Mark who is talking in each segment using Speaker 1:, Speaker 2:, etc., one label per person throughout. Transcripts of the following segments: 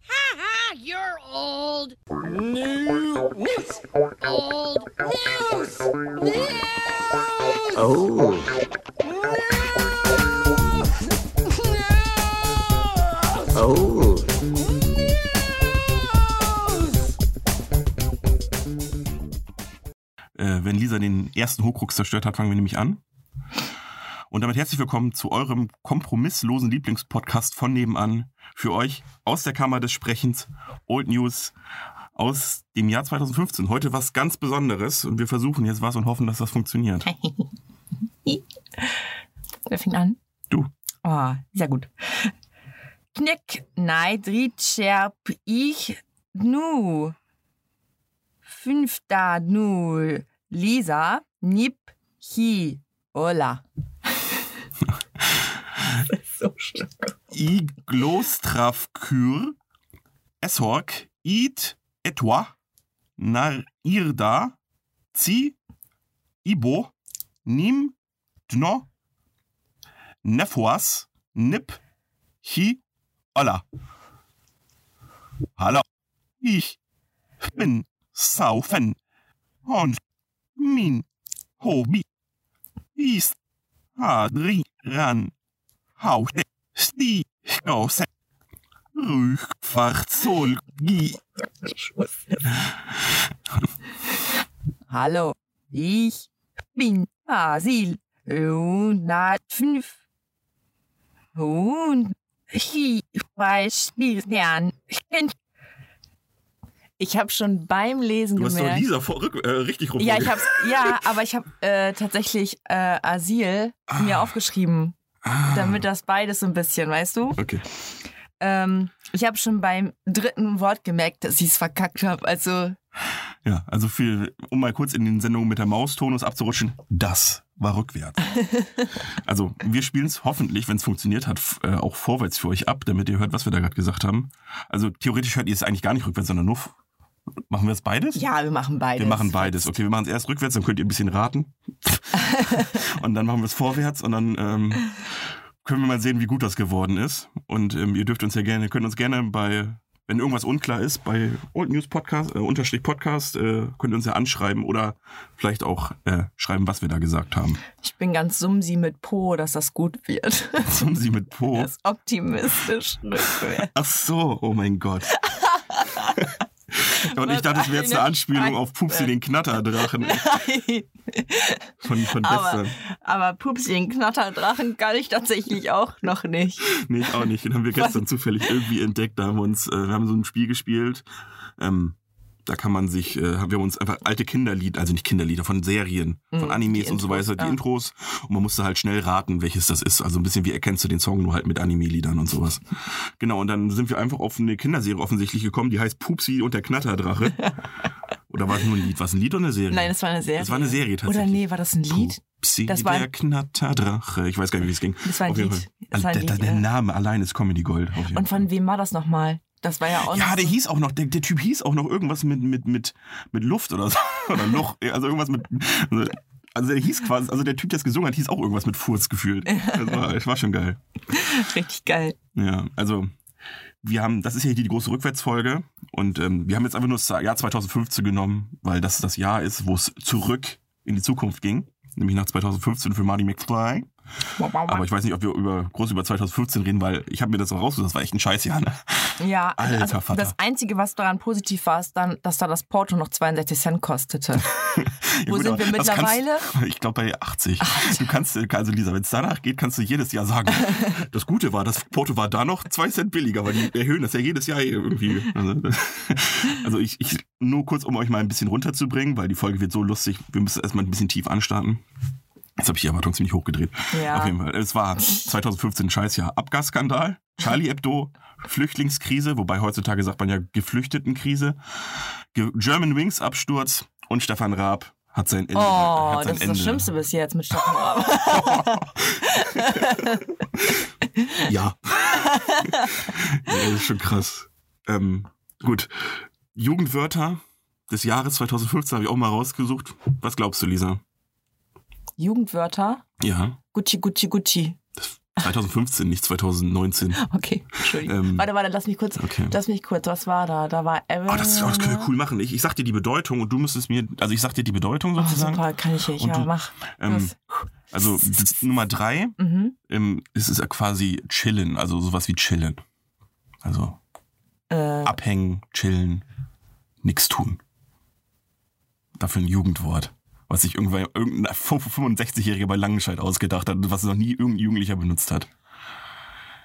Speaker 1: you're old.
Speaker 2: New news.
Speaker 1: Old news.
Speaker 2: News.
Speaker 3: Oh.
Speaker 2: News.
Speaker 3: Oh.
Speaker 2: News.
Speaker 4: Äh, wenn Lisa den ersten Hochkrux zerstört hat, fangen wir nämlich an. Und damit herzlich willkommen zu eurem kompromisslosen Lieblingspodcast von nebenan. Für euch aus der Kammer des Sprechens, Old News aus dem Jahr 2015. Heute was ganz Besonderes und wir versuchen jetzt was und hoffen, dass das funktioniert.
Speaker 5: Wer fängt an?
Speaker 4: Du.
Speaker 5: Oh, sehr gut. Knick, neid, Ritscherb, ich, nu. Fünfter, nu. Lisa, nip, hi, hola. das ist so schlimm.
Speaker 4: Iglostrafkür, Eshork, Id, Etwa, Narirda, Zi, Ibo, Nim, Dno, Nefuas, Nip, Chi, Olla. Hallo, ich bin Saufen und mein Hobby ist Adrian Haute. Die große Rückfahrzeug.
Speaker 5: Hallo, ich bin Basil. fünf Und ich weiß nicht gern. Ich bin
Speaker 6: Ich habe schon beim Lesen
Speaker 4: Du hast doch
Speaker 6: gemerkt.
Speaker 4: Lisa vor, rück, äh, richtig rum.
Speaker 6: ja, ich hab's, ja, aber ich habe äh, tatsächlich äh, Asyl
Speaker 4: Ah.
Speaker 6: mir aufgeschrieben, damit das beides so ein bisschen, weißt du?
Speaker 4: Okay.
Speaker 6: Ähm, ich habe schon beim dritten Wort gemerkt, dass ich es verkackt habe. Also
Speaker 4: Ja, also viel, um mal kurz in den Sendungen mit der Maustonus abzurutschen, das war rückwärts. also wir spielen es hoffentlich, wenn es funktioniert hat, f- äh, auch vorwärts für euch ab, damit ihr hört, was wir da gerade gesagt haben. Also theoretisch hört ihr es eigentlich gar nicht rückwärts, sondern nur. f- Machen wir es beides?
Speaker 6: ja, wir machen beides.
Speaker 4: Wir machen beides. Okay, wir machen es erst rückwärts, dann könnt ihr ein bisschen raten. und dann machen wir es vorwärts und dann ähm, können wir mal sehen, wie gut das geworden ist. Und ähm, ihr dürft uns ja gerne, könnt uns gerne bei, wenn irgendwas unklar ist, bei Old News Podcast, äh, unterstrich Podcast, äh, könnt ihr uns ja anschreiben oder vielleicht auch äh, schreiben, was wir da gesagt haben.
Speaker 6: Ich bin ganz sumsi mit Po, dass das gut wird.
Speaker 4: Zum Sie mit Po.
Speaker 6: Das ist optimistisch. rückwärts.
Speaker 4: Ach so, oh mein Gott. Und ich dachte, es wäre jetzt eine Anspielung auf Pupsi
Speaker 6: äh.
Speaker 4: den Knatterdrachen von, von
Speaker 6: Aber-
Speaker 4: gestern.
Speaker 6: Aber Pupsi, den Knatterdrachen kann ich tatsächlich auch noch nicht.
Speaker 4: Nee, ich auch nicht. Den haben wir gestern zufällig irgendwie entdeckt. Da haben wir uns, äh, wir haben so ein Spiel gespielt. Ähm, da kann man sich, äh, haben wir uns einfach alte Kinderlieder, also nicht Kinderlieder, von Serien, von
Speaker 6: Mhm,
Speaker 4: Animes
Speaker 6: die
Speaker 4: und so
Speaker 6: Intros,
Speaker 4: weiter, die
Speaker 6: ja.
Speaker 4: Intros. Und man musste halt schnell raten, welches das ist. Also ein bisschen wie erkennst du den Song nur halt mit Anime-Liedern und sowas. Genau, und dann sind wir einfach auf eine Kinderserie offensichtlich gekommen, die heißt Pupsi und der Knatterdrache. Oder war es nur ein Lied? War es ein Lied oder eine Serie?
Speaker 6: Nein, es war eine Serie.
Speaker 4: Es war eine Serie tatsächlich.
Speaker 6: Oder nee, war das ein Lied?
Speaker 4: Psi,
Speaker 6: Das war ein-
Speaker 4: der Knatterdrache. Ich weiß gar nicht, wie es ging.
Speaker 6: Das war ein
Speaker 4: Auf jeden
Speaker 6: Lied.
Speaker 4: Fall.
Speaker 6: Das war ein
Speaker 4: der,
Speaker 6: Lied,
Speaker 4: der, der
Speaker 6: ja.
Speaker 4: Name allein ist Comedy Gold. auf jeden
Speaker 6: Und von
Speaker 4: Fall.
Speaker 6: wem war das nochmal? Das war ja auch
Speaker 4: Ja,
Speaker 6: noch
Speaker 4: der
Speaker 6: so-
Speaker 4: hieß auch noch, der, der Typ hieß auch noch irgendwas mit, mit, mit, mit Luft oder so. Oder Loch. Also irgendwas mit. Also, also der hieß quasi, also der Typ, der es gesungen hat, hieß auch irgendwas mit Furz gefühlt. Das war, das war schon geil.
Speaker 6: richtig geil.
Speaker 4: Ja, also wir haben, das ist ja hier die große Rückwärtsfolge und ähm, wir haben jetzt einfach nur das Jahr 2015 genommen, weil das das Jahr ist, wo es zurück in die Zukunft ging, nämlich nach 2015 für Marty McFly. Aber ich weiß nicht, ob wir über, groß über 2015 reden, weil ich habe mir das auch rausgesucht, das war echt ein scheiß Jahr. Ne?
Speaker 6: Ja,
Speaker 4: Alter
Speaker 6: also
Speaker 4: Vater.
Speaker 6: das Einzige, was daran positiv war, ist dann, dass da das Porto noch 62 Cent kostete.
Speaker 4: Ja,
Speaker 6: Wo sind
Speaker 4: aber
Speaker 6: wir
Speaker 4: das kannst-
Speaker 6: mittlerweile?
Speaker 4: ich glaube bei 80. Du kannst, äh, also Lisa, wenn es danach geht, kannst du jedes Jahr sagen, das Gute war, das Porto war da noch zwei Cent billiger, weil die erhöhen das ja jedes Jahr irgendwie. Also, das- also ich, ich, nur kurz, um euch mal ein bisschen runterzubringen, weil die Folge wird so lustig, wir müssen erstmal ein bisschen tief anstarten. Jetzt habe ich die Erwartung ziemlich hochgedreht.
Speaker 6: Ja.
Speaker 4: Auf jeden Fall. Es war 2015 ein Scheißjahr. Abgasskandal, Charlie Hebdo, Flüchtlingskrise, wobei heutzutage sagt man ja Geflüchtetenkrise, Ge- German Wings Absturz und Stefan Raab hat sein Ende.
Speaker 6: Oh,
Speaker 4: hat sein
Speaker 6: das ist
Speaker 4: Ende.
Speaker 6: das Schlimmste bis jetzt mit Stefan Raab.
Speaker 4: Ja. ja. Das ist schon krass. Ähm, gut. Jugendwörter des Jahres 2015 habe ich auch mal rausgesucht. Was glaubst du, Lisa?
Speaker 6: Jugendwörter.
Speaker 4: Ja.
Speaker 6: Gucci, Gucci, Gucci.
Speaker 4: 2015, nicht 2019.
Speaker 6: Okay, Entschuldigung.
Speaker 4: Ähm,
Speaker 6: warte, warte, lass mich kurz.
Speaker 4: Okay.
Speaker 6: Lass mich kurz. Was war da? Da war Evan.
Speaker 4: Oh, das, oh, das können wir cool machen. Ich, ich sag dir die Bedeutung und du müsstest mir, also ich sag dir die Bedeutung
Speaker 6: Oh,
Speaker 4: sozusagen.
Speaker 6: super, kann ich nicht.
Speaker 4: Und
Speaker 6: Ja,
Speaker 4: du-
Speaker 6: mach.
Speaker 4: ähm,
Speaker 6: Los.
Speaker 4: also das- Nummer drei
Speaker 6: Mhm.
Speaker 4: ähm, ist es ja quasi chillen, also sowas wie chillen. Also
Speaker 6: Äh,
Speaker 4: abhängen, chillen, nichts tun. Dafür ein Jugendwort, was sich irgendwer, irgendein 65-Jähriger bei Langenscheid ausgedacht hat, und was noch nie irgendein Jugendlicher benutzt hat.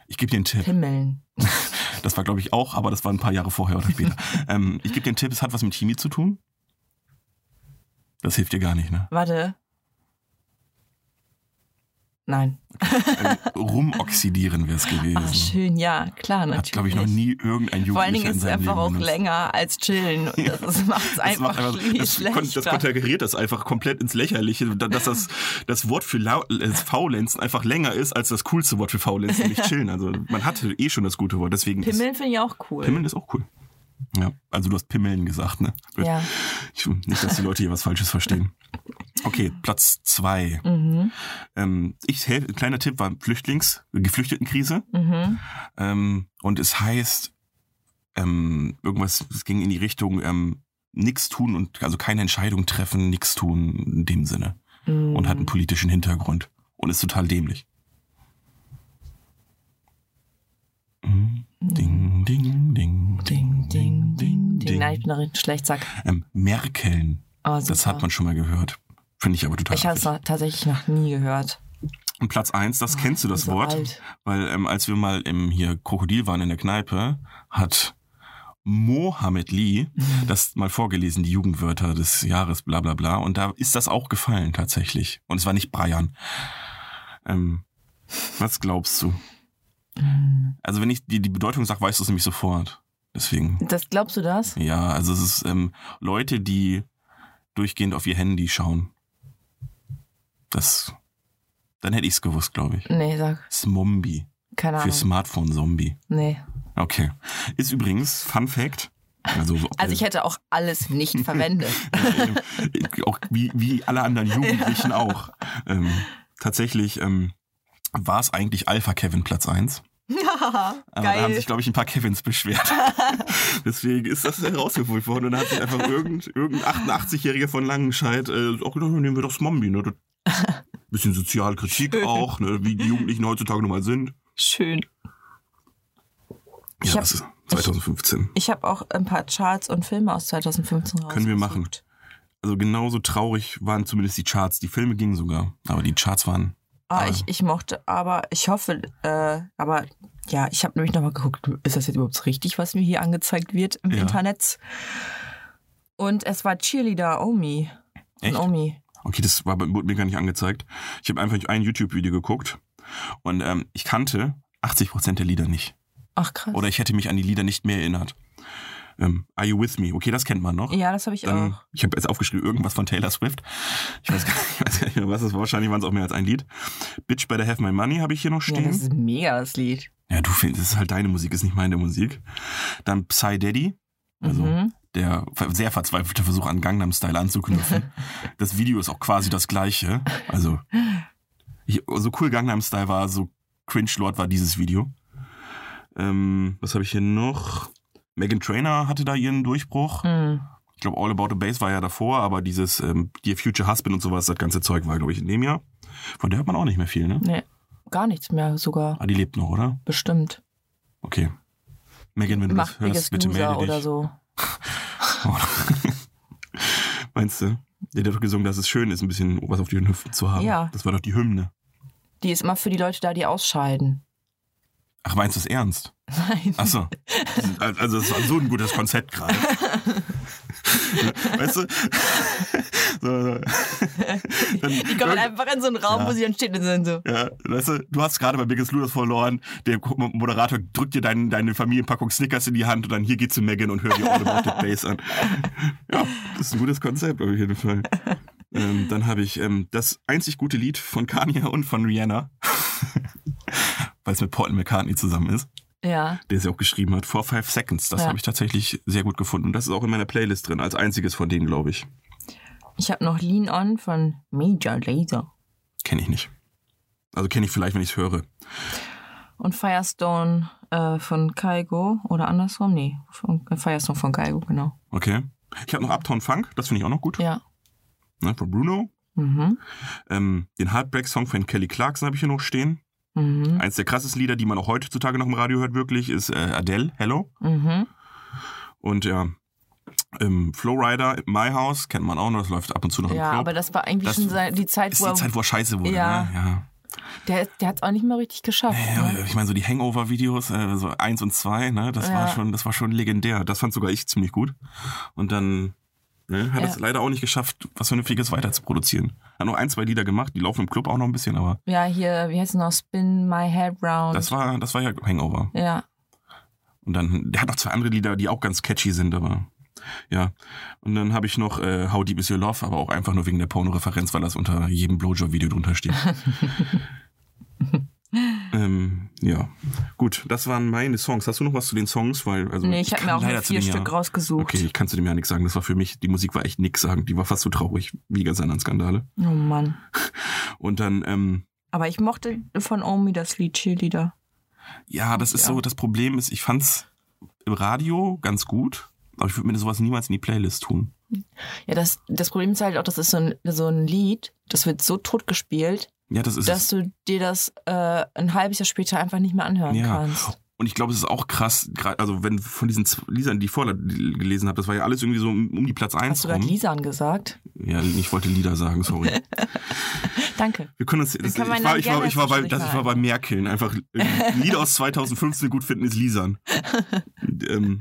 Speaker 4: Ich gebe dir einen Tipp.
Speaker 6: Pimmeln.
Speaker 4: Das war, glaube ich, auch, aber das war ein paar Jahre vorher oder später. ähm, ich gebe dir einen Tipp, es hat was mit Chemie zu tun. Das hilft dir gar nicht, ne?
Speaker 6: Warte. Nein.
Speaker 4: Ähm, rumoxidieren wäre es gewesen.
Speaker 6: Ah, schön, ja, klar, natürlich.
Speaker 4: Hm. hat, glaube ich, noch nie irgendein Jugendlicher
Speaker 6: Vor allen Dingen
Speaker 4: in
Speaker 6: ist es
Speaker 4: seinem
Speaker 6: einfach
Speaker 4: Leben
Speaker 6: auch
Speaker 4: benutzt.
Speaker 6: länger als chillen. Und das macht es
Speaker 4: Das
Speaker 6: einfach,
Speaker 4: macht einfach-
Speaker 6: schlie-
Speaker 4: das, kon- das
Speaker 6: schlechter.
Speaker 4: konterkariert das einfach komplett ins Lächerliche, da- dass das, das Wort für lau- äh, Faulenzen einfach länger ist als das coolste Wort für Faulenzen, nämlich chillen. Also man hatte eh schon das gute Wort, deswegen ist
Speaker 6: Pimmeln finde ich auch cool.
Speaker 4: Pimmeln ist auch cool. Ja, also du hast Pimmeln gesagt, ne? Gut.
Speaker 6: Ja.
Speaker 4: Ich, nicht, dass die Leute hier was Falsches verstehen. Okay, Platz zwei.
Speaker 6: Mhm.
Speaker 4: Ähm, ich helf, ein kleiner Tipp war Flüchtlings, Geflüchtetenkrise.
Speaker 6: Mhm.
Speaker 4: Ähm, und es heißt, ähm, irgendwas, es ging in die Richtung, ähm, nichts tun und also keine Entscheidung treffen, nichts tun in dem Sinne.
Speaker 6: Mhm.
Speaker 4: Und hat einen politischen Hintergrund und ist total dämlich. Mhm. Ding, ding, ding.
Speaker 6: Ding, ding, ding, ding. Nein, ich bin darin schlecht, sag.
Speaker 4: Ähm, Merkeln,
Speaker 6: Oh,
Speaker 4: das
Speaker 6: super.
Speaker 4: hat man schon mal gehört. Finde ich aber total.
Speaker 6: Ich habe es
Speaker 4: affig.
Speaker 6: noch- tatsächlich noch nie gehört.
Speaker 4: Und Platz eins,
Speaker 6: Ah,
Speaker 4: das kennst du das
Speaker 6: so
Speaker 4: Wort,
Speaker 6: alt.
Speaker 4: weil ähm, als wir mal im hier Krokodil waren in der Kneipe, hat Mohammed Lee
Speaker 6: Mhm.
Speaker 4: das mal vorgelesen, die Jugendwörter des Jahres, bla bla bla. Und da ist das auch gefallen tatsächlich. Und es war nicht Breiern. Ähm, was glaubst du?
Speaker 6: Mhm.
Speaker 4: Also wenn ich dir die Bedeutung sage, weißt du es nämlich sofort. Deswegen.
Speaker 6: Das glaubst du das?
Speaker 4: Ja, also es ist ähm, Leute, die durchgehend auf ihr Handy schauen. Das, dann hätte ich's gewusst, glaube ich.
Speaker 6: Nee, sag.
Speaker 4: Smombie
Speaker 6: Keine
Speaker 4: für
Speaker 6: Ahnung.
Speaker 4: Smartphone-Zombie.
Speaker 6: Nee.
Speaker 4: Okay. Ist übrigens Fun Fact. Also,
Speaker 6: Also ich hätte auch alles nicht verwendet.
Speaker 4: hätte äh, auch wie, wie alle anderen Jugendlichen auch. Ähm, tatsächlich ähm, war es eigentlich Alpha Kevin Platz 1. Aber da haben
Speaker 6: Geil.
Speaker 4: sich, glaube ich, ein paar Kevins beschwert. Deswegen ist das herausgeholt worden. Und da hat sich einfach irgendein, irgendein 88-Jähriger von Langenscheid äh, auch gedacht, nehmen wir doch Smombi. Ne? Das- Bisschen soziale Kritik auch, ne? wie die Jugendlichen heutzutage nun mal sind.
Speaker 6: Schön. Ich
Speaker 4: Ja,
Speaker 6: hab-
Speaker 4: das ist 2015.
Speaker 6: Ich habe auch ein paar Charts und Filme aus 2015 raus.
Speaker 4: Können wir machen. Also genauso traurig waren zumindest die Charts. Die Filme gingen sogar, aber die Charts waren.
Speaker 6: Ah,
Speaker 4: Ah.
Speaker 6: ich, ich mochte, aber ich hoffe, äh, aber ja, ich habe nämlich nochmal geguckt, ist das jetzt überhaupt richtig, was mir hier angezeigt wird im
Speaker 4: Ja.
Speaker 6: Internet? Und es war Cheerleader Omi. Von
Speaker 4: Echt?
Speaker 6: Omi.
Speaker 4: Okay, das war, bei- wurde mir gar nicht angezeigt. Ich habe einfach ein YouTube-Video geguckt und ähm, ich kannte 80% der Lieder nicht.
Speaker 6: Ach krass.
Speaker 4: Oder ich hätte mich an die Lieder nicht mehr erinnert. Ähm, Are You With Me? Okay, das kennt man noch.
Speaker 6: ja, das habe ich
Speaker 4: Dann,
Speaker 6: auch.
Speaker 4: ich habe jetzt aufgeschrieben, irgendwas von Taylor Swift. Ich weiß gar nicht, ich weiß gar nicht mehr, was das war. Wahrscheinlich waren es auch mehr als ein Lied. Bitch Better Have My Money habe ich hier noch
Speaker 6: Ja, das
Speaker 4: stehen.
Speaker 6: ist mega, das Lied.
Speaker 4: Ja, du findest, das ist halt deine Musik, ist nicht meine Musik. Dann Psy Daddy. Also,
Speaker 6: Mhm.
Speaker 4: der ver- sehr verzweifelte Versuch an Gangnam Style anzuknüpfen. das Video ist auch quasi das gleiche. Also ich, so cool Gangnam Style war, so cringe Lord war dieses Video. Ähm, was habe ich hier noch? Megan Trainer hatte da ihren Durchbruch.
Speaker 6: Mhm.
Speaker 4: Ich glaube, All About the Bass war ja davor, aber dieses ähm, Dear Future Husband und sowas, das ganze Zeug war, glaube ich, in dem Jahr. Von der hört man auch nicht mehr viel, ne?
Speaker 6: Nee, gar nichts mehr sogar.
Speaker 4: Ah, die lebt noch, oder?
Speaker 6: Bestimmt.
Speaker 4: Okay. Megan, wenn du
Speaker 6: Macht
Speaker 4: das hörst,
Speaker 6: Biggest
Speaker 4: bitte melde
Speaker 6: Loser
Speaker 4: dich.
Speaker 6: oder so.
Speaker 4: Meinst du? Der hat doch gesungen, dass es schön ist, ein bisschen was auf den Hüften zu haben.
Speaker 6: Ja.
Speaker 4: Das war doch die Hymne.
Speaker 6: Die ist immer für die Leute da, die ausscheiden.
Speaker 4: Ach, meinst du es ernst?
Speaker 6: Nein.
Speaker 4: Ach so. Also, das war so ein gutes Konzept gerade. weißt du? So, so.
Speaker 6: Die kommen einfach in so einen Raum, wo sie dann steht und sind so.
Speaker 4: Ja, weißt du, du hast gerade bei Biggest Loser verloren. Der Moderator drückt dir deine, deine Familienpackung Snickers in die Hand und dann hier geht's zu Megan und hör dir All About the Bass an. Ja, das ist ein gutes Konzept auf jeden Fall. Ähm, dann habe ich ähm, das einzig gute Lied von Kanye und von Rihanna, weil es mit Paul McCartney zusammen ist,
Speaker 6: Ja.
Speaker 4: der es ja auch geschrieben hat. Four Five Seconds, das
Speaker 6: Ja.
Speaker 4: habe ich tatsächlich sehr gut gefunden. Und das ist auch in meiner Playlist drin, als einziges von denen, glaube ich.
Speaker 6: Ich habe noch Lean On von Major Laser.
Speaker 4: Kenne ich nicht. Also kenne ich vielleicht, wenn ich es höre.
Speaker 6: Und Firestone äh, von Kaigo oder andersrum? Nee, von, äh, Firestone von Kaigo, genau.
Speaker 4: Okay. Ich habe noch Uptown Funk, das finde ich auch noch gut.
Speaker 6: Ja.
Speaker 4: Ne, von Bruno.
Speaker 6: Mhm.
Speaker 4: Ähm, den Heartbreak-Song von Kelly Clarkson habe ich hier noch stehen.
Speaker 6: Mhm.
Speaker 4: Eins der krassesten Lieder, die man auch heutzutage noch im Radio hört, wirklich, ist äh, Adele, Hello.
Speaker 6: Mhm.
Speaker 4: Und ja, ähm, Flowrider, My House, kennt man auch noch, das läuft ab und zu noch
Speaker 6: Ja,
Speaker 4: im
Speaker 6: aber
Speaker 4: Club.
Speaker 6: das war eigentlich
Speaker 4: Das
Speaker 6: schon sein- die Zeit,
Speaker 4: ist
Speaker 6: wo
Speaker 4: die
Speaker 6: er,
Speaker 4: Zeit, wo er scheiße wurde.
Speaker 6: Ja.
Speaker 4: Ne? ja.
Speaker 6: der, der hat es auch nicht mehr richtig geschafft.
Speaker 4: Ja,
Speaker 6: ne?
Speaker 4: ich meine, so die Hangover-Videos, äh, so eins und zwei, ne, das
Speaker 6: Ja.
Speaker 4: war schon, das war schon legendär. Das fand sogar ich ziemlich gut. Und dann ne, hat
Speaker 6: Ja.
Speaker 4: es leider auch nicht geschafft, was Vernünftiges weiter zu produzieren. Hat noch ein, zwei Lieder gemacht, die laufen im Club auch noch ein bisschen, aber
Speaker 6: ja, hier, wie heißt es noch? Spin My Head Round.
Speaker 4: das war, das war ja Hangover.
Speaker 6: ja.
Speaker 4: Und dann, der hat noch zwei andere Lieder, die auch ganz catchy sind, aber ja. Und dann habe ich noch äh, How Deep Is Your Love, aber auch einfach nur wegen der Porno-Referenz, weil das unter jedem Blowjob-Video drunter steht. ähm, ja, gut, das waren meine Songs. Hast du noch was zu den Songs? Weil, also,
Speaker 6: Nee, ich habe
Speaker 4: kann
Speaker 6: mir auch nur
Speaker 4: leider zu
Speaker 6: vier
Speaker 4: dem
Speaker 6: Stück
Speaker 4: ja,
Speaker 6: rausgesucht.
Speaker 4: Okay, ich kann zu dem ja nichts sagen. Das war für mich, die Musik war echt nix sagen. Die war fast so traurig wie die ganzen anderen Skandale.
Speaker 6: Oh Mann.
Speaker 4: Und dann, ähm,
Speaker 6: Aber ich mochte von Omi das Lied Cheerleader.
Speaker 4: Ja, das ist
Speaker 6: Ja.
Speaker 4: so, das Problem ist, ich fand's im Radio ganz gut, aber ich würde mir sowas niemals in die Playlist tun.
Speaker 6: Ja, das, das Problem ist halt auch, das ist so ein, so ein Lied, das wird so tot gespielt,
Speaker 4: Ja, das ist
Speaker 6: dass du dir das äh, ein halbes Jahr später einfach nicht mehr anhören
Speaker 4: Ja.
Speaker 6: kannst.
Speaker 4: Und ich glaube, es ist auch krass, grad- also wenn von diesen Z- Liedern, die ich vorher gelesen habe, das war ja alles irgendwie so um um die Platz 1
Speaker 6: Hast du
Speaker 4: rum.
Speaker 6: gerade Lisan gesagt?
Speaker 4: Ja, ich wollte Lieder sagen, sorry.
Speaker 6: Danke.
Speaker 4: Wir können uns, das,
Speaker 6: kann man
Speaker 4: ich, war,
Speaker 6: dann
Speaker 4: ich, war,
Speaker 6: gerne
Speaker 4: ich, war bei,
Speaker 6: zwischendurch
Speaker 4: das, ich war bei Merkeln, einfach äh, Lieder aus 2015 gut finden ist Liedern. Und, ähm,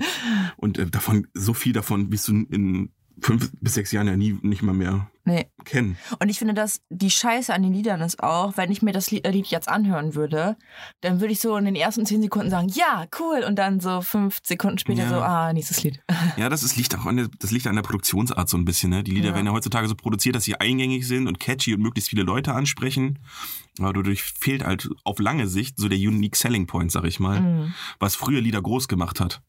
Speaker 4: und äh, davon, so viel davon wirst du in fünf bis sechs Jahren ja nie, nicht mal mehr
Speaker 6: Nee.
Speaker 4: kennen.
Speaker 6: Und ich finde, dass die Scheiße an den Liedern ist auch, wenn ich mir das Lied, äh, Lied jetzt anhören würde, dann würde ich so in den ersten zehn Sekunden sagen, ja, cool. Und dann so fünf Sekunden später
Speaker 4: Ja.
Speaker 6: so, ah, nächstes Lied.
Speaker 4: Ja, das ist, liegt auch an der, das liegt an der Produktionsart so ein bisschen. Ne? Die Lieder
Speaker 6: Ja.
Speaker 4: werden ja heutzutage so produziert, dass sie eingängig sind und catchy und möglichst viele Leute ansprechen. Aber dadurch fehlt halt auf lange Sicht so der Unique Selling Point, sag ich mal,
Speaker 6: Mhm.
Speaker 4: was früher Lieder groß gemacht hat.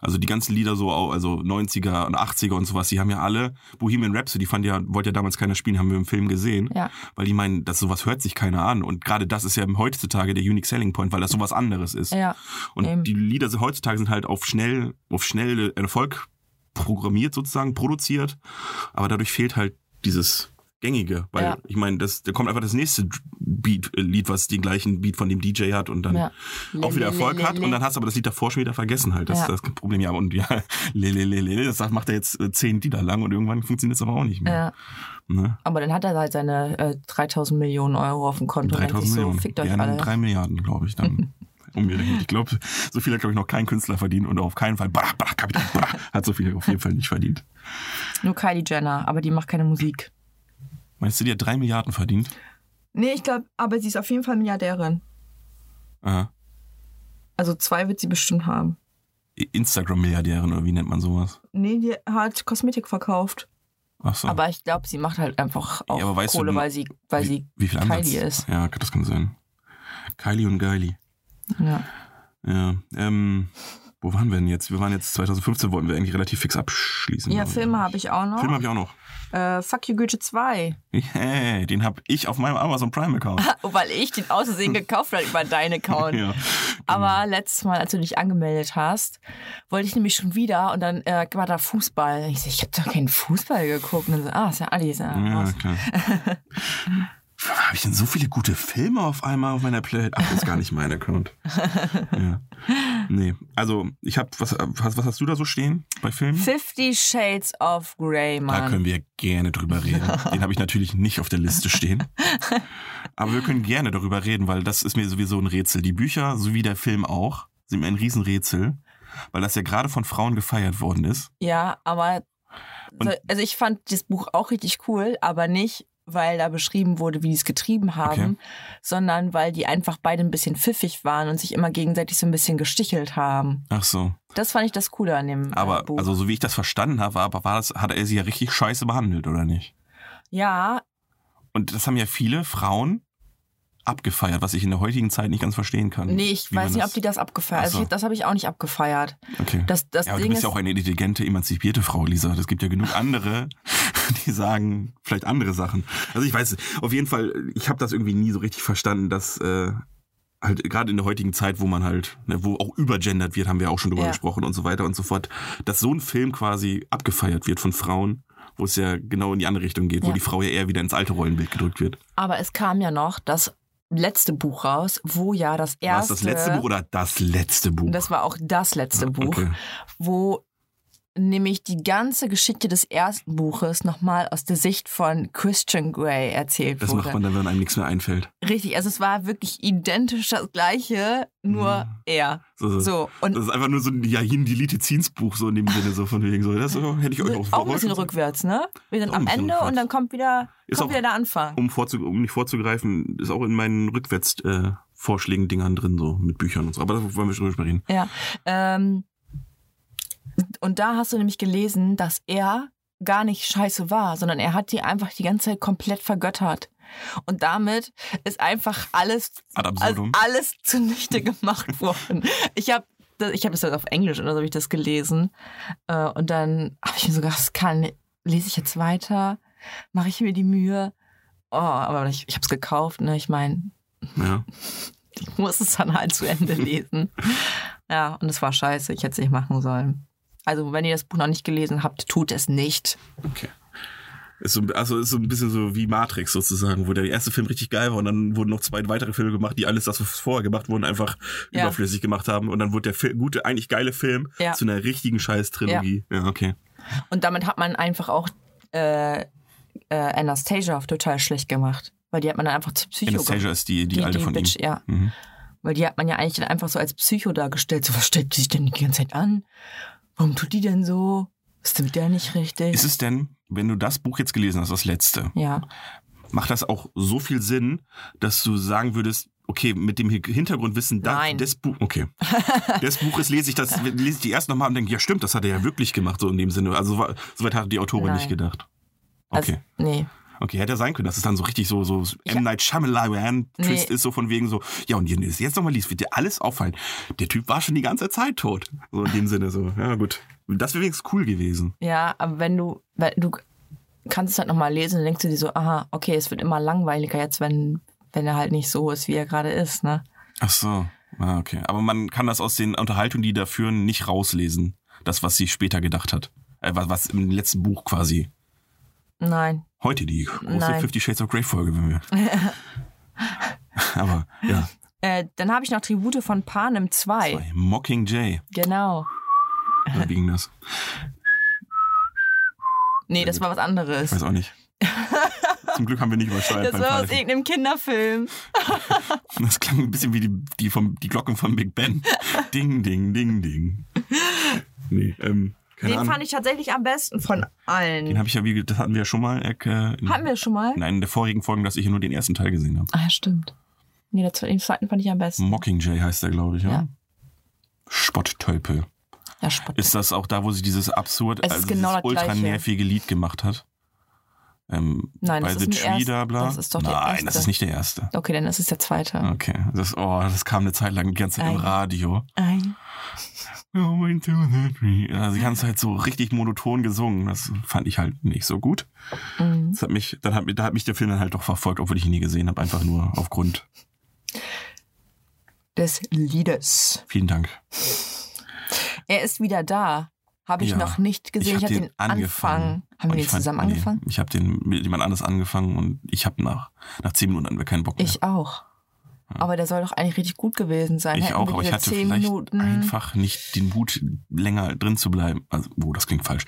Speaker 4: Also die ganzen Lieder so, au- also 90er und 80er und sowas, die haben ja alle, Bohemian Rhapsody fand ja, wollte ja damals keiner spielen, haben wir im Film gesehen,
Speaker 6: Ja.
Speaker 4: weil die meinen, dass sowas hört sich keiner an. Und gerade das ist ja heutzutage der Unique Selling Point, weil das sowas anderes ist.
Speaker 6: Ja.
Speaker 4: Und
Speaker 6: Eben.
Speaker 4: die Lieder sind heutzutage sind halt auf schnell, auf schnell Erfolg programmiert sozusagen, produziert. Aber dadurch fehlt halt dieses Gängige, weil
Speaker 6: Ja.
Speaker 4: ich meine, das, da kommt einfach das nächste Beat, äh, Lied, was den gleichen Beat von dem DJ hat und dann
Speaker 6: Ja.
Speaker 4: auch wieder Erfolg hat und dann hast du aber das Lied davor schon wieder vergessen halt. Das
Speaker 6: Ja.
Speaker 4: ist das Problem. Ja, und ja, lelelele, das macht er jetzt äh, zehn Lieder lang und irgendwann funktioniert es aber auch nicht mehr.
Speaker 6: Ja.
Speaker 4: Ne?
Speaker 6: Aber dann hat er halt seine äh, 3000 Millionen Euro auf dem Konto. und denkt
Speaker 4: 3000
Speaker 6: sich so,
Speaker 4: Millionen.
Speaker 6: Fickt euch
Speaker 4: Gerne
Speaker 6: alle.
Speaker 4: 3 Milliarden, glaube ich, dann. Umgerechnet. Ich glaube, so viel hat, glaube ich, noch kein Künstler verdient und auf keinen Fall, bah, bah, Kapital, bah, hat so viel auf jeden Fall nicht verdient.
Speaker 6: Nur Kylie Jenner, aber die macht keine Musik.
Speaker 4: Meinst du, die hat 3 Milliarden verdient?
Speaker 6: Nee, ich glaube, aber sie ist auf jeden Fall Milliardärin.
Speaker 4: Aha.
Speaker 6: Also zwei wird sie bestimmt haben.
Speaker 4: Instagram-Milliardärin oder wie nennt man sowas?
Speaker 6: Nee, die hat Kosmetik verkauft.
Speaker 4: Ach so.
Speaker 6: Aber ich glaube, sie macht halt einfach auch
Speaker 4: Ah. Ja, aber weißt du
Speaker 6: Kohle,
Speaker 4: denn-
Speaker 6: weil sie, weil
Speaker 4: wie,
Speaker 6: sie
Speaker 4: wie viel
Speaker 6: Kylie
Speaker 4: Ansatz?
Speaker 6: ist.
Speaker 4: Ja, das kann sein. Kylie und Geili.
Speaker 6: Ja.
Speaker 4: Ja. Ähm, wo waren wir denn jetzt? Wir waren jetzt 2015, wollten wir eigentlich relativ fix abschließen.
Speaker 6: Ja,
Speaker 4: glaub
Speaker 6: Filme habe ich auch noch.
Speaker 4: Hm. Filme habe ich auch noch.
Speaker 6: Äh, Fuck You Goethe 2.
Speaker 4: Hey, den habe ich auf meinem Amazon Prime-Account.
Speaker 6: Oh, weil ich den außersehen gekauft habe über deinen Account.
Speaker 4: ja. genau.
Speaker 6: Aber letztes Mal, als du dich angemeldet hast, wollte ich nämlich schon wieder und dann äh, war da Fußball. Ich so, ich habe doch keinen Fußball geguckt. Und dann so, ah, ist ja Ali. Ist ja
Speaker 4: Ja,
Speaker 6: raus.
Speaker 4: klar. Habe ich denn so viele gute Filme auf einmal auf meiner Playlist? Ach, das ist gar nicht mein Account. Ja. Nee, also ich habe, was, was, was hast du da so stehen bei Filmen?
Speaker 6: Fifty Shades of Grey, Mann.
Speaker 4: Da können wir gerne drüber reden. Den habe ich natürlich nicht auf der Liste stehen. Aber wir können gerne darüber reden, weil das ist mir sowieso ein Rätsel. Die Bücher sowie der Film auch sind mir ein Riesenrätsel, weil das ja gerade von Frauen gefeiert worden ist.
Speaker 6: Ja, aber
Speaker 4: Und-
Speaker 6: so, also ich fand das Buch auch richtig cool, aber nicht, weil da beschrieben wurde, wie die es getrieben haben, sondern weil die einfach beide ein bisschen pfiffig waren und sich immer gegenseitig so ein bisschen gestichelt haben.
Speaker 4: Ach so.
Speaker 6: Das fand ich das Coole an dem äh,
Speaker 4: Aber
Speaker 6: Buch.
Speaker 4: also so wie ich das verstanden habe, war, aber war das, hat er sie ja richtig scheiße behandelt, oder nicht?
Speaker 6: ja,
Speaker 4: Und das haben ja viele Frauen abgefeiert, was ich in der heutigen Zeit nicht ganz verstehen kann.
Speaker 6: nee, ich
Speaker 4: ähm, Wie man
Speaker 6: weiß nicht, ob die das abgefeiert.
Speaker 4: Ach
Speaker 6: Also
Speaker 4: so.
Speaker 6: ich, das habe ich auch nicht abgefeiert.
Speaker 4: Okay.
Speaker 6: Das, das
Speaker 4: ja, aber
Speaker 6: Ding
Speaker 4: du bist
Speaker 6: ist,
Speaker 4: ja auch eine intelligente, emanzipierte Frau, Lisa. Es gibt ja genug andere, die sagen vielleicht andere Sachen. Also ich weiß, es. auf jeden Fall, ich habe das irgendwie nie so richtig verstanden, dass äh, halt gerade in der heutigen Zeit, wo man halt, ne, wo auch übergendert wird, haben wir auch schon drüber
Speaker 6: Ja.
Speaker 4: gesprochen und so weiter und so fort, dass so ein Film quasi abgefeiert wird von Frauen, wo es ja genau in die andere Richtung geht, wo
Speaker 6: Ja.
Speaker 4: die Frau ja eher wieder ins alte Rollenbild gedrückt wird.
Speaker 6: Aber es kam ja noch das letzte Buch raus, wo ja das erste.
Speaker 4: War es das letzte Buch oder das letzte Buch?
Speaker 6: Das war auch das letzte Buch,
Speaker 4: Okay.
Speaker 6: wo nämlich die ganze Geschichte des ersten Buches nochmal aus der Sicht von Christian Grey erzählt
Speaker 4: Das
Speaker 6: wurde.
Speaker 4: macht man dann, wenn einem nichts mehr einfällt.
Speaker 6: Richtig, also es war wirklich identisch das gleiche, nur
Speaker 4: Mhm.
Speaker 6: er.
Speaker 4: So, so.
Speaker 6: So, und
Speaker 4: Das ist einfach nur so ein Jahin Delete Zins Buch, so in dem Sinne, so von wegen so. Das äh, hätte ich euch
Speaker 6: auch
Speaker 4: auch,
Speaker 6: ein bisschen
Speaker 4: vorgeholfen.
Speaker 6: rückwärts, ne? Wir sind
Speaker 4: Auch ein
Speaker 6: am
Speaker 4: bisschen
Speaker 6: Ende
Speaker 4: rückwärts.
Speaker 6: und dann kommt wieder,
Speaker 4: Ist
Speaker 6: kommt
Speaker 4: auch-
Speaker 6: wieder der Anfang.
Speaker 4: um, vorzu um nicht vorzugreifen, ist auch in meinen Rückwärts-Vorschlägen Dingern drin, so mit Büchern und so. Aber da wollen wir schon drüber reden.
Speaker 6: Ja. Ähm, und da hast du nämlich gelesen, dass er gar nicht scheiße war, sondern er hat die einfach die ganze Zeit komplett vergöttert. Und damit ist einfach alles,
Speaker 4: Ad
Speaker 6: also
Speaker 4: absurdum.
Speaker 6: alles zunichte gemacht worden. Ich habe ich hab das dann auf Englisch oder so habe ich das gelesen. Äh, Und dann habe ich mir so gedacht, das kann, lese ich jetzt weiter? Mache ich mir die Mühe? Oh, aber ich, ich habe es gekauft, ne? Ich meine,
Speaker 4: Ja.
Speaker 6: ich muss es dann halt zu Ende lesen. Ja, und es war scheiße. Ich hätte es nicht machen sollen. Also, wenn ihr das Buch noch nicht gelesen habt, tut es nicht.
Speaker 4: Okay. Ist so, also ist so ein bisschen so wie Matrix sozusagen, wo der erste Film richtig geil war und dann wurden noch zwei weitere Filme gemacht, die alles das, was vorher gemacht wurden, einfach
Speaker 6: Ja.
Speaker 4: überflüssig gemacht haben. Und dann wurde der Fil gute, eigentlich geile Film
Speaker 6: Ja.
Speaker 4: zu einer richtigen Scheiß-Trilogie. Ja. okay.
Speaker 6: Und damit hat man einfach auch äh, äh, Anastasia total schlecht gemacht. Weil die hat man dann einfach zu Psycho
Speaker 4: Anastasia ist die, die,
Speaker 6: Die,
Speaker 4: alte
Speaker 6: die
Speaker 4: von
Speaker 6: Bitch,
Speaker 4: ihm.
Speaker 6: ja.
Speaker 4: Mhm.
Speaker 6: Weil die hat man ja eigentlich dann einfach so als Psycho dargestellt. So, was stellt die sich denn die ganze Zeit an? Warum tut die denn so? Was Stimmt der nicht richtig?
Speaker 4: Ist es denn, wenn du das Buch jetzt gelesen hast, das letzte,
Speaker 6: ja.
Speaker 4: macht das auch so viel Sinn, dass du sagen würdest, okay, mit dem Hi- Hintergrundwissen da-
Speaker 6: Nein.
Speaker 4: des Buch, okay, des Buches lese ich das, lese ich die erst nochmal und denke, ja stimmt, das hat er ja wirklich gemacht, so in dem Sinne. Also so wa- so weit hatte die Autorin
Speaker 6: Nein.
Speaker 4: nicht gedacht.
Speaker 6: Also,
Speaker 4: Okay,
Speaker 6: nee.
Speaker 4: okay, hätte ja sein können, dass es dann so richtig so, so
Speaker 6: Ja.
Speaker 4: M. Night Shyamalan Twist
Speaker 6: Nee.
Speaker 4: ist, so von wegen so, ja und wenn du das jetzt nochmal liest, wird dir alles auffallen. Der Typ war schon die ganze Zeit tot. So in dem Sinne so, ja gut. Das wäre wenigstens cool gewesen.
Speaker 6: Ja, aber wenn du, weil du kannst es halt nochmal lesen, dann denkst du dir so, aha, okay, es wird immer langweiliger jetzt, wenn, wenn er halt nicht so ist, wie er gerade ist, ne?
Speaker 4: Ach so, ah, okay. Aber man kann das aus den Unterhaltungen, die da führen, nicht rauslesen. Das, was sie später gedacht hat. Äh, was, was im letzten Buch quasi.
Speaker 6: Nein.
Speaker 4: Heute die große
Speaker 6: Nein.
Speaker 4: Fifty Shades of Grey Folge, wenn wir. Aber ja,
Speaker 6: Äh, dann habe ich noch Tribute von Panem 2.
Speaker 4: bei Mockingjay
Speaker 6: Genau.
Speaker 4: oder wie ging das?
Speaker 6: Nee, das war was
Speaker 4: Ich weiß
Speaker 6: anderes.
Speaker 4: auch nicht. Zum Glück haben wir nicht
Speaker 6: Das
Speaker 4: übersteuert Also,
Speaker 6: eh-
Speaker 4: beim
Speaker 6: war aus
Speaker 4: Pfeifen.
Speaker 6: irgendeinem Kinderfilm.
Speaker 4: Das klang ein bisschen wie die, die, vom, die Glocken von Big Ben. ding, ding, ding, ding. Nee, ähm, keine
Speaker 6: Den
Speaker 4: Ahnung.
Speaker 6: fand ich tatsächlich am besten von
Speaker 4: den
Speaker 6: allen.
Speaker 4: habe ich ja, wie, das hatten wir ja schon mal. Äh, in-
Speaker 6: Hatten wir schon mal?
Speaker 4: Nein, in der vorigen Folge, dass ich hier nur den ersten Teil gesehen habe.
Speaker 6: Ah, ja, stimmt. Nee, der zwe- den zweiten fand ich am besten.
Speaker 4: Mockingjay heißt der, glaube ich, ja.
Speaker 6: Ja.
Speaker 4: Spotttölpel.
Speaker 6: Ja, Spott.
Speaker 4: Ist das auch da, wo sie dieses absurd,
Speaker 6: Es ist
Speaker 4: also
Speaker 6: genau
Speaker 4: dieses
Speaker 6: das
Speaker 4: ultra
Speaker 6: Gleiche.
Speaker 4: nervige Lied gemacht hat? Ähm,
Speaker 6: Nein,
Speaker 4: bei
Speaker 6: das
Speaker 4: The
Speaker 6: ist ein
Speaker 4: Tree
Speaker 6: erst-
Speaker 4: da bla.
Speaker 6: das ist doch der
Speaker 4: Nein, das
Speaker 6: erste.
Speaker 4: ist nicht der erste.
Speaker 6: Okay, dann ist es der zweite.
Speaker 4: Okay, das, oh, das kam eine Zeit lang die ganze Zeit im
Speaker 6: Nein.
Speaker 4: Radio. Oh,
Speaker 6: Ein.
Speaker 4: Going to the tree. Also die ganze Zeit so richtig monoton gesungen. Das fand ich halt nicht so gut.
Speaker 6: Mhm.
Speaker 4: Das hat mich, dann hat, mich- da hat mich der Film dann halt doch verfolgt, obwohl ich ihn nie gesehen habe. Einfach nur aufgrund.
Speaker 6: Des Liedes.
Speaker 4: Vielen Dank.
Speaker 6: Er ist wieder da. Habe ich
Speaker 4: Ja.
Speaker 6: noch nicht gesehen. Ich
Speaker 4: hab
Speaker 6: habe den, Anfang. Haben
Speaker 4: Und
Speaker 6: wir den
Speaker 4: ich fand-
Speaker 6: zusammen
Speaker 4: nee,
Speaker 6: angefangen?
Speaker 4: Ich habe den mit jemand anders angefangen und ich habe nach, nach zehn Minuten hatten wir keinen Bock mehr.
Speaker 6: Ich auch. Aber der soll doch eigentlich richtig gut gewesen sein.
Speaker 4: Ich
Speaker 6: Hätten
Speaker 4: auch,
Speaker 6: wir
Speaker 4: aber ich
Speaker 6: diese
Speaker 4: hatte
Speaker 6: zehn
Speaker 4: vielleicht
Speaker 6: Minuten.
Speaker 4: einfach nicht den Mut, länger drin zu bleiben. Also, oh, das klingt falsch.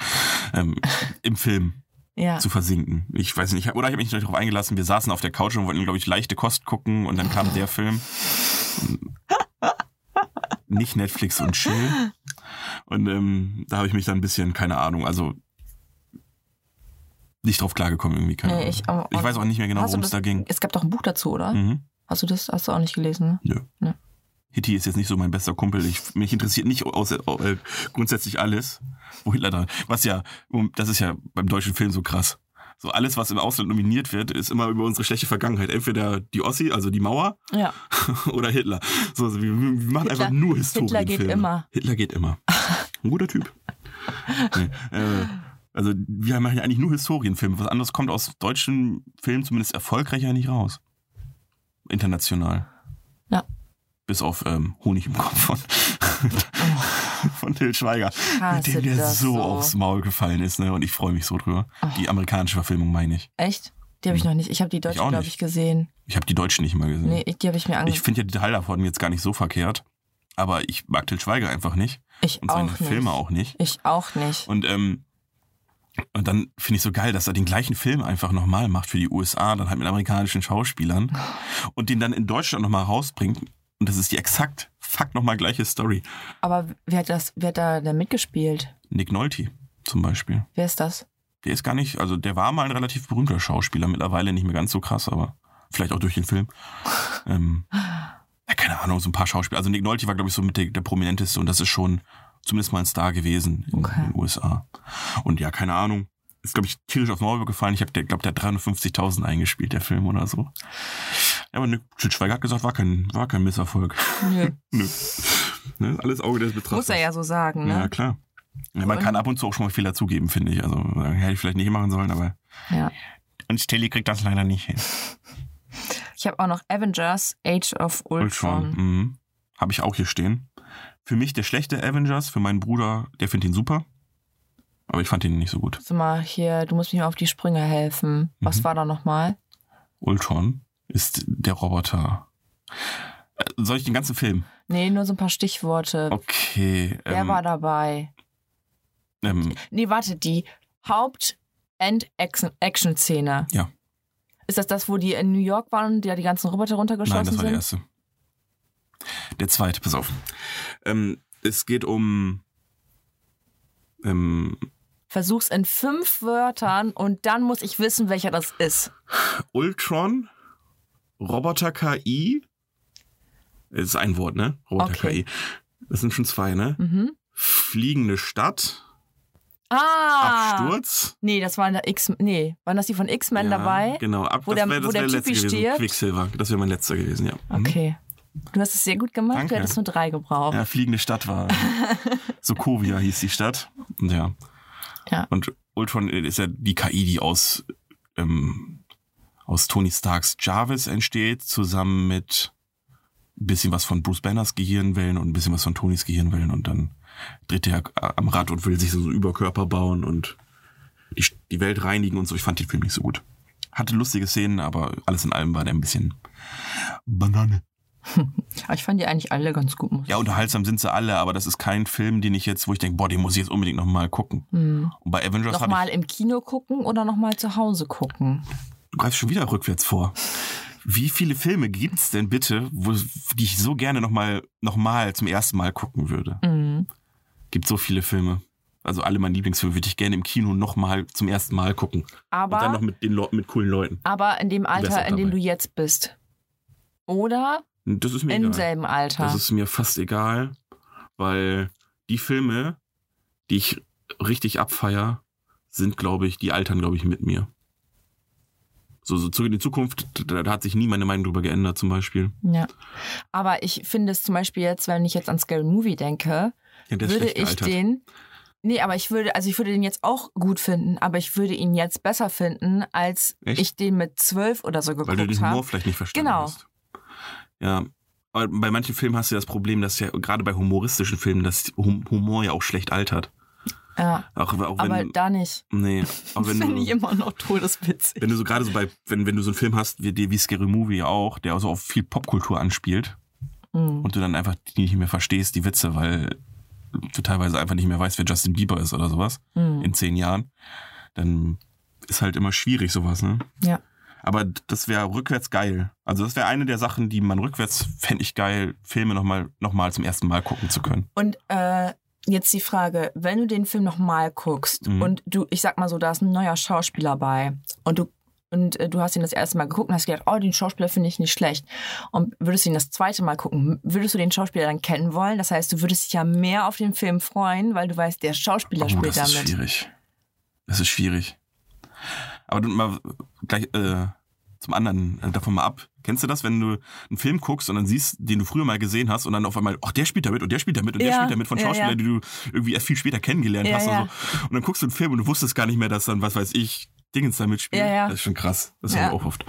Speaker 4: Ähm, Im Film
Speaker 6: Ja.
Speaker 4: zu versinken. Ich weiß nicht, ich hab- oder ich habe mich nicht darauf eingelassen. Wir saßen auf der Couch und wollten, glaube ich, leichte Kost gucken und dann kam der Film. nicht Netflix und Chill. Und ähm, da habe ich mich dann ein bisschen, keine Ahnung, also nicht drauf klargekommen irgendwie. Keine
Speaker 6: Nee,
Speaker 4: Ahnung.
Speaker 6: ich auch-
Speaker 4: weiß auch nicht mehr genau,
Speaker 6: Hast du
Speaker 4: worum es
Speaker 6: das-
Speaker 4: da ging.
Speaker 6: Es gab doch ein Buch dazu, oder?
Speaker 4: Mhm.
Speaker 6: Hast du das hast du auch nicht gelesen? Ne?
Speaker 4: Nö.
Speaker 6: Nö.
Speaker 4: Hitty ist jetzt nicht so mein bester Kumpel. Ich, mich interessiert nicht außer, äh, grundsätzlich alles, wo Hitler da. Was ja, um, das ist ja beim deutschen Film so krass. So alles, was im Ausland nominiert wird, ist immer über unsere schlechte Vergangenheit. Entweder die Ossi, also die Mauer,
Speaker 6: Ja.
Speaker 4: oder Hitler. So, also, wir, wir machen
Speaker 6: Hitler-
Speaker 4: einfach nur Historienfilme.
Speaker 6: Hitler geht immer.
Speaker 4: Hitler geht immer. Ein guter Typ. Nee, äh, Also wir machen ja eigentlich nur Historienfilme. Was anderes kommt aus deutschen Filmen, zumindest erfolgreicher, nicht raus. International.
Speaker 6: Ja.
Speaker 4: Bis auf ähm, Honig im Kopf von, von Till Schweiger, mit
Speaker 6: hasse
Speaker 4: dem der
Speaker 6: Oh. das
Speaker 4: so,
Speaker 6: so. Oh.
Speaker 4: aufs Maul gefallen ist. Ne? Und ich freue mich so drüber. Die amerikanische Verfilmung meine ich.
Speaker 6: Echt? Die habe ich noch nicht. Ich habe die deutsche,
Speaker 4: Hm. auch
Speaker 6: glaube
Speaker 4: nicht.
Speaker 6: ich, gesehen.
Speaker 4: Ich habe die deutschen nicht mal gesehen.
Speaker 6: Nee, ich- die habe ich mir
Speaker 4: Ich
Speaker 6: angeguckt.
Speaker 4: finde ja die Teil davon jetzt gar nicht so verkehrt. Aber ich mag Till Schweiger einfach nicht.
Speaker 6: Ich,
Speaker 4: Und
Speaker 6: auch
Speaker 4: seine
Speaker 6: nicht.
Speaker 4: Filme auch nicht.
Speaker 6: Ich auch nicht.
Speaker 4: Und, ähm, und dann finde ich so geil, dass er den gleichen Film einfach nochmal macht für die USA, dann halt mit amerikanischen Schauspielern und den dann in Deutschland nochmal rausbringt. Und das ist die exakt, fuck nochmal gleiche Story.
Speaker 6: Aber wer hat, das, wer hat da denn mitgespielt?
Speaker 4: Nick Nolte zum Beispiel.
Speaker 6: Wer ist das?
Speaker 4: Der ist gar nicht, also der war mal ein relativ berühmter Schauspieler, mittlerweile nicht mehr ganz so krass, aber vielleicht auch durch den Film. Ähm, ja, keine Ahnung, so ein paar Schauspieler. Also Nick Nolte war, glaube ich, so mit der, der prominenteste und das ist schon zumindest mal ein Star gewesen in
Speaker 6: Okay.
Speaker 4: den USA. Und ja, keine Ahnung. Ist, glaube ich, tierisch aufs Maul gefallen. Ich habe, glaube der hat 350.000 eingespielt, der Film oder so. Ja, aber Nick Schweiger hat gesagt, war kein, war kein Misserfolg.
Speaker 6: Nö.
Speaker 4: Nö. Ne, alles Auge des Betrachters.
Speaker 6: Muss er ja so sagen,
Speaker 4: Ja,
Speaker 6: ne?
Speaker 4: klar. Ja, man
Speaker 6: Und-
Speaker 4: kann ab und zu auch schon mal Fehler zugeben, finde ich. Also äh, hätte ich vielleicht nicht machen sollen, aber.
Speaker 6: Ja.
Speaker 4: Und Stilly kriegt das leider nicht hin.
Speaker 6: Ich habe auch noch Avengers Age of Ultron.
Speaker 4: Ultron. Mhm. Habe ich auch hier stehen. Für mich der schlechte Avengers, für meinen Bruder, der findet ihn super. Aber ich fand ihn nicht so gut.
Speaker 6: Sag mal, hier, du musst mir auf die Sprünge helfen. Was
Speaker 4: Mhm.
Speaker 6: war da nochmal?
Speaker 4: Ultron ist der Roboter. Äh, Soll ich den ganzen Film?
Speaker 6: Nee, nur so ein paar Stichworte.
Speaker 4: Okay.
Speaker 6: Wer
Speaker 4: ähm,
Speaker 6: war dabei?
Speaker 4: ähm,
Speaker 6: Nee, warte, die Haupt-End-Action-Szene.
Speaker 4: Ja.
Speaker 6: Ist das das, wo die in New York waren und die, die ganzen Roboter runtergeschossen
Speaker 4: Nein, das war der
Speaker 6: sind?
Speaker 4: erste. Der zweite, pass auf. Ähm, es geht um. Ähm,
Speaker 6: Versuch's in fünf Wörtern und dann muss ich wissen, welcher das ist.
Speaker 4: Ultron, Roboter KI. Das ist ein Wort, ne? Roboter
Speaker 6: Okay.
Speaker 4: KI. Das sind schon zwei, ne?
Speaker 6: Mhm.
Speaker 4: Fliegende Stadt,
Speaker 6: Ah!
Speaker 4: Absturz.
Speaker 6: Nee, das waren da X. Nee, waren das die von X-Men
Speaker 4: Ja,
Speaker 6: dabei?
Speaker 4: Genau, ab,
Speaker 6: Wo
Speaker 4: das
Speaker 6: der-
Speaker 4: wäre
Speaker 6: wo
Speaker 4: das
Speaker 6: der
Speaker 4: wär
Speaker 6: Typi
Speaker 4: letzte gewesen.
Speaker 6: stirbt?
Speaker 4: Quicksilver, das wäre mein letzter gewesen, ja. Mhm.
Speaker 6: Okay. Du hast es sehr gut gemacht,
Speaker 4: Danke.
Speaker 6: du hättest nur drei gebraucht.
Speaker 4: Ja, fliegende Stadt war. Sokovia hieß die Stadt. Und ja.
Speaker 6: Ja.
Speaker 4: Und Ultron ist ja die KI, die aus, ähm, aus Tony Starks Jarvis entsteht, zusammen mit ein bisschen was von Bruce Banners Gehirnwellen und ein bisschen was von Tonys Gehirnwellen und dann dreht er am Rad und will sich so einen Überkörper bauen und die, die Welt reinigen und so. Ich fand den Film nicht so gut. Hatte lustige Szenen, aber alles in allem war der ein bisschen Banane.
Speaker 6: Aber ich fand die eigentlich alle ganz gut. muss ich
Speaker 4: Ja, unterhaltsam sind sie alle, aber das ist kein Film, den ich jetzt, wo ich denke, boah, den muss ich jetzt unbedingt nochmal gucken.
Speaker 6: Hm.
Speaker 4: Und bei Avengers habe
Speaker 6: Nochmal
Speaker 4: ich.
Speaker 6: im Kino gucken oder nochmal zu Hause gucken?
Speaker 4: Du greifst schon wieder rückwärts vor. Wie viele Filme gibt's denn bitte, wo, die ich so gerne nochmal noch mal zum ersten Mal gucken würde?
Speaker 6: Mhm.
Speaker 4: Gibt so viele Filme. Also alle meine Lieblingsfilme würde ich gerne im Kino nochmal zum ersten Mal gucken. Und dann noch
Speaker 6: Aber,
Speaker 4: mit, den Leu- mit coolen Leuten.
Speaker 6: aber in dem
Speaker 4: wärst
Speaker 6: Alter,
Speaker 4: auch
Speaker 6: in dem
Speaker 4: dabei.
Speaker 6: du jetzt bist. Oder
Speaker 4: Und Das ist mir
Speaker 6: im
Speaker 4: egal.
Speaker 6: selben Alter.
Speaker 4: Das ist mir fast egal, weil die Filme, die ich richtig abfeier, sind, glaube ich, die altern, glaube ich, mit mir. So, so zurück in die Zukunft, da, da hat sich nie meine Meinung drüber geändert, zum Beispiel.
Speaker 6: ja. Aber ich finde es zum Beispiel jetzt, wenn ich jetzt an Scary Movie denke,
Speaker 4: Ja, der ist
Speaker 6: würde
Speaker 4: schlecht
Speaker 6: ich
Speaker 4: gealtert.
Speaker 6: den. Nee, aber ich würde, also ich würde den jetzt auch gut finden, aber ich würde ihn jetzt besser finden, als
Speaker 4: Echt?
Speaker 6: ich den mit zwölf oder so
Speaker 4: Weil du den
Speaker 6: geguckt
Speaker 4: Humor
Speaker 6: habe.
Speaker 4: vielleicht nicht verstanden
Speaker 6: Genau.
Speaker 4: hast. Ja. Aber bei manchen Filmen hast du das Problem, dass ja gerade bei humoristischen Filmen, dass Hum- Humor ja auch schlecht altert.
Speaker 6: Ja,
Speaker 4: Auch, auch wenn,
Speaker 6: aber da nicht.
Speaker 4: nee, auch wenn du,
Speaker 6: immer noch todeswitzig.
Speaker 4: wenn du so gerade so bei, wenn, wenn du so einen Film hast, wie, wie Scary Movie ja auch, der also auf viel Popkultur anspielt,
Speaker 6: Hm.
Speaker 4: und du dann einfach die nicht mehr verstehst, die Witze, weil du teilweise einfach nicht mehr weißt, wer Justin Bieber ist oder sowas
Speaker 6: Hm.
Speaker 4: in zehn Jahren, dann ist halt immer schwierig sowas, ne?
Speaker 6: Ja.
Speaker 4: Aber das wäre rückwärts geil. Also das wäre eine der Sachen, die man rückwärts fände ich geil, Filme nochmal noch mal zum ersten Mal gucken zu können.
Speaker 6: Und äh, jetzt die Frage, wenn du den Film nochmal guckst
Speaker 4: Mhm.
Speaker 6: und du, ich sag mal so, da ist ein neuer Schauspieler bei und du und äh, du hast ihn das erste Mal geguckt und hast gedacht, oh, den Schauspieler finde ich nicht schlecht. Und würdest du ihn das zweite Mal gucken, würdest du den Schauspieler dann kennen wollen? Das heißt, du würdest dich ja mehr auf den Film freuen, weil du weißt, der Schauspieler
Speaker 4: oh,
Speaker 6: spielt
Speaker 4: das ist
Speaker 6: damit.
Speaker 4: schwierig. Das ist schwierig. Aber du mal gleich, äh, zum anderen äh, davon mal ab. Kennst du das, wenn du einen Film guckst und dann siehst, den du früher mal gesehen hast und dann auf einmal, ach, der spielt damit und der spielt damit und der
Speaker 6: Ja,
Speaker 4: spielt damit von
Speaker 6: ja,
Speaker 4: Schauspielern,
Speaker 6: ja.
Speaker 4: die du irgendwie erst viel später kennengelernt
Speaker 6: Ja,
Speaker 4: hast
Speaker 6: ja.
Speaker 4: und so. Und dann guckst du einen Film und du wusstest gar nicht mehr, dass dann, was weiß ich, Dingens da mitspielt.
Speaker 6: Ja, ja.
Speaker 4: Das ist schon krass. Das
Speaker 6: Ja.
Speaker 4: haben wir auch oft.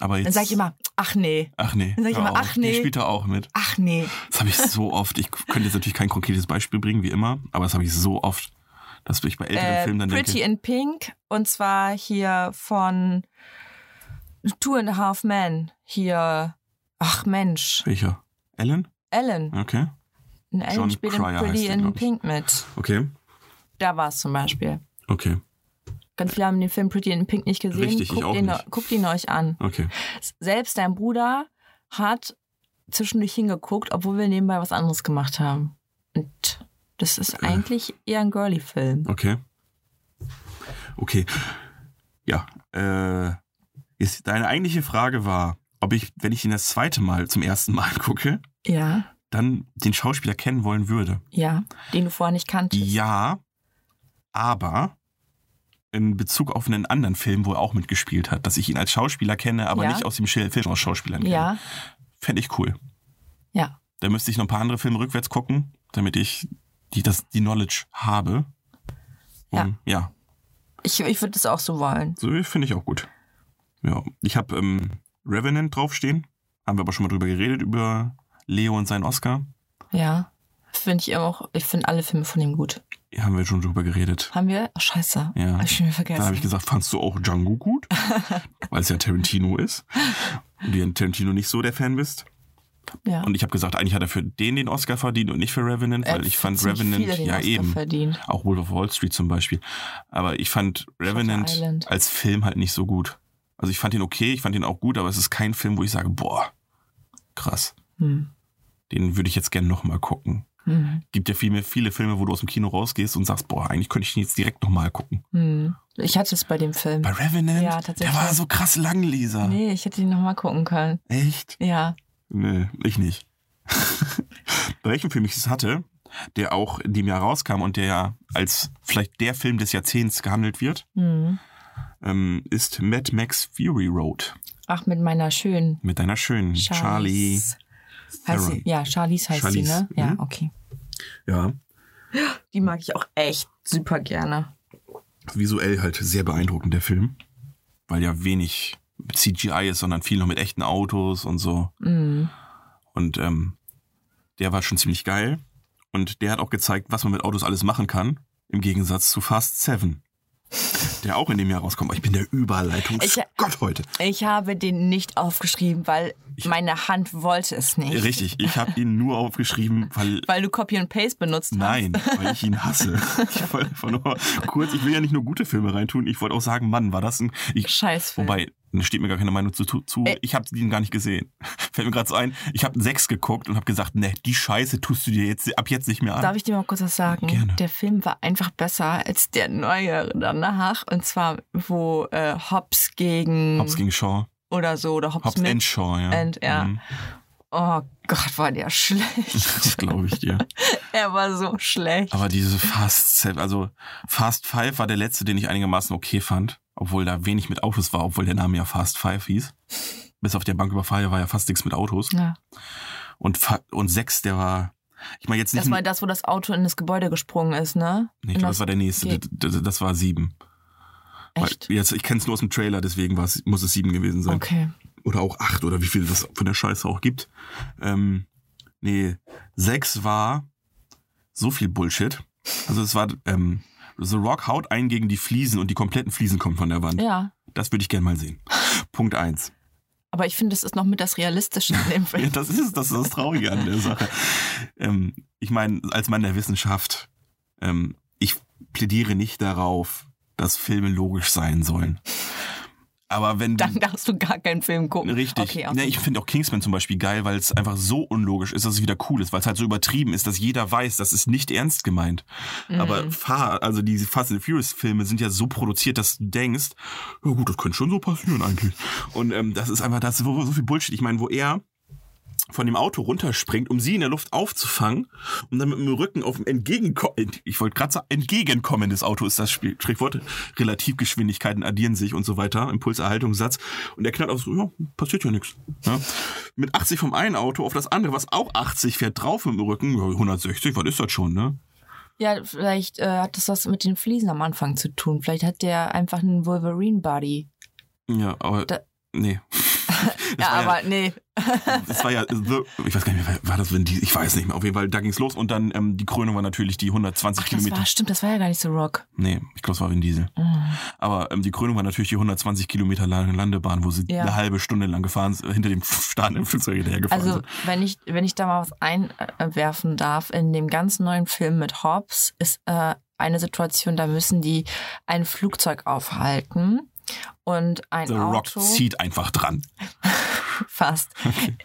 Speaker 4: Aber jetzt.
Speaker 6: Dann sag ich immer, ach nee,
Speaker 4: Ach nee.
Speaker 6: Dann sag ich
Speaker 4: hör
Speaker 6: immer,
Speaker 4: auf,
Speaker 6: ach nee.
Speaker 4: Der spielt da auch mit.
Speaker 6: ach nee.
Speaker 4: Das habe ich so oft. Ich könnte jetzt natürlich kein konkretes Beispiel bringen, wie immer, aber das habe ich so oft, dass ich bei älteren
Speaker 6: Äh,
Speaker 4: Filmen dann
Speaker 6: Pretty
Speaker 4: denke.
Speaker 6: in Pink und zwar hier von Two and a Half Men. Hier, ach Mensch,
Speaker 4: Welcher? Ellen?
Speaker 6: Ellen.
Speaker 4: Okay.
Speaker 6: Und Ellen
Speaker 4: Hm. John
Speaker 6: spielt
Speaker 4: Cryer
Speaker 6: in Pretty
Speaker 4: heißt der,
Speaker 6: in
Speaker 4: glaub ich.
Speaker 6: Pink mit.
Speaker 4: Okay.
Speaker 6: Da war es zum Beispiel.
Speaker 4: Okay.
Speaker 6: Ganz viele haben den Film Pretty in Pink nicht gesehen.
Speaker 4: Richtig, ich
Speaker 6: guckt,
Speaker 4: auch
Speaker 6: ihn,
Speaker 4: nicht.
Speaker 6: guckt ihn euch an.
Speaker 4: Okay.
Speaker 6: Selbst dein Bruder hat zwischendurch hingeguckt, obwohl wir nebenbei was anderes gemacht haben. Und das ist eigentlich eher ein Girly-Film.
Speaker 4: Okay. Okay. Ja. Äh, ist, deine eigentliche Frage war, ob ich, wenn ich ihn das zweite Mal zum ersten Mal gucke,
Speaker 6: Ja,
Speaker 4: dann den Schauspieler kennen wollen würde.
Speaker 6: ja. Den du vorher nicht kanntest.
Speaker 4: Ja, aber in Bezug auf einen anderen Film, wo er auch mitgespielt hat, dass ich ihn als Schauspieler kenne, aber
Speaker 6: Ja.
Speaker 4: nicht aus dem Schil- Film aus Schauspielern kenne.
Speaker 6: Ja,
Speaker 4: Fände ich cool.
Speaker 6: ja.
Speaker 4: Da müsste ich noch ein paar andere Filme rückwärts gucken, damit ich die, das, die Knowledge habe. Um, ja,
Speaker 6: Ich, ich würde das auch so wollen.
Speaker 4: so finde ich auch gut. Ja, ich habe ähm, Revenant draufstehen. Haben wir aber schon mal drüber geredet, über Leo und seinen Oscar.
Speaker 6: Ja. Finde ich auch, ich finde alle Filme von ihm gut.
Speaker 4: Ja, haben wir schon drüber geredet.
Speaker 6: Haben wir? Oh, scheiße.
Speaker 4: Ja.
Speaker 6: Hab ich schon wieder
Speaker 4: Dann habe ich
Speaker 6: vergessen.
Speaker 4: gesagt, fandst du auch Django gut? Weil es ja Tarantino ist. Und du ja in Tarantino nicht so der Fan bist.
Speaker 6: ja.
Speaker 4: Und ich habe gesagt, eigentlich hat er für den den Oscar verdient und nicht für Revenant,
Speaker 6: Er
Speaker 4: weil
Speaker 6: hat
Speaker 4: ich fand
Speaker 6: ziemlich
Speaker 4: Revenant,
Speaker 6: viele den
Speaker 4: ja
Speaker 6: Oscar
Speaker 4: eben,
Speaker 6: verdient.
Speaker 4: auch Wolf of Wall Street zum Beispiel. Aber ich fand Revenant
Speaker 6: Island.
Speaker 4: als Film halt nicht so gut. Also ich fand ihn okay, ich fand ihn auch gut, aber es ist kein Film, wo ich sage, boah, krass.
Speaker 6: Hm.
Speaker 4: Den würde ich jetzt gerne nochmal gucken.
Speaker 6: Hm.
Speaker 4: Gibt ja viel mehr, viele Filme, wo du aus dem Kino rausgehst und sagst, boah, eigentlich könnte ich ihn jetzt direkt nochmal gucken.
Speaker 6: Hm. Ich hatte es bei dem Film.
Speaker 4: Bei Revenant,
Speaker 6: Ja, tatsächlich.
Speaker 4: der war so krass lang, Lisa.
Speaker 6: Nee, ich hätte ihn nochmal gucken können.
Speaker 4: Echt?
Speaker 6: Ja.
Speaker 4: Nee, ich nicht. Bei welchem Film ich es hatte, der auch in dem Jahr rauskam und der ja als vielleicht der Film des Jahrzehnts gehandelt wird,
Speaker 6: Hm.
Speaker 4: ähm, ist Mad Max Fury Road
Speaker 6: Ach, mit meiner schönen
Speaker 4: mit deiner schönen
Speaker 6: Charlize.
Speaker 4: Charlie.
Speaker 6: Heißt
Speaker 4: Theron.
Speaker 6: sie, ja, Charlize heißt
Speaker 4: Charlize,
Speaker 6: sie, ne? Ja,
Speaker 4: mhm.
Speaker 6: okay.
Speaker 4: Ja,
Speaker 6: Die mag ich auch echt super gerne.
Speaker 4: visuell halt sehr beeindruckend, der Film. Weil ja wenig CGI ist, sondern viel noch mit echten Autos und so.
Speaker 6: Mhm.
Speaker 4: Und ähm, der war schon ziemlich geil. Und der hat auch gezeigt, was man mit Autos alles machen kann. Im Gegensatz zu Fast Seven. Der auch in dem Jahr rauskommt. Aber Ich bin der Überleitung.
Speaker 6: Ich-
Speaker 4: Gott heute.
Speaker 6: Ich habe den nicht aufgeschrieben, weil
Speaker 4: Ich-
Speaker 6: meine Hand wollte es nicht.
Speaker 4: Richtig, ich habe ihn nur aufgeschrieben, weil.
Speaker 6: Weil du Copy and Paste benutzt
Speaker 4: Nein, weil ich ihn hasse. Ich wollte einfach nur kurz, ich will ja nicht nur gute Filme reintun, ich wollte auch sagen, Mann, war das ein.
Speaker 6: hast.
Speaker 4: Ich,
Speaker 6: Scheißfilm.
Speaker 4: wobei, da steht mir gar keine Meinung zu. zu
Speaker 6: Ey.
Speaker 4: ich habe ihn gar nicht gesehen. Fällt mir gerade so ein, ich habe sechs geguckt und habe gesagt, ne, die Scheiße tust du dir jetzt ab jetzt nicht mehr an.
Speaker 6: Darf ich dir mal kurz was sagen?
Speaker 4: Ah, Gerne.
Speaker 6: Der Film war einfach besser als der neuere danach. Und zwar, wo äh, Hobbs gegen
Speaker 4: Hobbs gegen Shaw.
Speaker 6: oder so oder Hobbs,
Speaker 4: Hobbs
Speaker 6: mit.
Speaker 4: and Shaw, ja.
Speaker 6: and- ja.
Speaker 4: Mhm.
Speaker 6: Oh Gott, war der
Speaker 4: Das
Speaker 6: schlecht.
Speaker 4: glaube ich dir.
Speaker 6: er war so schlecht.
Speaker 4: Aber diese Fast Seven, also Fast Five war der letzte, den ich einigermaßen okay fand, obwohl da wenig mit Autos war, obwohl der Name ja Fast Five hieß. Bis auf der Banküberfall war ja fast nichts mit Autos.
Speaker 6: Ja.
Speaker 4: Und, fa- und sechs, der war, ich meine jetzt nicht,
Speaker 6: Das war das, wo das Auto in das Gebäude gesprungen ist, ne?
Speaker 4: nee, ich
Speaker 6: In
Speaker 4: glaube, das war der nächste,
Speaker 6: Okay.
Speaker 4: D- d- das war sieben. Weil
Speaker 6: Echt?
Speaker 4: Jetzt, ich kenne es nur aus dem Trailer, deswegen war's, muss es sieben gewesen sein.
Speaker 6: Okay.
Speaker 4: Oder auch acht oder wie viel das von der Scheiße auch gibt. Ähm, nee, sechs war so viel Bullshit. Also es war, ähm, The Rock haut ein gegen die Fliesen und die kompletten Fliesen kommen von der Wand.
Speaker 6: Ja.
Speaker 4: Das würde ich gerne mal sehen. Punkt eins.
Speaker 6: Aber ich finde, das ist noch mit das Realistische in dem
Speaker 4: Ja,
Speaker 6: Film.
Speaker 4: das ist das, ist das Traurige an der Sache. Ähm, ich meine, als Mann der Wissenschaft, ähm, ich plädiere nicht darauf, dass Filme logisch sein sollen. Aber wenn
Speaker 6: Dann darfst du gar keinen Film gucken.
Speaker 4: Richtig.
Speaker 6: Okay,
Speaker 4: ja,
Speaker 6: okay.
Speaker 4: ich finde auch Kingsman zum Beispiel geil, weil es einfach so unlogisch ist, dass es wieder cool ist, weil es halt so übertrieben ist, dass jeder weiß, das ist nicht ernst gemeint. Aber Fahr, also diese Fast and Furious Filme sind ja so produziert, dass du denkst, ja gut, das könnte schon so passieren eigentlich. Und ähm, das ist einfach, das ist so, so viel Bullshit. Ich meine, wo er von dem Auto runterspringt, um sie in der Luft aufzufangen und dann mit dem Rücken auf ein entgegenko- ent- ich wollte gerade sagen, entgegenkommendes Auto ist das Spiel- Sprichwort. Relativgeschwindigkeiten addieren sich und so weiter, Impulserhaltungssatz. Und er knallt auf so, ja, passiert ja nichts. Ja. Mit 80 vom einen Auto auf das andere, was auch 80 fährt, drauf mit dem Rücken. Ja, 160, was ist das schon, ne?
Speaker 6: Ja, vielleicht äh, hat das was mit den Fliesen am Anfang zu tun. Vielleicht hat der einfach einen Wolverine-Body.
Speaker 4: Ja, aber,
Speaker 6: Da-
Speaker 4: nee.
Speaker 6: Ja,
Speaker 4: war ja-
Speaker 6: aber nee.
Speaker 4: Das war ja The, ich weiß gar nicht mehr, war das, wenn die, ich weiß nicht mehr, auf jeden Fall, da ging's los und dann ähm, die Krönung war natürlich die 120
Speaker 6: Ach, das
Speaker 4: Kilometer.
Speaker 6: war, stimmt, das war ja gar nicht so Rock.
Speaker 4: Nee, ich glaube, es war Vin Diesel.
Speaker 6: Mm.
Speaker 4: Aber ähm, die Krönung war natürlich die 120 Kilometer lange Landebahn, wo sie
Speaker 6: Ja.
Speaker 4: eine halbe Stunde lang gefahren sind, hinter dem startenden Flugzeug hinterhergefahren
Speaker 6: Also,
Speaker 4: sind.
Speaker 6: wenn ich, wenn ich da mal was einwerfen darf, in dem ganz neuen Film mit Hobbs ist äh, eine Situation, da müssen die ein Flugzeug aufhalten und ein
Speaker 4: The
Speaker 6: Auto.
Speaker 4: Rock zieht einfach dran.
Speaker 6: Fast.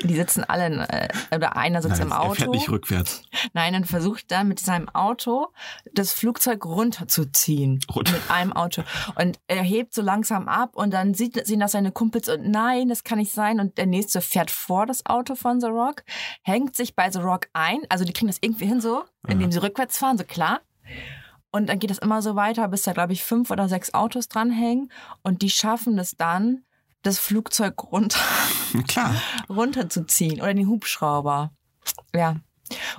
Speaker 6: Die sitzen alle, in, äh, oder einer sitzt im Auto.
Speaker 4: er fährt nicht rückwärts.
Speaker 6: Nein, und versucht dann mit seinem Auto das Flugzeug runterzuziehen.
Speaker 4: Runter.
Speaker 6: Mit einem Auto. Und er hebt so langsam ab und dann sieht, sehen das seine Kumpels und nein, das kann nicht sein. Und der nächste fährt vor das Auto von The Rock, hängt sich bei The Rock ein. Also die kriegen das irgendwie hin so, indem sie rückwärts fahren, so klar. Und dann geht das immer so weiter, bis da, glaube ich, fünf oder sechs Autos dranhängen. Und die schaffen es dann, das Flugzeug runter,
Speaker 4: Klar,
Speaker 6: runterzuziehen. Oder den Hubschrauber. Ja.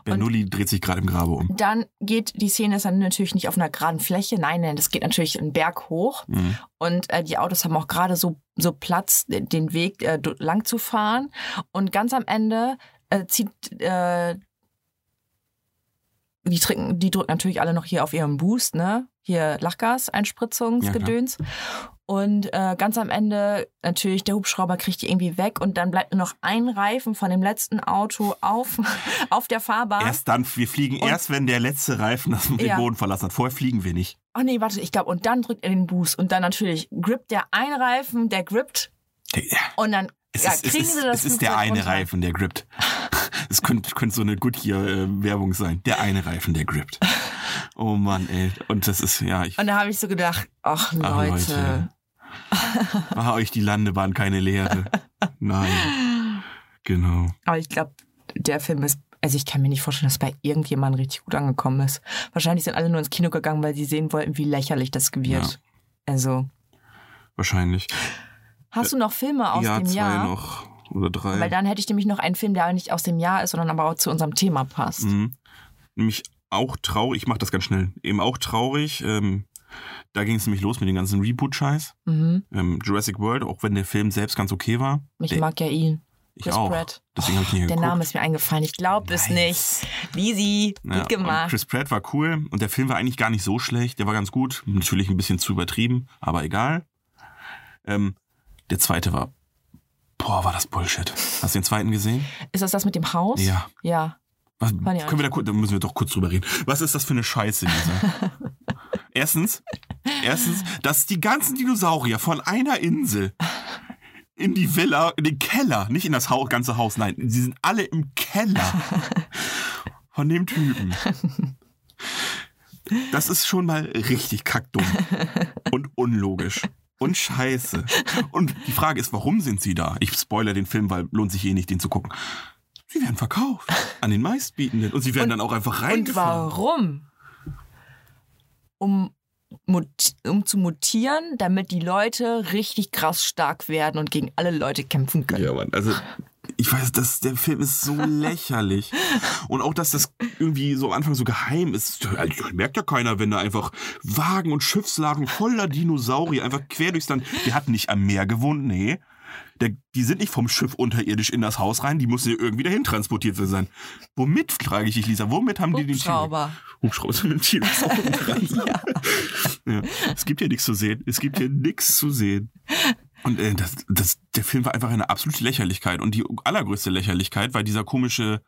Speaker 4: Bernoulli dreht sich gerade im Grabe um.
Speaker 6: Dann geht die Szene ist dann natürlich nicht auf einer geraden Fläche. Nein, nein, das geht natürlich einen Berg hoch.
Speaker 4: Mhm.
Speaker 6: Und äh, die Autos haben auch gerade so, so Platz, den- den Weg äh, do- lang zu fahren. Und ganz am Ende äh, zieht. Äh, die, trinken, die drücken natürlich alle noch hier auf ihren Boost, ne? Hier Lachgas, Einspritzungsgedöns. und äh, ganz am Ende natürlich der Hubschrauber kriegt die irgendwie weg und dann bleibt nur noch ein Reifen von dem letzten Auto auf, auf der Fahrbahn.
Speaker 4: Erst dann, wir fliegen
Speaker 6: Ah. Und-
Speaker 4: erst, wenn der letzte Reifen das- den
Speaker 6: Ja.
Speaker 4: Boden verlassen hat. Vorher fliegen wir nicht.
Speaker 6: Oh nee, warte, ich glaube, und dann drückt er den Boost und dann natürlich grippt der ein Reifen, der grippt
Speaker 4: Ja.
Speaker 6: und dann
Speaker 4: Es,
Speaker 6: ja,
Speaker 4: ist, es,
Speaker 6: kriegen
Speaker 4: ist,
Speaker 6: sie das
Speaker 4: es ist der
Speaker 6: Flugzeug
Speaker 4: eine
Speaker 6: runter.
Speaker 4: Reifen, der grippt. Es könnte, könnte so eine Goodyear-Werbung sein. Der eine Reifen, der grippt. Oh Mann, ey. Und das ist, ja, ich,
Speaker 6: Und da habe ich so gedacht, ach Leute,
Speaker 4: Ach, Leute. war euch die Landebahn keine Lehre. Nein. Genau.
Speaker 6: aber ich glaube, der Film ist, also ich kann mir nicht vorstellen, dass bei irgendjemandem richtig gut angekommen ist. Wahrscheinlich sind alle nur ins Kino gegangen, weil sie sehen wollten, wie lächerlich das wird.
Speaker 4: Ja.
Speaker 6: Also,
Speaker 4: Wahrscheinlich.
Speaker 6: hast du noch Filme aus
Speaker 4: ja,
Speaker 6: dem
Speaker 4: zwei
Speaker 6: Jahr?
Speaker 4: noch oder drei.
Speaker 6: Weil dann hätte ich nämlich noch einen Film, der nicht aus dem Jahr ist, sondern aber auch zu unserem Thema passt.
Speaker 4: Mhm. Nämlich auch traurig, ich mache das ganz schnell, eben auch traurig. Ähm, da ging es nämlich los mit dem ganzen Reboot-Scheiß.
Speaker 6: Mhm.
Speaker 4: Ähm, Jurassic World, auch wenn der Film selbst ganz okay war.
Speaker 6: Ich
Speaker 4: Der-
Speaker 6: mag ja ihn.
Speaker 4: ich
Speaker 6: Chris
Speaker 4: auch.
Speaker 6: Pratt.
Speaker 4: Deswegen habe ich nicht
Speaker 6: Der
Speaker 4: geguckt.
Speaker 6: Name ist mir eingefallen. Ich glaube es nicht. Lisi,
Speaker 4: Ja,
Speaker 6: gut
Speaker 4: und
Speaker 6: gemacht.
Speaker 4: Chris Pratt war cool und der Film war eigentlich gar nicht so schlecht. Der war ganz gut. Natürlich ein bisschen zu übertrieben, aber egal. Ähm, der zweite war. Boah, war das Bullshit. Hast du den zweiten gesehen?
Speaker 6: Ist das das mit dem Haus?
Speaker 4: Ja.
Speaker 6: Ja.
Speaker 4: Was,
Speaker 6: Fand ich auch
Speaker 4: können wir da kurz, da müssen wir doch kurz drüber reden. Was ist das für eine Scheiße, Lisa? erstens, erstens, dass die ganzen Dinosaurier von einer Insel in die Villa, in den Keller, nicht in das Haus, ganze Haus, nein, sie sind alle im Keller von dem Typen. Das ist schon mal richtig kackdumm und unlogisch. Und scheiße. Und die Frage ist, warum sind sie da? Ich spoilere den Film, weil lohnt sich eh nicht, den zu gucken. Sie werden verkauft an den Meistbietenden und sie werden
Speaker 6: Und-
Speaker 4: dann auch einfach
Speaker 6: Und
Speaker 4: reingefahren.
Speaker 6: warum? Um, mut- um zu mutieren, damit die Leute richtig krass stark werden und gegen alle Leute kämpfen können.
Speaker 4: Ja, Mann, also ich weiß, das, der Film ist so lächerlich. Und auch, dass das irgendwie so am Anfang so geheim ist. Also, merkt ja keiner, wenn da einfach Wagen und Schiffslagen voller Dinosaurier einfach quer durchs Land. Die hatten nicht am Meer gewohnt, nee. Der, die sind nicht vom Schiff unterirdisch in das Haus rein, die mussten ja irgendwie dahin transportiert sein. Womit, frage ich dich, Lisa, womit haben um die den T-Rex-
Speaker 6: Hubschrauber.
Speaker 4: Hubschrauber ist mit dem T-Rex oben dran. ja. Es gibt hier nichts zu sehen. Es gibt hier nichts zu sehen. Und äh, das, das, der Film war einfach eine absolute Lächerlichkeit. Und die allergrößte Lächerlichkeit war dieser komische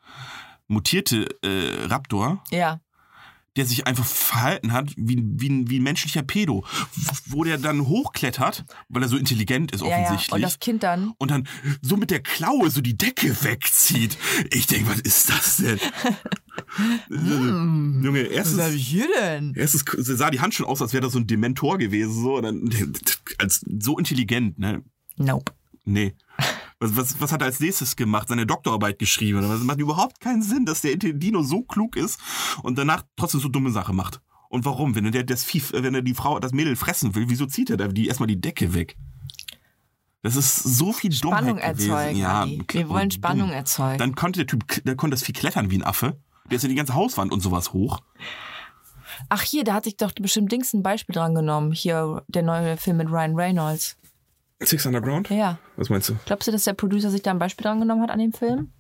Speaker 4: mutierte äh, Raptor,
Speaker 6: Ja.
Speaker 4: der sich einfach verhalten hat wie, ein- wie, ein- wie ein menschlicher Pedo. Wo der dann hochklettert, weil er so intelligent ist
Speaker 6: ja, ja.
Speaker 4: offensichtlich
Speaker 6: Und das Kind dann.
Speaker 4: und dann so mit der Klaue so die Decke wegzieht. Ich denke, was ist das denn? Äh, Junge,
Speaker 6: hab
Speaker 4: erstens,
Speaker 6: hier denn?
Speaker 4: erstens sah die Hand schon aus, als wäre das so ein Dementor gewesen. So, und dann, als, so intelligent, ne?
Speaker 6: Nope.
Speaker 4: Nee. Was, was, was hat er als nächstes gemacht? Seine Doktorarbeit geschrieben? Oder was? Das macht überhaupt keinen Sinn, dass der Dino so klug ist und danach trotzdem so dumme Sache macht. Und warum? Wenn er, der- das Vieh, wenn er die Frau, das Mädel fressen will, wieso zieht er da die, erstmal die Decke weg? Das ist so viel
Speaker 6: Spannung
Speaker 4: Dummheit gewesen.
Speaker 6: erzeugen.
Speaker 4: Ja,
Speaker 6: Adi. Wir wollen
Speaker 4: und
Speaker 6: Spannung
Speaker 4: dumm.
Speaker 6: erzeugen.
Speaker 4: Dann konnte der Typ, der konnte das Vieh klettern wie ein Affe. Der ist ja die ganze Hauswand und sowas hoch.
Speaker 6: Ach hier, da hat sich doch bestimmt Dings ein Beispiel dran genommen. Hier der neue Film mit Ryan Reynolds.
Speaker 4: Six Underground?
Speaker 6: Ja.
Speaker 4: Was meinst du?
Speaker 6: Glaubst du, dass der Producer sich da ein Beispiel dran genommen hat an dem Film?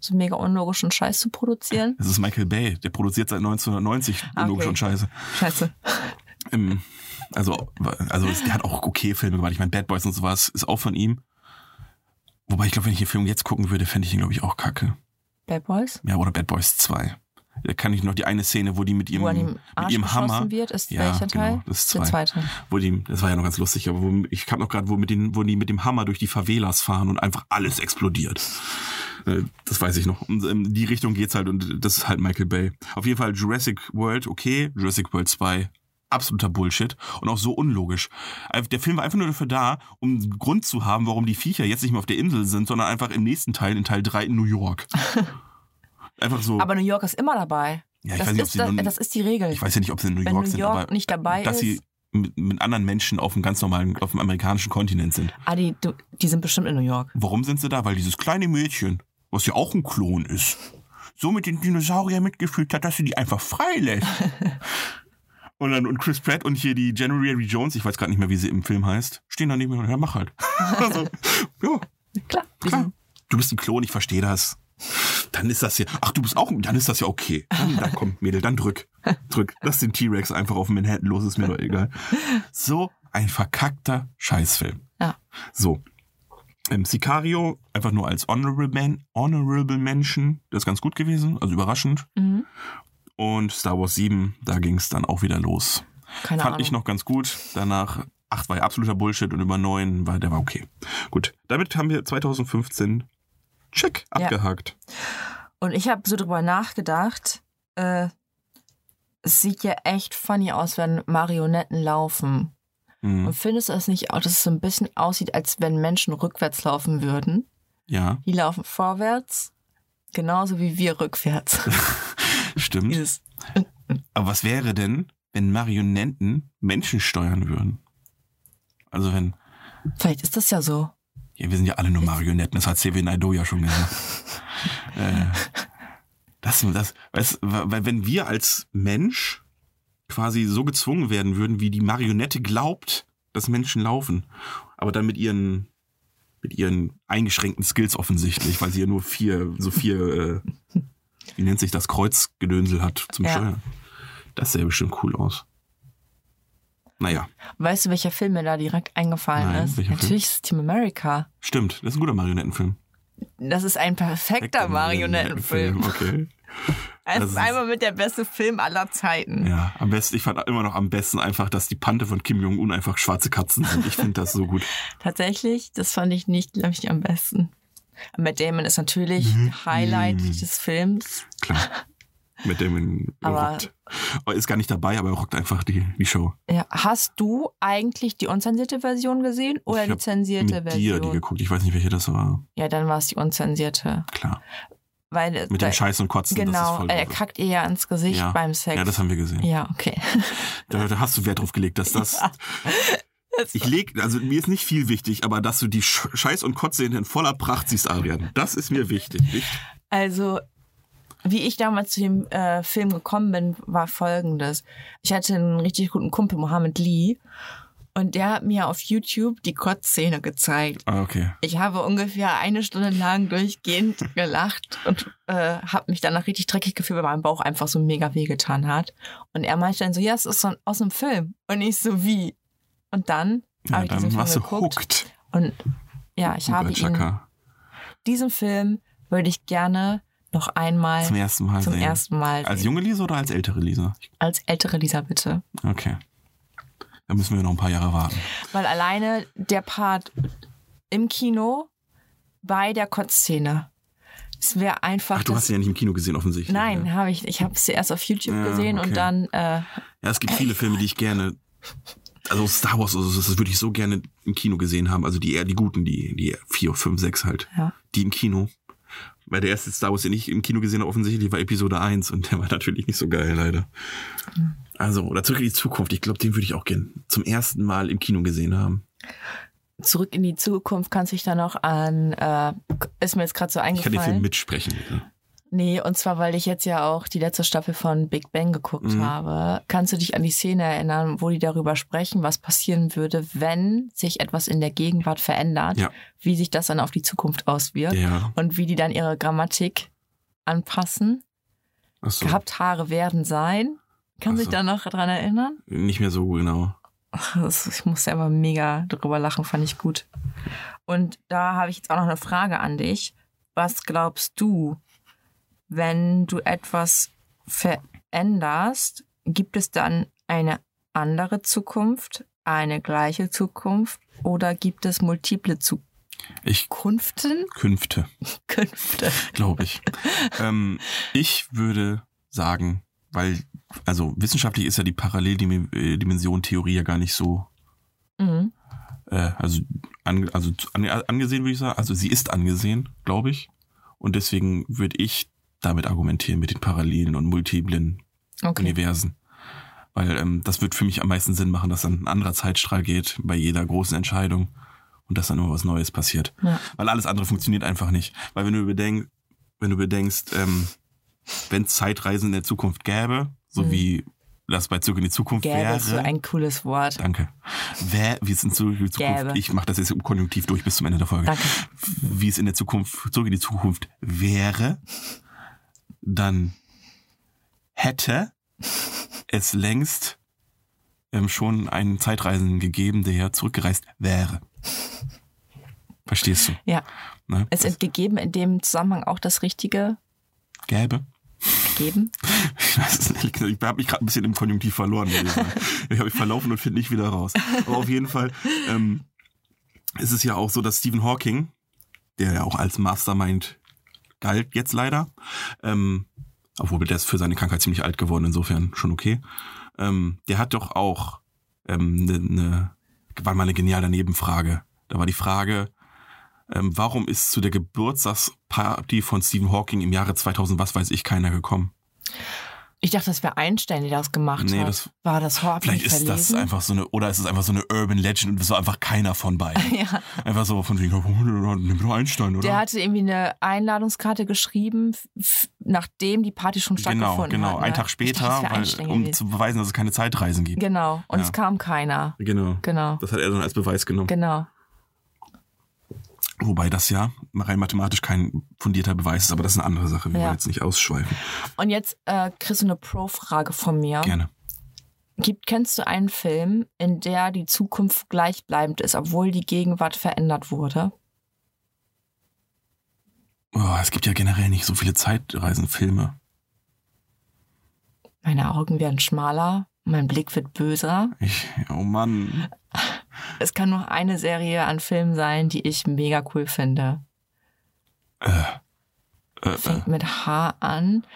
Speaker 6: So mega unlogischen Scheiß zu produzieren?
Speaker 4: Das ist Michael Bay. Der produziert seit 1990
Speaker 6: Ah, okay.
Speaker 4: logisch und scheiße.
Speaker 6: Scheiße.
Speaker 4: Ähm, also, also es- der hat auch okay Filme gemacht. Ich meine, Bad Boys und sowas ist auch von ihm. Wobei ich glaube, wenn ich den Film jetzt gucken würde, fände ich ihn, glaube ich, auch kacke.
Speaker 6: Bad Boys?
Speaker 4: Ja, oder Bad Boys 2. Da kann ich noch die eine Szene, wo die mit ihrem,
Speaker 6: Wo an ihm
Speaker 4: mit
Speaker 6: Arsch
Speaker 4: ihrem
Speaker 6: geschossen
Speaker 4: Hammer.
Speaker 6: wird, ist
Speaker 4: ja,
Speaker 6: welcher Teil?
Speaker 4: Genau, das ist
Speaker 6: Der
Speaker 4: zwei.
Speaker 6: zweite.
Speaker 4: Wo die, das war ja noch ganz lustig, aber wo, ich kam noch gerade, wo, mit den- wo die mit dem Hammer durch die Favelas fahren und einfach alles explodiert. Äh, Das weiß ich noch. Und in die Richtung geht's halt und das ist halt Michael Bay. Auf jeden Fall Jurassic World, okay. Jurassic World 2, absoluter Bullshit und auch so unlogisch. Einf- Der Film war einfach nur dafür da, um einen Grund zu haben, warum die Viecher jetzt nicht mehr auf der Insel sind, sondern einfach im nächsten Teil, in Teil 3 in New York. Einfach so.
Speaker 6: Aber New York ist immer dabei.
Speaker 4: ja, ich
Speaker 6: das,
Speaker 4: weiß nicht, ob
Speaker 6: ist,
Speaker 4: sie
Speaker 6: das,
Speaker 4: nun-
Speaker 6: das ist die Regel.
Speaker 4: ich weiß ja nicht, ob sie in New
Speaker 6: Wenn
Speaker 4: York
Speaker 6: New
Speaker 4: sind,
Speaker 6: York
Speaker 4: aber
Speaker 6: nicht dabei
Speaker 4: dass sie
Speaker 6: ist-
Speaker 4: mit, mit anderen Menschen auf dem ganz normalen, auf dem amerikanischen Kontinent sind.
Speaker 6: Adi, du, die sind bestimmt in New York.
Speaker 4: Warum sind sie da? Weil dieses kleine Mädchen, was ja auch ein Klon ist, so mit den Dinosauriern mitgefühlt hat, dass sie die einfach freilässt. und dann und Chris Pratt und hier die January Jones, ich weiß gerade nicht mehr, wie sie im Film heißt, stehen daneben und ja, mach halt. also, ja,
Speaker 6: Klar. die
Speaker 4: klar.
Speaker 6: sind-
Speaker 4: Du bist ein Klon, ich verstehe das. Dann ist das ja, ach, du bist auch, ein- dann ist das ja okay. Dann, dann komm, Mädel, dann drück. Drück. Lass den T-Rex einfach auf Manhattan los, ist mir doch egal. So ein verkackter Scheißfilm.
Speaker 6: Ja.
Speaker 4: So. Ähm, Sicario, einfach nur als Honorable, Man, Honorable Mention, das ist ganz gut gewesen, also überraschend.
Speaker 6: Mhm.
Speaker 4: Und Star Wars 7, da ging es dann auch wieder los.
Speaker 6: Keine
Speaker 4: Fand
Speaker 6: Ahnung.
Speaker 4: ich noch ganz gut. Danach 8 war ja absoluter Bullshit und über 9 war der war okay. Gut, damit haben wir 2015 check
Speaker 6: Ja.
Speaker 4: abgehakt.
Speaker 6: Und ich habe so drüber nachgedacht, äh, es sieht ja echt funny aus, wenn Marionetten laufen.
Speaker 4: Mhm.
Speaker 6: Und findest du es nicht auch, dass es so ein bisschen aussieht, als wenn Menschen rückwärts laufen würden?
Speaker 4: Ja,
Speaker 6: Die laufen vorwärts, genauso wie wir rückwärts.
Speaker 4: stimmt.
Speaker 6: Dieses-
Speaker 4: Aber was wäre denn, wenn Marionetten Menschen steuern würden? Also wenn
Speaker 6: Vielleicht ist das ja so.
Speaker 4: Ja, wir sind ja alle nur Marionetten, das hat CW Naidoo ja schon gesagt. äh, das, das, weißt, du, weil wenn wir als Mensch quasi so gezwungen werden würden, wie die Marionette glaubt, dass Menschen laufen, aber dann mit ihren mit ihren eingeschränkten Skills offensichtlich, weil sie ja nur vier, so vier, äh, wie nennt sich das, Kreuzgedönsel hat zum
Speaker 6: Ja.
Speaker 4: Steuern. Das sähe bestimmt cool aus. Naja,
Speaker 6: Weißt du, welcher Film mir da direkt eingefallen
Speaker 4: Nein,
Speaker 6: ist?
Speaker 4: welcher Film?
Speaker 6: Natürlich ist es Team America.
Speaker 4: stimmt, das ist ein guter Marionettenfilm.
Speaker 6: Das ist ein perfekter Marionettenfilm.
Speaker 4: Okay.
Speaker 6: Es
Speaker 4: Das
Speaker 6: ist
Speaker 4: ist-
Speaker 6: einmal mit der beste Film aller Zeiten.
Speaker 4: Ja, am besten, ich fand immer noch am besten einfach, dass die Pante von Kim Jong-un einfach schwarze Katzen sind. Ich finde das so gut.
Speaker 6: Tatsächlich, das fand ich nicht, glaube ich, am besten. Matt Damon ist natürlich Highlight
Speaker 4: Mhm.
Speaker 6: des Films.
Speaker 4: Klar. Mit dem er
Speaker 6: Aber-
Speaker 4: rockt. Aber Ist gar nicht dabei, aber er rockt einfach die, die Show.
Speaker 6: Ja, hast du eigentlich die unzensierte Version gesehen oder
Speaker 4: Ich
Speaker 6: die
Speaker 4: hab
Speaker 6: zensierte
Speaker 4: Mit dir die
Speaker 6: Version?
Speaker 4: geguckt. Ich weiß nicht, welche das war.
Speaker 6: ja, dann war es die unzensierte.
Speaker 4: Klar.
Speaker 6: Weil
Speaker 4: Mit
Speaker 6: da,
Speaker 4: dem Scheiß und Kotzen. das ist
Speaker 6: Genau,
Speaker 4: voll
Speaker 6: er
Speaker 4: doof.
Speaker 6: kackt ihr ja ins Gesicht
Speaker 4: Ja.
Speaker 6: beim Sex.
Speaker 4: Ja, das haben wir gesehen.
Speaker 6: ja okay.
Speaker 4: Da, da hast du Wert drauf gelegt, dass das.
Speaker 6: Das-
Speaker 4: Ich leg, also mir ist nicht viel wichtig, aber dass du die Sch- Scheiß und Kotze in voller Pracht siehst, Adrian. Das ist mir wichtig. Nicht?
Speaker 6: Also, wie ich damals zu dem äh, Film gekommen bin, war folgendes. Ich hatte einen richtig guten Kumpel, Mohammed Lee, und der hat mir auf YouTube die Kotzszene gezeigt.
Speaker 4: Ah, okay.
Speaker 6: Ich habe ungefähr eine Stunde lang durchgehend gelacht und äh, habe mich danach richtig dreckig gefühlt, weil mein Bauch einfach so mega wehgetan hat. Und er meinte dann so, ja, es ist so ein, aus einem Film. Und ich so, wie? Und dann
Speaker 4: Ja,
Speaker 6: habe ich
Speaker 4: dann
Speaker 6: diesen Film
Speaker 4: warst du
Speaker 6: geguckt.
Speaker 4: hooked. Oh
Speaker 6: Und ja, ich habe ihn,
Speaker 4: Chaka.
Speaker 6: diesen Film würde ich gerne noch einmal
Speaker 4: Zum
Speaker 6: zum,
Speaker 4: ersten Mal sehen.
Speaker 6: ersten Mal
Speaker 4: Als
Speaker 6: sehen.
Speaker 4: junge Lisa oder als ältere Lisa?
Speaker 6: als ältere Lisa bitte.
Speaker 4: Okay. Da müssen wir noch ein paar Jahre warten.
Speaker 6: Weil alleine der Part im Kino bei der Kotzszene, es wäre einfach
Speaker 4: Ach, du
Speaker 6: das-
Speaker 4: hast sie ja nicht im Kino gesehen, offensichtlich. ne?
Speaker 6: Nein,
Speaker 4: Ja,
Speaker 6: habe ich. Ich habe es zuerst auf YouTube
Speaker 4: Ja,
Speaker 6: gesehen
Speaker 4: okay.
Speaker 6: und dann. Äh,
Speaker 4: ja es gibt viele Filme, die ich gerne also Star Wars, also das würde ich so gerne im Kino gesehen haben. Also die eher die guten, die, die 4, 5, 6 halt.
Speaker 6: Ja.
Speaker 4: Die im Kino. Weil der erste Star Wars, den ich im Kino gesehen habe, offensichtlich war Episode 1 und der war natürlich nicht so geil, leider.
Speaker 6: Mhm.
Speaker 4: Also, oder zurück in die Zukunft. Ich glaube, den würde ich auch gerne zum ersten Mal im Kino gesehen haben.
Speaker 6: Zurück in die Zukunft kannst dich dann noch an, äh, ist mir jetzt gerade so
Speaker 4: Ich kann den Film
Speaker 6: eingefallen.
Speaker 4: mitsprechen. bitte.
Speaker 6: Nee, und zwar, weil ich jetzt ja auch die letzte Staffel von Big Bang geguckt
Speaker 4: Mhm.
Speaker 6: habe. Kannst du dich an die Szene erinnern, wo die darüber sprechen, was passieren würde, wenn sich etwas in der Gegenwart verändert,
Speaker 4: Ja.
Speaker 6: wie sich das dann auf die Zukunft auswirkt
Speaker 4: Ja.
Speaker 6: und wie die dann ihre Grammatik anpassen?
Speaker 4: Ach so. Also.
Speaker 6: Gehabt Haare werden sein. Kannst du dich
Speaker 4: Ach
Speaker 6: da noch dran erinnern?
Speaker 4: Nicht mehr so genau.
Speaker 6: Ach, das, ich musste immer mega drüber lachen, fand ich gut. Und da habe ich jetzt auch noch eine Frage an dich. Was glaubst du, wenn du etwas veränderst, gibt es dann eine andere Zukunft, eine gleiche Zukunft oder gibt es multiple
Speaker 4: Ich
Speaker 6: Zukunften?
Speaker 4: künfte,
Speaker 6: Künfte.
Speaker 4: glaube ich. ähm, ich würde sagen, weil, also wissenschaftlich ist ja die Paralleldimension-Theorie ja gar nicht so,
Speaker 6: Mhm.
Speaker 4: äh, also, ange, also zu- ange, angesehen, würde ich sagen. Also sie ist angesehen, glaube ich. Und deswegen würde ich damit argumentieren, mit den parallelen und multiplen
Speaker 6: Okay.
Speaker 4: Universen. Weil ähm, das wird für mich am meisten Sinn machen, dass dann ein anderer Zeitstrahl geht bei jeder großen Entscheidung und dass dann immer was Neues passiert.
Speaker 6: Ja.
Speaker 4: Weil alles andere funktioniert einfach nicht. Weil wenn du bedenkst, wenn du bedenkst, ähm, wenn es Zeitreisen in der Zukunft gäbe, so
Speaker 6: Mhm.
Speaker 4: wie das bei Zurück in die Zukunft
Speaker 6: Gäbe
Speaker 4: wäre.
Speaker 6: ist so ein cooles Wort.
Speaker 4: danke. Wer, wie es in Zurück in die Zukunft,
Speaker 6: Gäbe.
Speaker 4: ich mache das jetzt im Konjunktiv durch bis zum Ende der Folge
Speaker 6: Danke.
Speaker 4: wie es in der Zukunft, zurück in die Zukunft wäre, dann hätte es längst ähm, schon einen Zeitreisenden gegeben, der zurückgereist wäre. Verstehst du?
Speaker 6: Ja.
Speaker 4: Ne?
Speaker 6: Es ist gegeben in dem Zusammenhang auch das Richtige
Speaker 4: gäbe.
Speaker 6: gegeben.
Speaker 4: Ich weiß es nicht. Ich habe mich gerade ein bisschen im Konjunktiv verloren. würde Ich, sagen. ich habe mich verlaufen und finde nicht wieder raus. Aber auf jeden Fall ähm, ist es ja auch so, dass Stephen Hawking, der ja auch als Mastermind galt jetzt leider, ähm, obwohl der ist für seine Krankheit ziemlich alt geworden, insofern schon okay, ähm, der hat doch auch ähm, ne, ne, war mal eine geniale Nebenfrage. Da war die Frage, ähm, warum ist zu der Geburtstagsparty von Stephen Hawking im Jahre 2000, was weiß ich, keiner gekommen?
Speaker 6: Ich dachte, das wäre Einstein, der das gemacht
Speaker 4: Nee,
Speaker 6: hat.
Speaker 4: das-
Speaker 6: War das Horb
Speaker 4: Vielleicht
Speaker 6: nicht
Speaker 4: ist das
Speaker 6: verlesen?
Speaker 4: einfach so eine, oder ist es einfach so eine Urban Legend und es war einfach keiner von beiden.
Speaker 6: ja,
Speaker 4: Einfach so von wegen, oh, nimm doch Einstein, oder?
Speaker 6: der hatte irgendwie eine Einladungskarte geschrieben, f- f- nachdem die Party schon
Speaker 4: genau,
Speaker 6: stattgefunden
Speaker 4: genau.
Speaker 6: hat. ne?
Speaker 4: Einen Tag
Speaker 6: Ich dachte, das
Speaker 4: später,
Speaker 6: wäre Einstein
Speaker 4: weil, um
Speaker 6: gewesen.
Speaker 4: zu beweisen, dass es keine Zeitreisen gibt.
Speaker 6: Genau, und
Speaker 4: Ja.
Speaker 6: es kam keiner.
Speaker 4: Genau.
Speaker 6: Genau,
Speaker 4: Das hat er dann als Beweis genommen.
Speaker 6: genau.
Speaker 4: Wobei das ja rein mathematisch kein fundierter Beweis ist, aber das ist eine andere Sache. Wir
Speaker 6: Ja.
Speaker 4: wollen jetzt nicht ausschweifen.
Speaker 6: Und jetzt äh, kriegst du eine Pro-Frage von mir.
Speaker 4: Gerne.
Speaker 6: Gibt, kennst du einen Film, in der die Zukunft gleichbleibend ist, obwohl die Gegenwart verändert wurde?
Speaker 4: Oh, es gibt ja generell nicht so viele Zeitreisenfilme.
Speaker 6: Meine Augen werden schmaler, mein Blick wird böser.
Speaker 4: Ich, oh Mann.
Speaker 6: Es kann nur eine Serie an Filmen sein, die ich mega cool finde.
Speaker 4: Äh, äh.
Speaker 6: Fängt mit H an,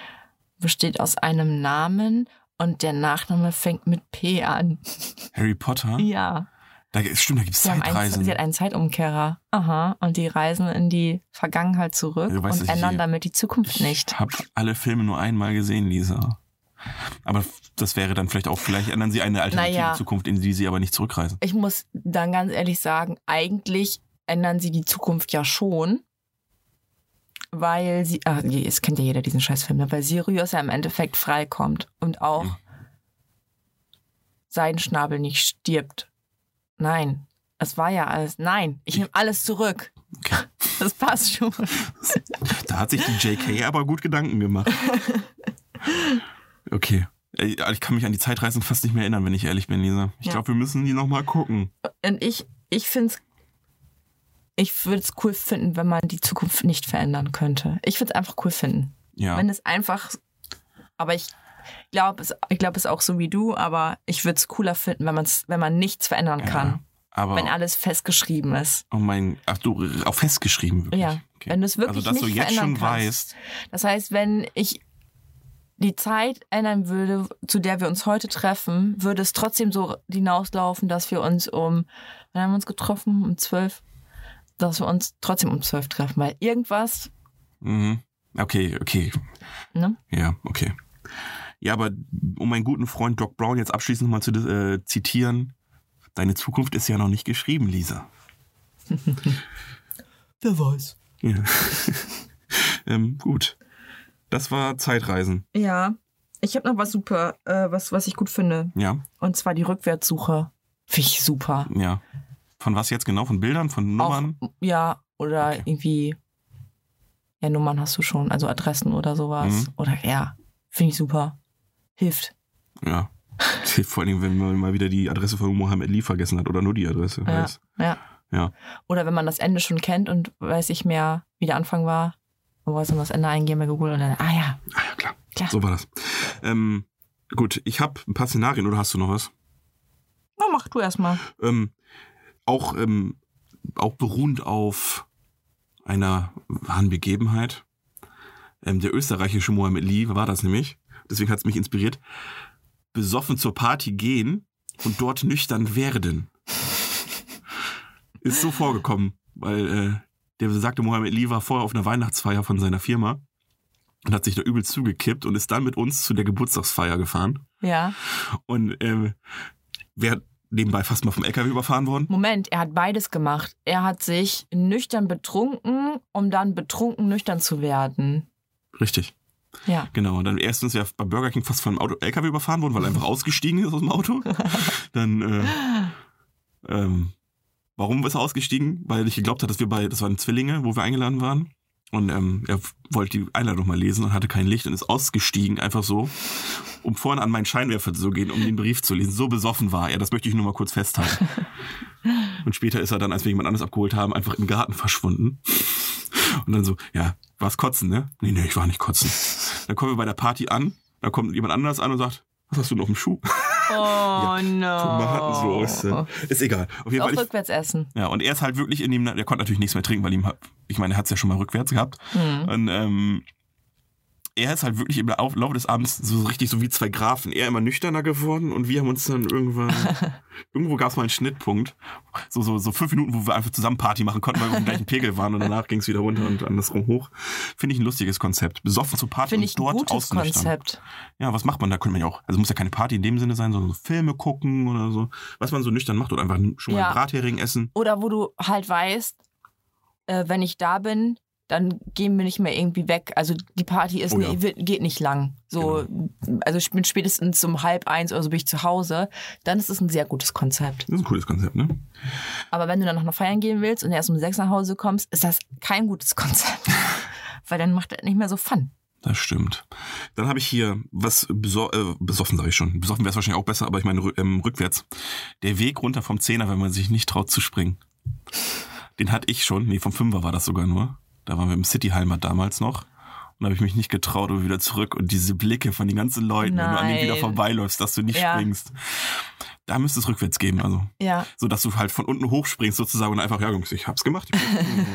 Speaker 6: besteht aus einem Namen und der Nachname fängt mit P an.
Speaker 4: Harry Potter?
Speaker 6: Ja.
Speaker 4: Da, stimmt, da gibt es
Speaker 6: Sie, haben einen,
Speaker 4: Ah, Zeitreisen.
Speaker 6: sie hat einen Zeitumkehrer. Aha. Und die reisen in die Vergangenheit zurück
Speaker 4: Du weißt,
Speaker 6: und
Speaker 4: dass ich
Speaker 6: ändern
Speaker 4: die-
Speaker 6: damit die Zukunft nicht.
Speaker 4: Ich habe alle Filme nur einmal gesehen, Lisa. Aber das wäre dann vielleicht auch, vielleicht ändern sie eine alternative
Speaker 6: Naja.
Speaker 4: Zukunft, in die sie aber nicht zurückreisen.
Speaker 6: Ich muss dann ganz ehrlich sagen, eigentlich ändern sie die Zukunft ja schon. Weil sie, ach, je- es kennt ja jeder diesen Scheißfilm, ne? weil Sirius ja im Endeffekt freikommt und auch
Speaker 4: Mhm.
Speaker 6: sein Schnabel nicht stirbt. Nein, es war ja alles. Nein, ich nehme alles zurück.
Speaker 4: Okay.
Speaker 6: Das passt schon.
Speaker 4: Da hat sich die JK aber gut Gedanken gemacht. Okay. Ey, Ich kann mich an die Zeitreisen fast nicht mehr erinnern, wenn ich ehrlich bin, Lisa. Ich
Speaker 6: Ja.
Speaker 4: glaube, wir müssen die nochmal gucken.
Speaker 6: Und ich, ich finde es. Ich würde es cool finden, wenn man die Zukunft nicht verändern könnte. Ich würde es einfach cool finden.
Speaker 4: Ja.
Speaker 6: Wenn es einfach. Aber ich glaube es, ich glaub es auch so wie du, aber ich würde es cooler finden, wenn, man's, wenn man nichts verändern
Speaker 4: ja.
Speaker 6: kann.
Speaker 4: Aber,
Speaker 6: Wenn alles festgeschrieben ist.
Speaker 4: oh mein, ach du, auch festgeschrieben wirklich.
Speaker 6: Ja. Wenn du es wirklich
Speaker 4: Also, dass
Speaker 6: nicht
Speaker 4: du jetzt
Speaker 6: verändern
Speaker 4: schon
Speaker 6: kannst.
Speaker 4: weißt,
Speaker 6: Das heißt, wenn ich die Zeit ändern würde, zu der wir uns heute treffen, würde es trotzdem so hinauslaufen, dass wir uns um, wann haben wir uns getroffen? Um zwölf? Dass wir uns trotzdem um zwölf treffen, weil irgendwas,
Speaker 4: Mhm. Okay, okay.
Speaker 6: ne?
Speaker 4: Ja, okay. Ja, aber um meinen guten Freund Doc Brown jetzt abschließend nochmal zu äh, zitieren, deine Zukunft ist ja noch nicht geschrieben, Lisa.
Speaker 6: Wer weiß.
Speaker 4: Ja. ähm, gut. Das war Zeitreisen,
Speaker 6: Ja, ich habe noch was super, äh, was, was ich gut finde.
Speaker 4: ja.
Speaker 6: Und zwar die Rückwärtssuche. Finde ich super.
Speaker 4: Ja. Von was jetzt genau? Von Bildern, von Nummern?
Speaker 6: Auch, ja, oder
Speaker 4: Okay.
Speaker 6: irgendwie. Ja, Nummern hast du schon, also Adressen oder sowas.
Speaker 4: Mhm.
Speaker 6: Oder ja, finde ich super. Hilft.
Speaker 4: Ja. Vor allem, wenn man mal wieder die Adresse von Mohammed Lee vergessen hat oder nur die Adresse.
Speaker 6: Ja.
Speaker 4: weiß.
Speaker 6: Ja.
Speaker 4: Ja.
Speaker 6: Oder wenn man das Ende schon kennt und weiß ich mehr, wie der Anfang war, man wollte das Ende eingehen bei Google und dann, ah ja,
Speaker 4: Ah, ja, klar.
Speaker 6: Klar.
Speaker 4: So war das. Ähm, gut, ich habe ein paar Szenarien oder hast du noch was?
Speaker 6: na, mach du erstmal.
Speaker 4: Ähm, auch, ähm, auch beruhend auf einer wahren Begebenheit. Ähm, der österreichische Mohammed Lee war das nämlich. Deswegen hat es mich inspiriert. Besoffen zur Party gehen und dort nüchtern werden. Ist so vorgekommen, weil äh, der besagte Mohammed Lee war vorher auf einer Weihnachtsfeier von seiner Firma und hat sich da übel zugekippt und ist dann mit uns zu der Geburtstagsfeier gefahren.
Speaker 6: Ja.
Speaker 4: Und ähm, wäre nebenbei fast mal vom LKW überfahren worden.
Speaker 6: Moment, er hat beides gemacht. Er hat sich nüchtern betrunken, um dann betrunken nüchtern zu werden.
Speaker 4: Richtig.
Speaker 6: Ja.
Speaker 4: Genau. Und dann erstens wäre bei Burger King fast von einem Auto, LKW überfahren worden, weil er einfach ausgestiegen ist aus dem Auto. Dann, äh, ähm, warum ist er ausgestiegen? Weil er nicht geglaubt hat, dass wir bei, das waren Zwillinge, wo wir eingeladen waren. Und ähm, er f- wollte die Einladung mal lesen und hatte kein Licht und ist ausgestiegen, einfach so, um vorne an meinen Scheinwerfer zu gehen, um den Brief zu lesen. So besoffen war er, das möchte ich nur mal kurz festhalten. Und später ist er dann, als wir jemand anderes abgeholt haben, einfach im Garten verschwunden. Und dann so, ja, war's kotzen, ne? Nee, nee, ich war nicht kotzen. Dann kommen wir bei der Party an, da kommt jemand anderes an und sagt, was hast du noch im Schuh?
Speaker 6: Oh no.
Speaker 4: Tomaten so ist, äh, ist egal. Auf jeden
Speaker 6: Oh. Auch
Speaker 4: Fall, ich,
Speaker 6: rückwärts essen.
Speaker 4: ja, und er ist halt wirklich in dem, er konnte natürlich nichts mehr trinken, weil ihm, hat- ich meine, er hat's ja schon mal rückwärts gehabt.
Speaker 6: Hm.
Speaker 4: Und ähm, er ist halt wirklich im Lau- Laufe des Abends so richtig so wie zwei Grafen. Er immer nüchterner geworden und wir haben uns dann irgendwann, irgendwo gab es mal einen Schnittpunkt. So, so, so fünf Minuten, wo wir einfach zusammen Party machen konnten, weil wir auf dem gleichen Pegel waren und danach ging es wieder runter und andersrum hoch. Finde ich ein lustiges Konzept. Besoffen zur Party
Speaker 6: Finde ich
Speaker 4: und
Speaker 6: ein
Speaker 4: dort
Speaker 6: gutes
Speaker 4: ausnüchtern.
Speaker 6: Konzept.
Speaker 4: Ja, was macht man da? Könnte man ja auch, also muss ja keine Party in dem Sinne sein, sondern so Filme gucken oder so. Was man so nüchtern macht oder einfach schon mal
Speaker 6: Ja.
Speaker 4: einen Brathering essen.
Speaker 6: Oder wo du halt weißt, äh, wenn ich da bin, dann gehen wir nicht mehr irgendwie weg. Also die Party ist
Speaker 4: Oh ja. Genau.
Speaker 6: ne- wird, geht nicht lang. So, also ich bin spätestens um halb eins oder so bin ich zu Hause. Dann ist es ein sehr gutes Konzept.
Speaker 4: Das ist ein cooles Konzept, ne?
Speaker 6: Aber wenn du dann noch nach feiern gehen willst und erst um sechs nach Hause kommst, ist das kein gutes Konzept. Weil dann macht das nicht mehr so Fun.
Speaker 4: Das stimmt. Dann habe ich hier was beso äh, besoffen, sage ich schon. Besoffen wäre es wahrscheinlich auch besser, aber ich meine rü- ähm, rückwärts. Der Weg runter vom Zehner, wenn man sich nicht traut zu springen. Den hatte ich schon. Nee, vom Fünfer war das sogar nur. Da waren wir im City Heimat damals noch. Und da habe ich mich nicht getraut und wieder zurück. Und diese Blicke von den ganzen Leuten, wenn du an denen wieder
Speaker 6: Nein.
Speaker 4: vorbeiläufst, dass du nicht
Speaker 6: Ja.
Speaker 4: springst. Da müsste es rückwärts geben, also.
Speaker 6: Ja.
Speaker 4: So dass du halt von unten hochspringst sozusagen und einfach, ja Jungs, ich hab's gemacht.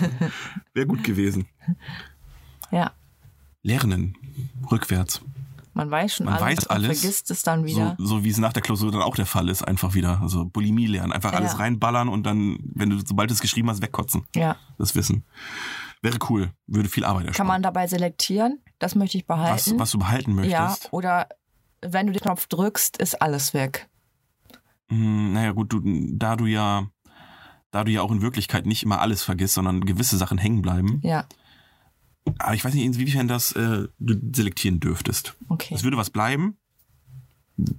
Speaker 4: Wäre gut gewesen.
Speaker 6: Ja.
Speaker 4: Lernen. Rückwärts.
Speaker 6: Man weiß schon
Speaker 4: Man
Speaker 6: alles,
Speaker 4: weiß
Speaker 6: man
Speaker 4: alles.
Speaker 6: vergisst es dann wieder.
Speaker 4: So, so wie es nach der Klausur dann auch der Fall ist, einfach wieder. Also Bulimie lernen, einfach
Speaker 6: Ja.
Speaker 4: alles reinballern und dann, wenn du, sobald du es geschrieben hast, wegkotzen.
Speaker 6: Ja.
Speaker 4: Das Wissen. Wäre cool, würde viel Arbeit
Speaker 6: Kann
Speaker 4: ersparen.
Speaker 6: man dabei selektieren? Das möchte ich
Speaker 4: was,
Speaker 6: behalten.
Speaker 4: was du behalten
Speaker 6: ja,
Speaker 4: möchtest.
Speaker 6: oder wenn du den Knopf drückst, ist alles weg.
Speaker 4: Hm, naja, gut, du, da du ja, da du ja auch in Wirklichkeit nicht immer alles vergisst, sondern gewisse Sachen hängen bleiben.
Speaker 6: Ja,
Speaker 4: Aber ich weiß nicht, inwiefern das äh, du selektieren dürftest.
Speaker 6: okay.
Speaker 4: Es würde was bleiben,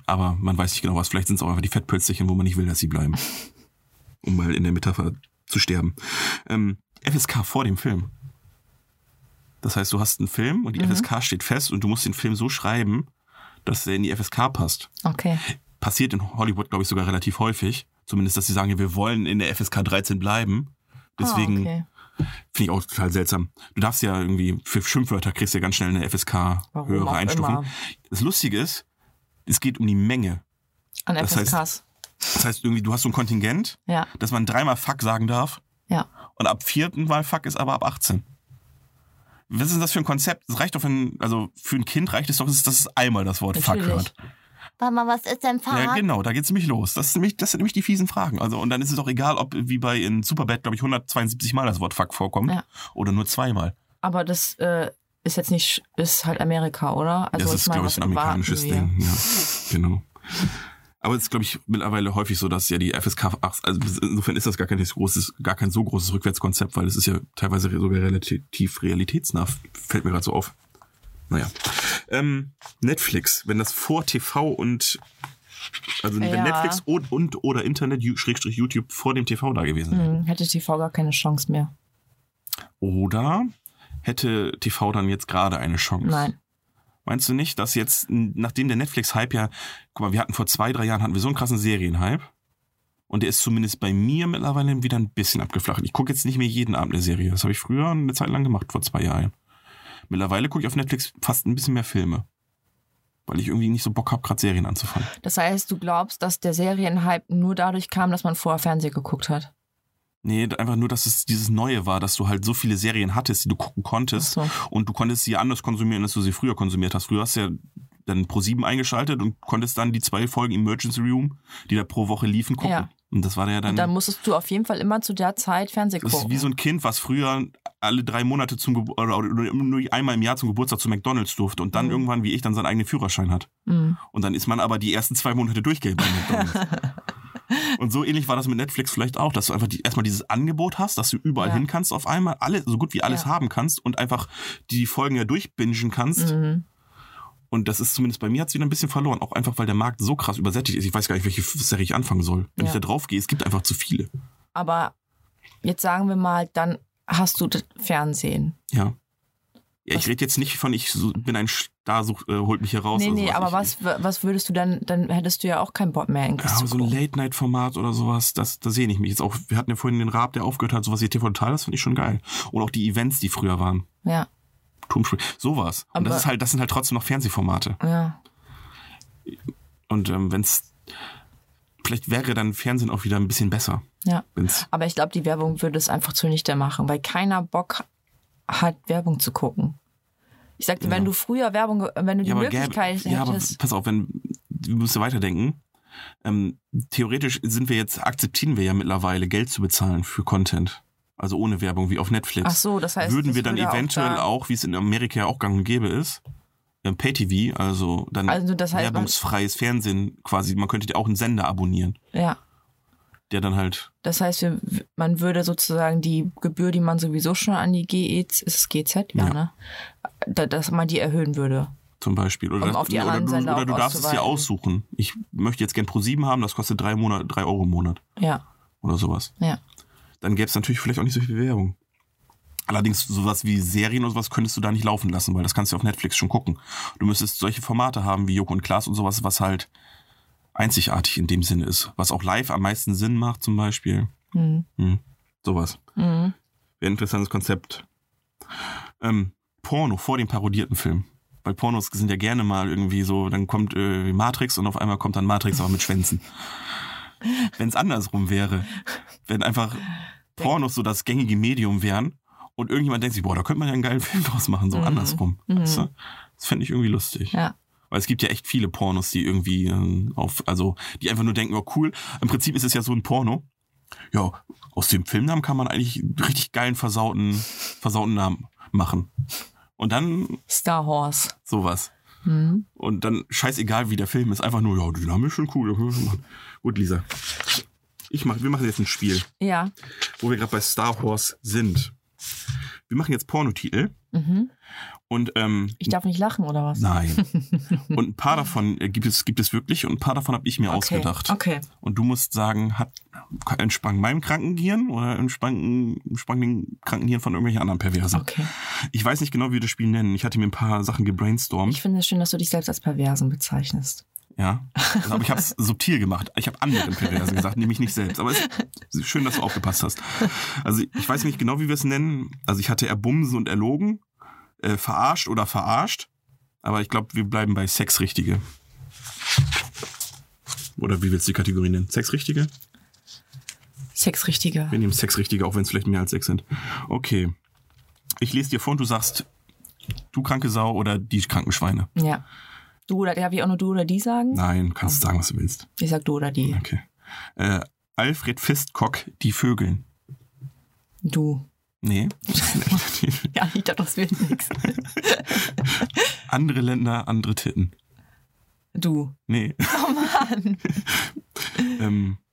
Speaker 4: aber man weiß nicht genau was. Vielleicht sind es auch einfach die Fettpölzchen, wo man nicht will, dass sie bleiben. Um mal in der Metapher zu sterben. Ähm, FSK vor dem Film. Das heißt, du hast einen Film und
Speaker 6: Mhm.
Speaker 4: die FSK steht fest und du musst den Film so schreiben, dass er in die FSK passt.
Speaker 6: Okay.
Speaker 4: Passiert in Hollywood, glaube ich, sogar relativ häufig. Zumindest, dass sie sagen, ja, wir wollen in der FSK 13 bleiben. Deswegen
Speaker 6: Ah, okay.
Speaker 4: finde ich auch total seltsam. Du darfst ja irgendwie für Schimpfwörter kriegst du ja ganz schnell eine FSK
Speaker 6: Warum
Speaker 4: höhere
Speaker 6: auch
Speaker 4: Einstufung.
Speaker 6: immer.
Speaker 4: Das Lustige ist, es geht um die Menge.
Speaker 6: An
Speaker 4: Das
Speaker 6: FSKs.
Speaker 4: Das heißt, irgendwie, du hast so ein Kontingent,
Speaker 6: ja,
Speaker 4: dass man dreimal Fuck sagen darf.
Speaker 6: ja.
Speaker 4: Und ab vierten Mal Fuck ist aber ab 18. was ist denn das für ein Konzept? Es reicht doch, wenn, also für ein Kind reicht es doch, dass es einmal das Wort Fuck
Speaker 6: Natürlich.
Speaker 4: hört.
Speaker 3: Mama, was ist denn Fahrrad?
Speaker 4: Ja, genau, da geht's nämlich los. Das, ist nämlich, das sind nämlich die fiesen Fragen. Also, und dann ist es auch egal, ob wie bei in Superbad, glaube ich, 172 Mal das Wort Fuck vorkommt
Speaker 6: Ja.
Speaker 4: oder nur zweimal.
Speaker 6: Aber das äh, ist jetzt nicht, ist halt Amerika, oder?
Speaker 4: das ist, glaube ich, ein
Speaker 6: erwarten
Speaker 4: amerikanisches
Speaker 6: wir?
Speaker 4: Ding. Ja, genau. Aber es ist, glaube ich, mittlerweile häufig so, dass ja die FSK, ach, also insofern ist das gar kein, großes, gar kein so großes Rückwärtskonzept, weil es ist ja teilweise re- sogar relativ realitätsnah, fällt mir gerade so auf. Naja. Ähm, Netflix, wenn das vor TV und, also wenn
Speaker 6: Ja.
Speaker 4: Netflix und, und oder Internet, Ju- Schrägstrich YouTube vor dem TV da gewesen wäre.
Speaker 6: Hm, hätte TV gar keine Chance mehr.
Speaker 4: Oder hätte TV dann jetzt gerade eine Chance?
Speaker 6: Nein.
Speaker 4: Meinst du nicht, dass jetzt, n- nachdem der Netflix-Hype ja, guck mal, wir hatten vor zwei, drei Jahren hatten wir so einen krassen Serienhype. Und der ist zumindest bei mir mittlerweile wieder ein bisschen abgeflacht. Ich gucke jetzt nicht mehr jeden Abend eine Serie. Das habe ich früher eine Zeit lang gemacht, vor zwei Jahren. Mittlerweile gucke ich auf Netflix fast ein bisschen mehr Filme. Weil ich irgendwie nicht so Bock habe, gerade Serien anzufangen.
Speaker 6: Das heißt, du glaubst, dass der Serienhype nur dadurch kam, dass man vorher Fernsehen geguckt hat.
Speaker 4: Nee, einfach nur, dass es dieses Neue war, dass du halt so viele Serien hattest, die du gucken
Speaker 6: Ach
Speaker 4: konntest.
Speaker 6: so.
Speaker 4: Und du konntest sie anders konsumieren, als du sie früher konsumiert hast. Früher hast du ja dann pro sieben eingeschaltet und konntest dann die zwei Folgen Emergency Room, die da pro Woche liefen, gucken.
Speaker 6: Ja.
Speaker 4: Und das war ja dann,
Speaker 6: Und dann musstest du auf jeden Fall immer zu der Zeit Fernsehen
Speaker 4: das ist
Speaker 6: gucken.
Speaker 4: wie so ein Kind, was früher alle drei Monate zum Gebur- oder oder nur einmal im Jahr zum Geburtstag zu McDonalds durfte und dann
Speaker 6: Mhm.
Speaker 4: irgendwann, wie ich, dann seinen eigenen Führerschein hat.
Speaker 6: Mhm.
Speaker 4: Und dann ist man aber die ersten zwei Monate durchgehend bei McDonalds. Und so ähnlich war das mit Netflix vielleicht auch, dass du einfach die, erstmal dieses Angebot hast, dass du überall
Speaker 6: Ja.
Speaker 4: hin kannst auf einmal, alle, so gut wie alles
Speaker 6: Ja.
Speaker 4: haben kannst und einfach die Folgen ja durchbingen kannst.
Speaker 6: Mhm.
Speaker 4: Und das ist zumindest bei mir hat es wieder ein bisschen verloren. Auch einfach, weil der Markt so krass übersättigt ist. Ich weiß gar nicht, welche Serie ich anfangen soll. Wenn
Speaker 6: Ja.
Speaker 4: ich da drauf gehe, es gibt einfach zu viele.
Speaker 6: Aber jetzt sagen wir mal, dann hast du das Fernsehen.
Speaker 4: Ja. Ja, ich
Speaker 6: Was-
Speaker 4: rede jetzt nicht von, ich so- bin ein Star, such, äh, holt mich hier raus.
Speaker 6: nee,
Speaker 4: oder
Speaker 6: nee,
Speaker 4: sowas.
Speaker 6: aber
Speaker 4: ich,
Speaker 6: was, was würdest du dann, dann hättest du ja auch keinen Bock mehr
Speaker 4: Ja,
Speaker 6: eigentlich
Speaker 4: aber
Speaker 6: zu
Speaker 4: so ein
Speaker 6: gucken.
Speaker 4: Late-Night-Format oder sowas, das, da sehe ich mich jetzt auch. Wir hatten ja vorhin den Raab, der aufgehört hat, sowas wie TV Total, das fand ich schon geil. Oder auch die Events, die früher waren.
Speaker 6: Ja,
Speaker 4: Turmspiel, sowas. Und das
Speaker 6: Aber-
Speaker 4: ist halt, das sind halt trotzdem noch Fernsehformate.
Speaker 6: ja.
Speaker 4: Und ähm, wenn's, vielleicht wäre dann Fernsehen auch wieder ein bisschen besser.
Speaker 6: Ja.
Speaker 4: Wenn's,
Speaker 6: Aber ich glaube, die Werbung würde es einfach zunichte machen, weil keiner Bock hat, Werbung zu gucken. Ich sagte,
Speaker 4: Ja.
Speaker 6: wenn du früher Werbung, ge- wenn du die
Speaker 4: ja, aber gäbe,
Speaker 6: Möglichkeit
Speaker 4: ja, aber
Speaker 6: hättest.
Speaker 4: pass auf, wenn, du musst ja weiterdenken. Ähm, theoretisch sind wir jetzt, akzeptieren wir ja mittlerweile, Geld zu bezahlen für Content. Also ohne Werbung, wie auf Netflix.
Speaker 6: Ach so, das heißt,
Speaker 4: würden
Speaker 6: das
Speaker 4: wir dann
Speaker 6: würde
Speaker 4: eventuell
Speaker 6: da-
Speaker 4: auch, wie es in Amerika ja auch gang und gäbe ist, ähm, Pay-TV, also dann
Speaker 6: Also das heißt, man,
Speaker 4: werbungsfreies Fernsehen quasi, man könnte ja auch einen Sender abonnieren,
Speaker 6: ja,
Speaker 4: der dann halt,
Speaker 6: das heißt, wir, man würde sozusagen die Gebühr, die man sowieso schon an die GEZ, ist es GZ, ja,
Speaker 4: Ja.
Speaker 6: ne, da, dass man die erhöhen würde.
Speaker 4: zum Beispiel. Oder,
Speaker 6: Um
Speaker 4: das,
Speaker 6: auf die
Speaker 4: oder,
Speaker 6: anderen
Speaker 4: du,
Speaker 6: Sender
Speaker 4: oder du
Speaker 6: auch
Speaker 4: darfst es ja aussuchen. Ich möchte jetzt gern Pro7 haben, das kostet drei, Monat, drei Euro im Monat
Speaker 6: Ja,
Speaker 4: oder sowas.
Speaker 6: ja.
Speaker 4: Dann gäbe es natürlich vielleicht auch nicht so viel Werbung. Allerdings sowas wie Serien oder sowas könntest du da nicht laufen lassen, weil das kannst du auf Netflix schon gucken. Du müsstest solche Formate haben wie Joko und Klaas und sowas, was halt einzigartig in dem Sinne ist. Was auch live am meisten Sinn macht zum Beispiel.
Speaker 6: Mhm.
Speaker 4: Hm. Sowas.
Speaker 6: Mhm.
Speaker 4: Wäre ein interessantes Konzept. Ähm, Porno vor dem parodierten Film. Weil Pornos sind ja gerne mal irgendwie so, dann kommt äh, Matrix und auf einmal kommt dann Matrix aber mit Schwänzen. Wenn es andersrum wäre, wenn einfach Pornos so das gängige Medium wären und irgendjemand denkt sich, boah, da könnte man ja einen geilen Film draus machen, so
Speaker 6: Mhm.
Speaker 4: andersrum.
Speaker 6: Mhm.
Speaker 4: Weißt du? Das fände ich irgendwie lustig.
Speaker 6: Ja.
Speaker 4: Weil es gibt ja echt viele Pornos, die irgendwie ähm, auf, also die einfach nur denken, oh cool, im Prinzip ist es ja so ein Porno. Ja, aus dem Filmnamen kann man eigentlich einen richtig geilen, versauten, versauten Namen machen. Und dann
Speaker 6: Star Horse.
Speaker 4: sowas.
Speaker 6: Mhm.
Speaker 4: Und dann scheißegal, wie der Film ist, einfach nur, ja, die Namen ist schon cool. das können wir schon machen. Gut, Lisa. Ich mach, wir machen jetzt ein Spiel,
Speaker 6: Ja.
Speaker 4: wo wir gerade bei Star Wars sind. Wir machen jetzt Pornotitel
Speaker 6: Mhm.
Speaker 4: und ähm,
Speaker 6: Ich darf nicht lachen, oder was?
Speaker 4: nein. und ein paar davon äh, gibt es, gibt es wirklich und ein paar davon habe ich mir
Speaker 6: okay.
Speaker 4: ausgedacht.
Speaker 6: Okay.
Speaker 4: Und du musst sagen, hat entsprang meinem kranken Gehirn oder entsprang, entsprang dem kranken Gehirn von irgendwelchen anderen Perversen.
Speaker 6: Okay.
Speaker 4: Ich weiß nicht genau, wie wir das Spiel nennen. Ich hatte mir ein paar Sachen gebrainstormt.
Speaker 6: Ich finde es schön, dass du dich selbst als Perversen bezeichnest.
Speaker 4: ja. Also, aber ich habe es subtil gemacht. Ich habe anderen Perversen gesagt, nämlich nicht selbst. Aber es ist schön, dass du aufgepasst hast. Also ich weiß nicht genau, wie wir es nennen. Also ich hatte erbumsen und erlogen, äh, verarscht oder verarscht. Aber ich glaube, wir bleiben bei Sexrichtige. Oder wie willst du die Kategorie nennen? Sexrichtige?
Speaker 6: Sexrichtige.
Speaker 4: Wir nehmen Sexrichtige, auch wenn es vielleicht mehr als sechs sind. Okay. Ich lese dir vor und du sagst du kranke Sau oder die kranken Schweine.
Speaker 6: Ja. Du oder darf ich auch nur du oder die sagen?
Speaker 4: Nein, kannst sagen, was du willst.
Speaker 6: Ich sag du oder die.
Speaker 4: Okay. Äh, Alfred Fistcock, die Vögeln.
Speaker 6: Du.
Speaker 4: Nee.
Speaker 6: Ja, ich dachte, das wird nichts.
Speaker 4: andere Länder, andere Titten.
Speaker 6: Du.
Speaker 4: Nee.
Speaker 6: Oh Mann.
Speaker 4: Ähm.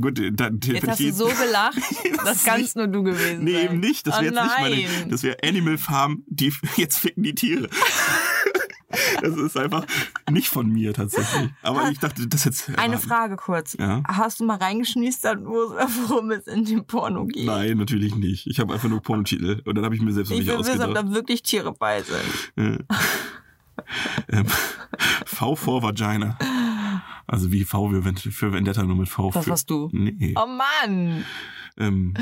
Speaker 4: Gut, da,
Speaker 6: Jetzt hast du so gelacht. Das kannst nur du gewesen
Speaker 4: Nee,
Speaker 6: sein.
Speaker 4: eben nicht. Das
Speaker 6: oh
Speaker 4: wäre jetzt
Speaker 6: nein.
Speaker 4: nicht meine. Das wäre Animal Farm, die jetzt ficken die Tiere. das ist einfach nicht von mir tatsächlich. Aber ich dachte, das jetzt.
Speaker 6: Eine Frage kurz.
Speaker 4: Ja.
Speaker 6: Hast du mal reingeschmissen, dann wo- worum es in dem Porno geht?
Speaker 4: Nein, natürlich nicht. Ich habe einfach nur Pornotitel. Und dann habe ich mir selbst noch
Speaker 6: Ich
Speaker 4: nicht
Speaker 6: will wissen, ob
Speaker 4: ausgedacht.
Speaker 6: da wirklich Tiere bei sind.
Speaker 4: Äh. ähm, V vor Vagina. Also wie V für Vent- für Vendetta, nur mit V
Speaker 6: Das
Speaker 4: für.
Speaker 6: warst du.
Speaker 4: Nee.
Speaker 6: Oh Mann.
Speaker 4: Ähm,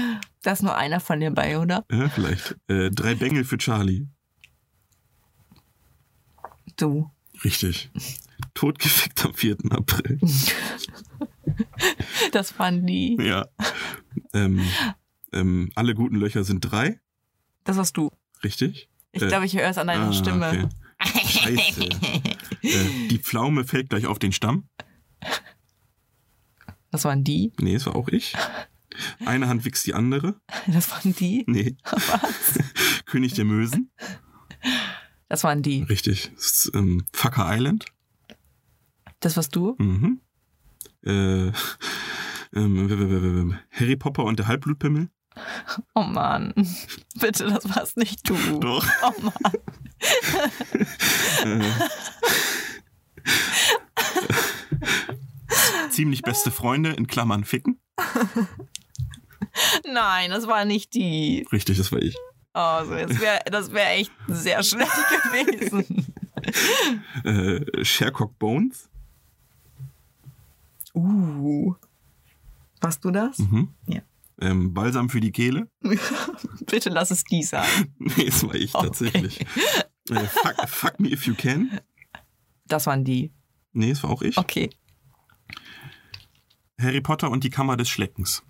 Speaker 6: Da ist nur einer von dir bei, oder?
Speaker 4: ja, vielleicht. Äh, drei Bengel für Charlie.
Speaker 6: Du.
Speaker 4: Richtig. Totgefickt am 4. April.
Speaker 6: Das waren die.
Speaker 4: Ja. Ähm, ähm, alle guten Löcher sind drei,
Speaker 6: Das warst du.
Speaker 4: richtig?
Speaker 6: Ich
Speaker 4: Äh,
Speaker 6: glaube, ich höre es an deiner
Speaker 4: Ah,
Speaker 6: Stimme.
Speaker 4: okay. Scheiße. äh, die Pflaume fällt gleich auf den Stamm.
Speaker 6: Das waren die.
Speaker 4: Nee, es war auch ich. Eine Hand wichst die andere.
Speaker 6: Das waren die.
Speaker 4: Nee. König der Mösen.
Speaker 6: Das waren die.
Speaker 4: Richtig. Das ist, ähm, Fucker Island.
Speaker 6: Das warst du.
Speaker 4: Mhm. Äh, ähm, w- w- w- w- Harry Popper und der Halbblutpimmel.
Speaker 6: Oh Mann. Bitte, das warst nicht du.
Speaker 4: Doch.
Speaker 6: Oh Mann.
Speaker 4: Ziemlich beste Freunde, in Klammern ficken.
Speaker 6: Nein, das war nicht die.
Speaker 4: Richtig, das war ich.
Speaker 6: Oh, so, das wäre das wär echt sehr schlecht gewesen.
Speaker 4: Äh, Shercock Bones.
Speaker 6: Uh. Warst du das?
Speaker 4: Mhm.
Speaker 6: Ja.
Speaker 4: Ähm, Balsam für die Kehle.
Speaker 6: Bitte lass es die sein.
Speaker 4: Nee, das war ich
Speaker 6: Okay.
Speaker 4: tatsächlich. Äh, fuck, fuck me if you can.
Speaker 6: Das waren die.
Speaker 4: Nee, das war auch ich.
Speaker 6: Okay.
Speaker 4: Harry Potter und die Kammer des Schleckens.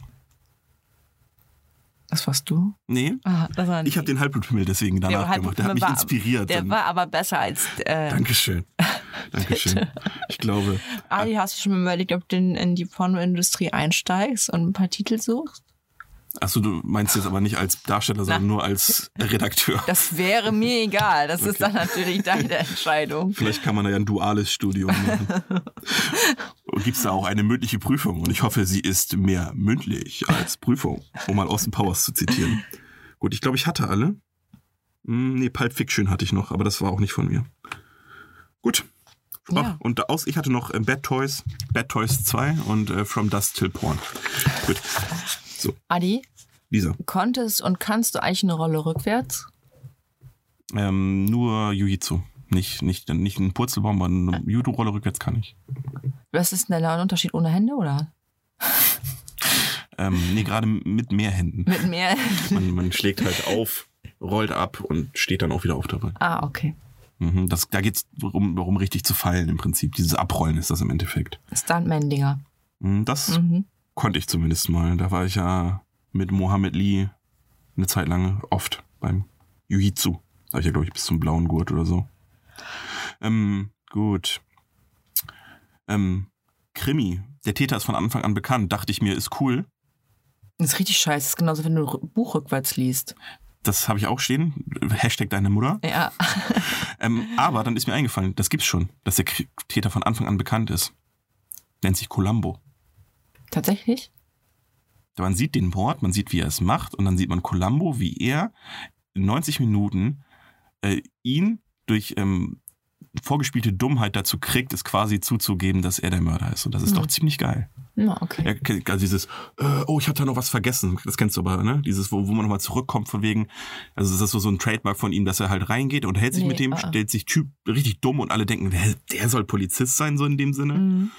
Speaker 6: Das warst du?
Speaker 4: Nee,
Speaker 6: Ah, das waren
Speaker 4: ich habe
Speaker 6: die.
Speaker 4: den Halbblutpimmel deswegen danach gemacht. Der hat mich
Speaker 6: war,
Speaker 4: inspiriert.
Speaker 6: Der
Speaker 4: Dann-
Speaker 6: war aber besser als. Äh,
Speaker 4: Dankeschön. Dankeschön. Ich glaube,
Speaker 6: Ali, hast du schon mal überlegt, ob du in, in die Pornoindustrie einsteigst und ein paar Titel suchst?
Speaker 4: achso, du meinst jetzt aber nicht als Darsteller, sondern nur als Redakteur.
Speaker 6: Das wäre mir egal. Das ist dann natürlich deine Entscheidung.
Speaker 4: Vielleicht kann man da ja ein duales Studium machen. Und gibt es da auch eine mündliche Prüfung? Und ich hoffe, sie ist mehr mündlich als Prüfung, um mal Austin Powers zu zitieren. Gut, ich glaube, ich hatte alle. Hm, Nee, Pulp Fiction hatte ich noch, aber das war auch nicht von mir. Gut. Oh,
Speaker 6: Ja.
Speaker 4: Und aus, ich hatte noch äh, Bad Toys, Bad Toys 2 und äh, From Dust Till Porn. Gut,
Speaker 6: Adi,
Speaker 4: Lisa.
Speaker 6: konntest und kannst du eigentlich eine Rolle rückwärts?
Speaker 4: Ähm, nur Jiu-Jitsu. Nicht, nicht, nicht ein Purzelbaum, sondern eine Judo-Rolle rückwärts kann ich.
Speaker 6: Was ist denn der Unterschied ohne Hände oder?
Speaker 4: Ähm, nee, gerade mit mehr Händen.
Speaker 6: Mit mehr.
Speaker 4: Man, man schlägt halt auf, rollt ab und steht dann auch wieder auf dabei.
Speaker 6: ah, okay.
Speaker 4: Mhm, das, da geht's darum, darum, richtig zu fallen im Prinzip. Dieses Abrollen ist das im Endeffekt.
Speaker 6: Stuntman-Dinger.
Speaker 4: Mhm, Das
Speaker 6: Mhm.
Speaker 4: konnte ich zumindest mal. Da war ich ja mit Mohammed Lee eine Zeit lang oft beim Jiu-Jitsu. Da hab ich ja, glaube ich, bis zum blauen Gurt oder so. Ähm, gut. Ähm, Krimi. Der Täter ist von Anfang an bekannt. Dachte ich mir, ist cool.
Speaker 6: Das ist richtig scheiße. Das ist genauso, wenn du ein Buch rückwärts liest.
Speaker 4: Das habe ich auch stehen. Hashtag deine Mutter.
Speaker 6: Ja.
Speaker 4: Ähm, aber dann ist mir eingefallen, das gibt's schon, dass der Kri- Täter von Anfang an bekannt ist. Nennt sich Columbo.
Speaker 6: Tatsächlich?
Speaker 4: Man sieht den Mord, man sieht, wie er es macht, und dann sieht man Columbo, wie er in 90 Minuten äh, ihn durch ähm, vorgespielte Dummheit dazu kriegt, es quasi zuzugeben, dass er der Mörder ist. Und das ist doch ziemlich geil.
Speaker 6: Na, okay.
Speaker 4: Er, also dieses, äh, oh, ich hatte da noch was vergessen. Das kennst du aber, ne? Dieses, wo, wo man nochmal zurückkommt von wegen, also das ist so, so ein Trademark von ihm, dass er halt reingeht und hält sich
Speaker 6: Nee,
Speaker 4: mit dem,
Speaker 6: ah, ah.
Speaker 4: stellt sich Typ richtig dumm und alle denken, der, der soll Polizist sein, so in dem Sinne.
Speaker 6: Mhm.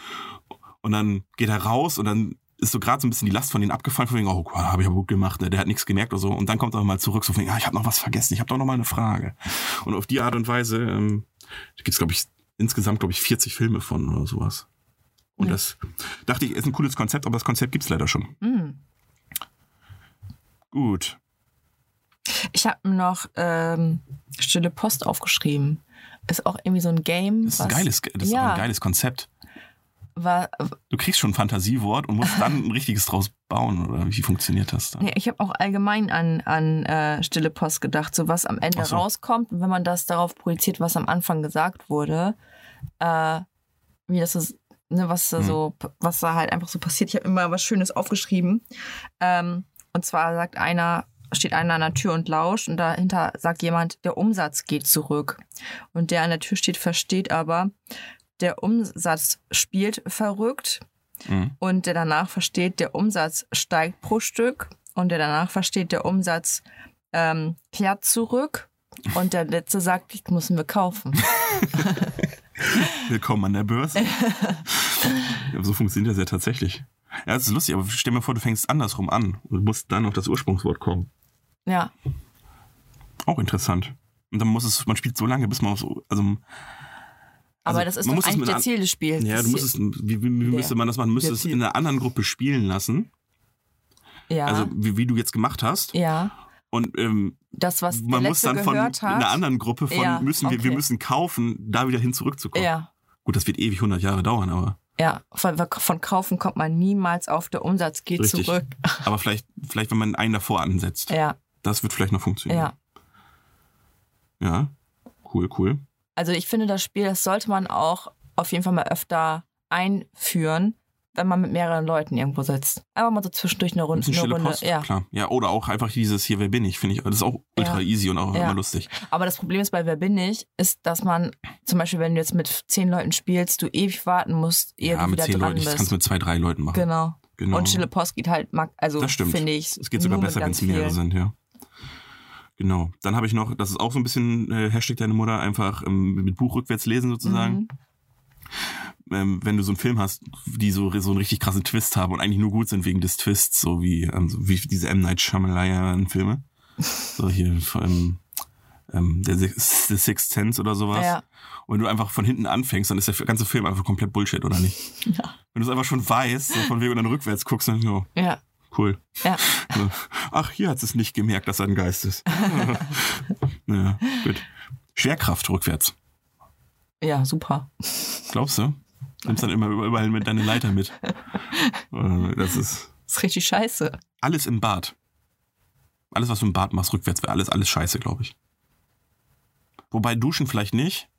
Speaker 4: Und dann geht er raus und dann ist so gerade so ein bisschen die Last von denen abgefallen, von wegen, oh, habe ich aber gut gemacht, ne? der hat nichts gemerkt oder so. Und dann kommt er mal zurück, so von wegen, ah, ich habe noch was vergessen, ich habe doch noch mal eine Frage. Und auf die Art und Weise ähm, gibt es, glaube ich, insgesamt, glaube ich, 40 Filme von oder sowas. Und
Speaker 6: Ja.
Speaker 4: das dachte ich, ist ein cooles Konzept, aber das Konzept gibt's leider schon.
Speaker 6: Mhm.
Speaker 4: Gut.
Speaker 6: Ich habe noch ähm, Stille Post aufgeschrieben. Ist auch irgendwie so ein Game.
Speaker 4: Das ist ein
Speaker 6: was-
Speaker 4: geiles, das ist
Speaker 6: ja,
Speaker 4: aber ein geiles Konzept.
Speaker 6: War,
Speaker 4: Du kriegst schon ein Fantasiewort und musst dann ein richtiges draus bauen, oder wie funktioniert das dann?
Speaker 6: nee, ich habe auch allgemein an, an äh, Stille Post gedacht, so was am Ende
Speaker 4: Ach so.
Speaker 6: rauskommt. Und wenn man das darauf projiziert, was am Anfang gesagt wurde, äh, wie das ist, ne, was da
Speaker 4: Mhm.
Speaker 6: so, was da halt einfach so passiert. Ich habe immer was Schönes aufgeschrieben. Ähm, und zwar sagt einer, steht einer an der Tür und lauscht und dahinter sagt jemand, der Umsatz geht zurück. Und der an der Tür steht, versteht aber, der Umsatz spielt verrückt.
Speaker 4: Mhm.
Speaker 6: Und der danach versteht, der Umsatz steigt pro Stück. Und der danach versteht, der Umsatz ähm, kehrt zurück. Und der letzte sagt, ich müssen wir kaufen.
Speaker 4: Willkommen an der Börse. ja, so funktioniert das ja tatsächlich. Ja, das ist lustig, aber stell mir vor, du fängst andersrum an und musst dann auf das Ursprungswort kommen.
Speaker 6: Ja,
Speaker 4: Auch interessant. Und dann muss es, man spielt so lange, bis man aufs, also,
Speaker 6: aber
Speaker 4: Also,
Speaker 6: das ist
Speaker 4: man
Speaker 6: doch
Speaker 4: muss es
Speaker 6: eigentlich
Speaker 4: mit
Speaker 6: der
Speaker 4: an-
Speaker 6: Ziel des Spiels.
Speaker 4: ja,
Speaker 6: Das
Speaker 4: du musst
Speaker 6: Ziel-
Speaker 4: es, wie, wie, wie müsste man das machen? Müsste
Speaker 6: Der
Speaker 4: es
Speaker 6: Ziel.
Speaker 4: in einer anderen Gruppe spielen lassen,
Speaker 6: ja,
Speaker 4: also wie, wie du jetzt gemacht hast.
Speaker 6: ja,
Speaker 4: Und ähm,
Speaker 6: das, was
Speaker 4: man
Speaker 6: der
Speaker 4: muss
Speaker 6: letzte
Speaker 4: dann von
Speaker 6: gehört hat.
Speaker 4: einer anderen Gruppe von
Speaker 6: Ja,
Speaker 4: müssen wir, wir
Speaker 6: okay.
Speaker 4: müssen kaufen, da wieder hin zurückzukommen.
Speaker 6: ja,
Speaker 4: Gut, das wird ewig 100 Jahre dauern, aber,
Speaker 6: ja, von, von kaufen kommt man niemals auf, der Umsatz geht
Speaker 4: Richtig.
Speaker 6: zurück.
Speaker 4: aber vielleicht, vielleicht, wenn man einen davor ansetzt,
Speaker 6: Ja,
Speaker 4: das wird vielleicht noch funktionieren.
Speaker 6: ja.
Speaker 4: Ja, cool, cool.
Speaker 6: Also ich finde das Spiel, das sollte man auch auf jeden Fall mal öfter einführen, wenn man mit mehreren Leuten irgendwo sitzt. Einfach mal so zwischendurch eine
Speaker 4: Ein
Speaker 6: Runde.
Speaker 4: bisschen
Speaker 6: Eine
Speaker 4: stille
Speaker 6: Runde.
Speaker 4: Post,
Speaker 6: Ja.
Speaker 4: klar. Ja, oder auch einfach dieses hier, wer bin ich, finde ich, das ist auch ultra easy und auch
Speaker 6: Ja.
Speaker 4: immer lustig.
Speaker 6: Aber das Problem ist bei Wer bin ich, ist, dass man zum Beispiel, wenn du jetzt mit zehn Leuten spielst, du ewig warten musst, ehe
Speaker 4: Ja,
Speaker 6: du
Speaker 4: mit
Speaker 6: wieder
Speaker 4: zehn
Speaker 6: dran
Speaker 4: Leuten, ich kann es
Speaker 6: bist.
Speaker 4: mit zwei, drei Leuten machen.
Speaker 6: Genau.
Speaker 4: Genau.
Speaker 6: Und Stille Post geht halt, mag- also
Speaker 4: Das stimmt.
Speaker 6: finde ich.
Speaker 4: es geht sogar
Speaker 6: nur mit
Speaker 4: besser, wenn
Speaker 6: ganz
Speaker 4: es mehrere
Speaker 6: vielen.
Speaker 4: sind, ja. Genau. Dann habe ich noch, das ist auch so ein bisschen äh, Hashtag deine Mutter, einfach ähm, mit Buch rückwärts lesen sozusagen.
Speaker 6: Mhm.
Speaker 4: Ähm, wenn du so einen Film hast, die so, so einen richtig krassen Twist haben und eigentlich nur gut sind wegen des Twists, so wie, ähm, so wie diese M. Night Shyamalan-Filme. So hier vor allem ähm, der, Six- The Sixth Sense oder sowas.
Speaker 6: Ja.
Speaker 4: Und wenn du einfach von hinten anfängst, dann ist der ganze Film einfach komplett Bullshit, oder nicht? Wenn du es einfach schon weißt, so von wegen und dann rückwärts guckst, dann ja,
Speaker 6: Ja.
Speaker 4: cool.
Speaker 6: Ja.
Speaker 4: So, Ach, hier hat es nicht gemerkt, dass er ein Geist ist. naja, gut. Schwerkraft rückwärts.
Speaker 6: ja, super.
Speaker 4: Glaubst du? Nimmst dann immer überall mit deine Leiter mit. Äh, Das ist
Speaker 6: ist richtig scheiße.
Speaker 4: alles im Bad. Alles, was du im Bad machst, rückwärts, wäre alles, alles scheiße, glaube ich. Wobei duschen vielleicht nicht.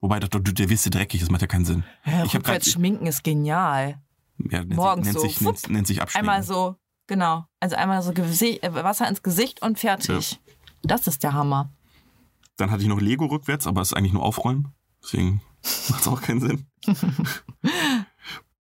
Speaker 4: Wobei, der, der wirst du dreckig, das macht ja keinen Sinn.
Speaker 6: Ja,
Speaker 4: Ich hab grad-
Speaker 6: rückwärts schminken ist genial.
Speaker 4: Ja, nennt
Speaker 6: Morgens
Speaker 4: sich,
Speaker 6: so,
Speaker 4: nennt, sich, nennt, nennt sich abschminken.
Speaker 6: Einmal so, genau. Also einmal
Speaker 4: Mhm.
Speaker 6: so Gesicht, äh, Wasser ins Gesicht und fertig. Das ist der Hammer.
Speaker 4: Dann hatte ich noch Lego rückwärts, aber es ist eigentlich nur aufräumen. Deswegen macht es auch keinen Sinn.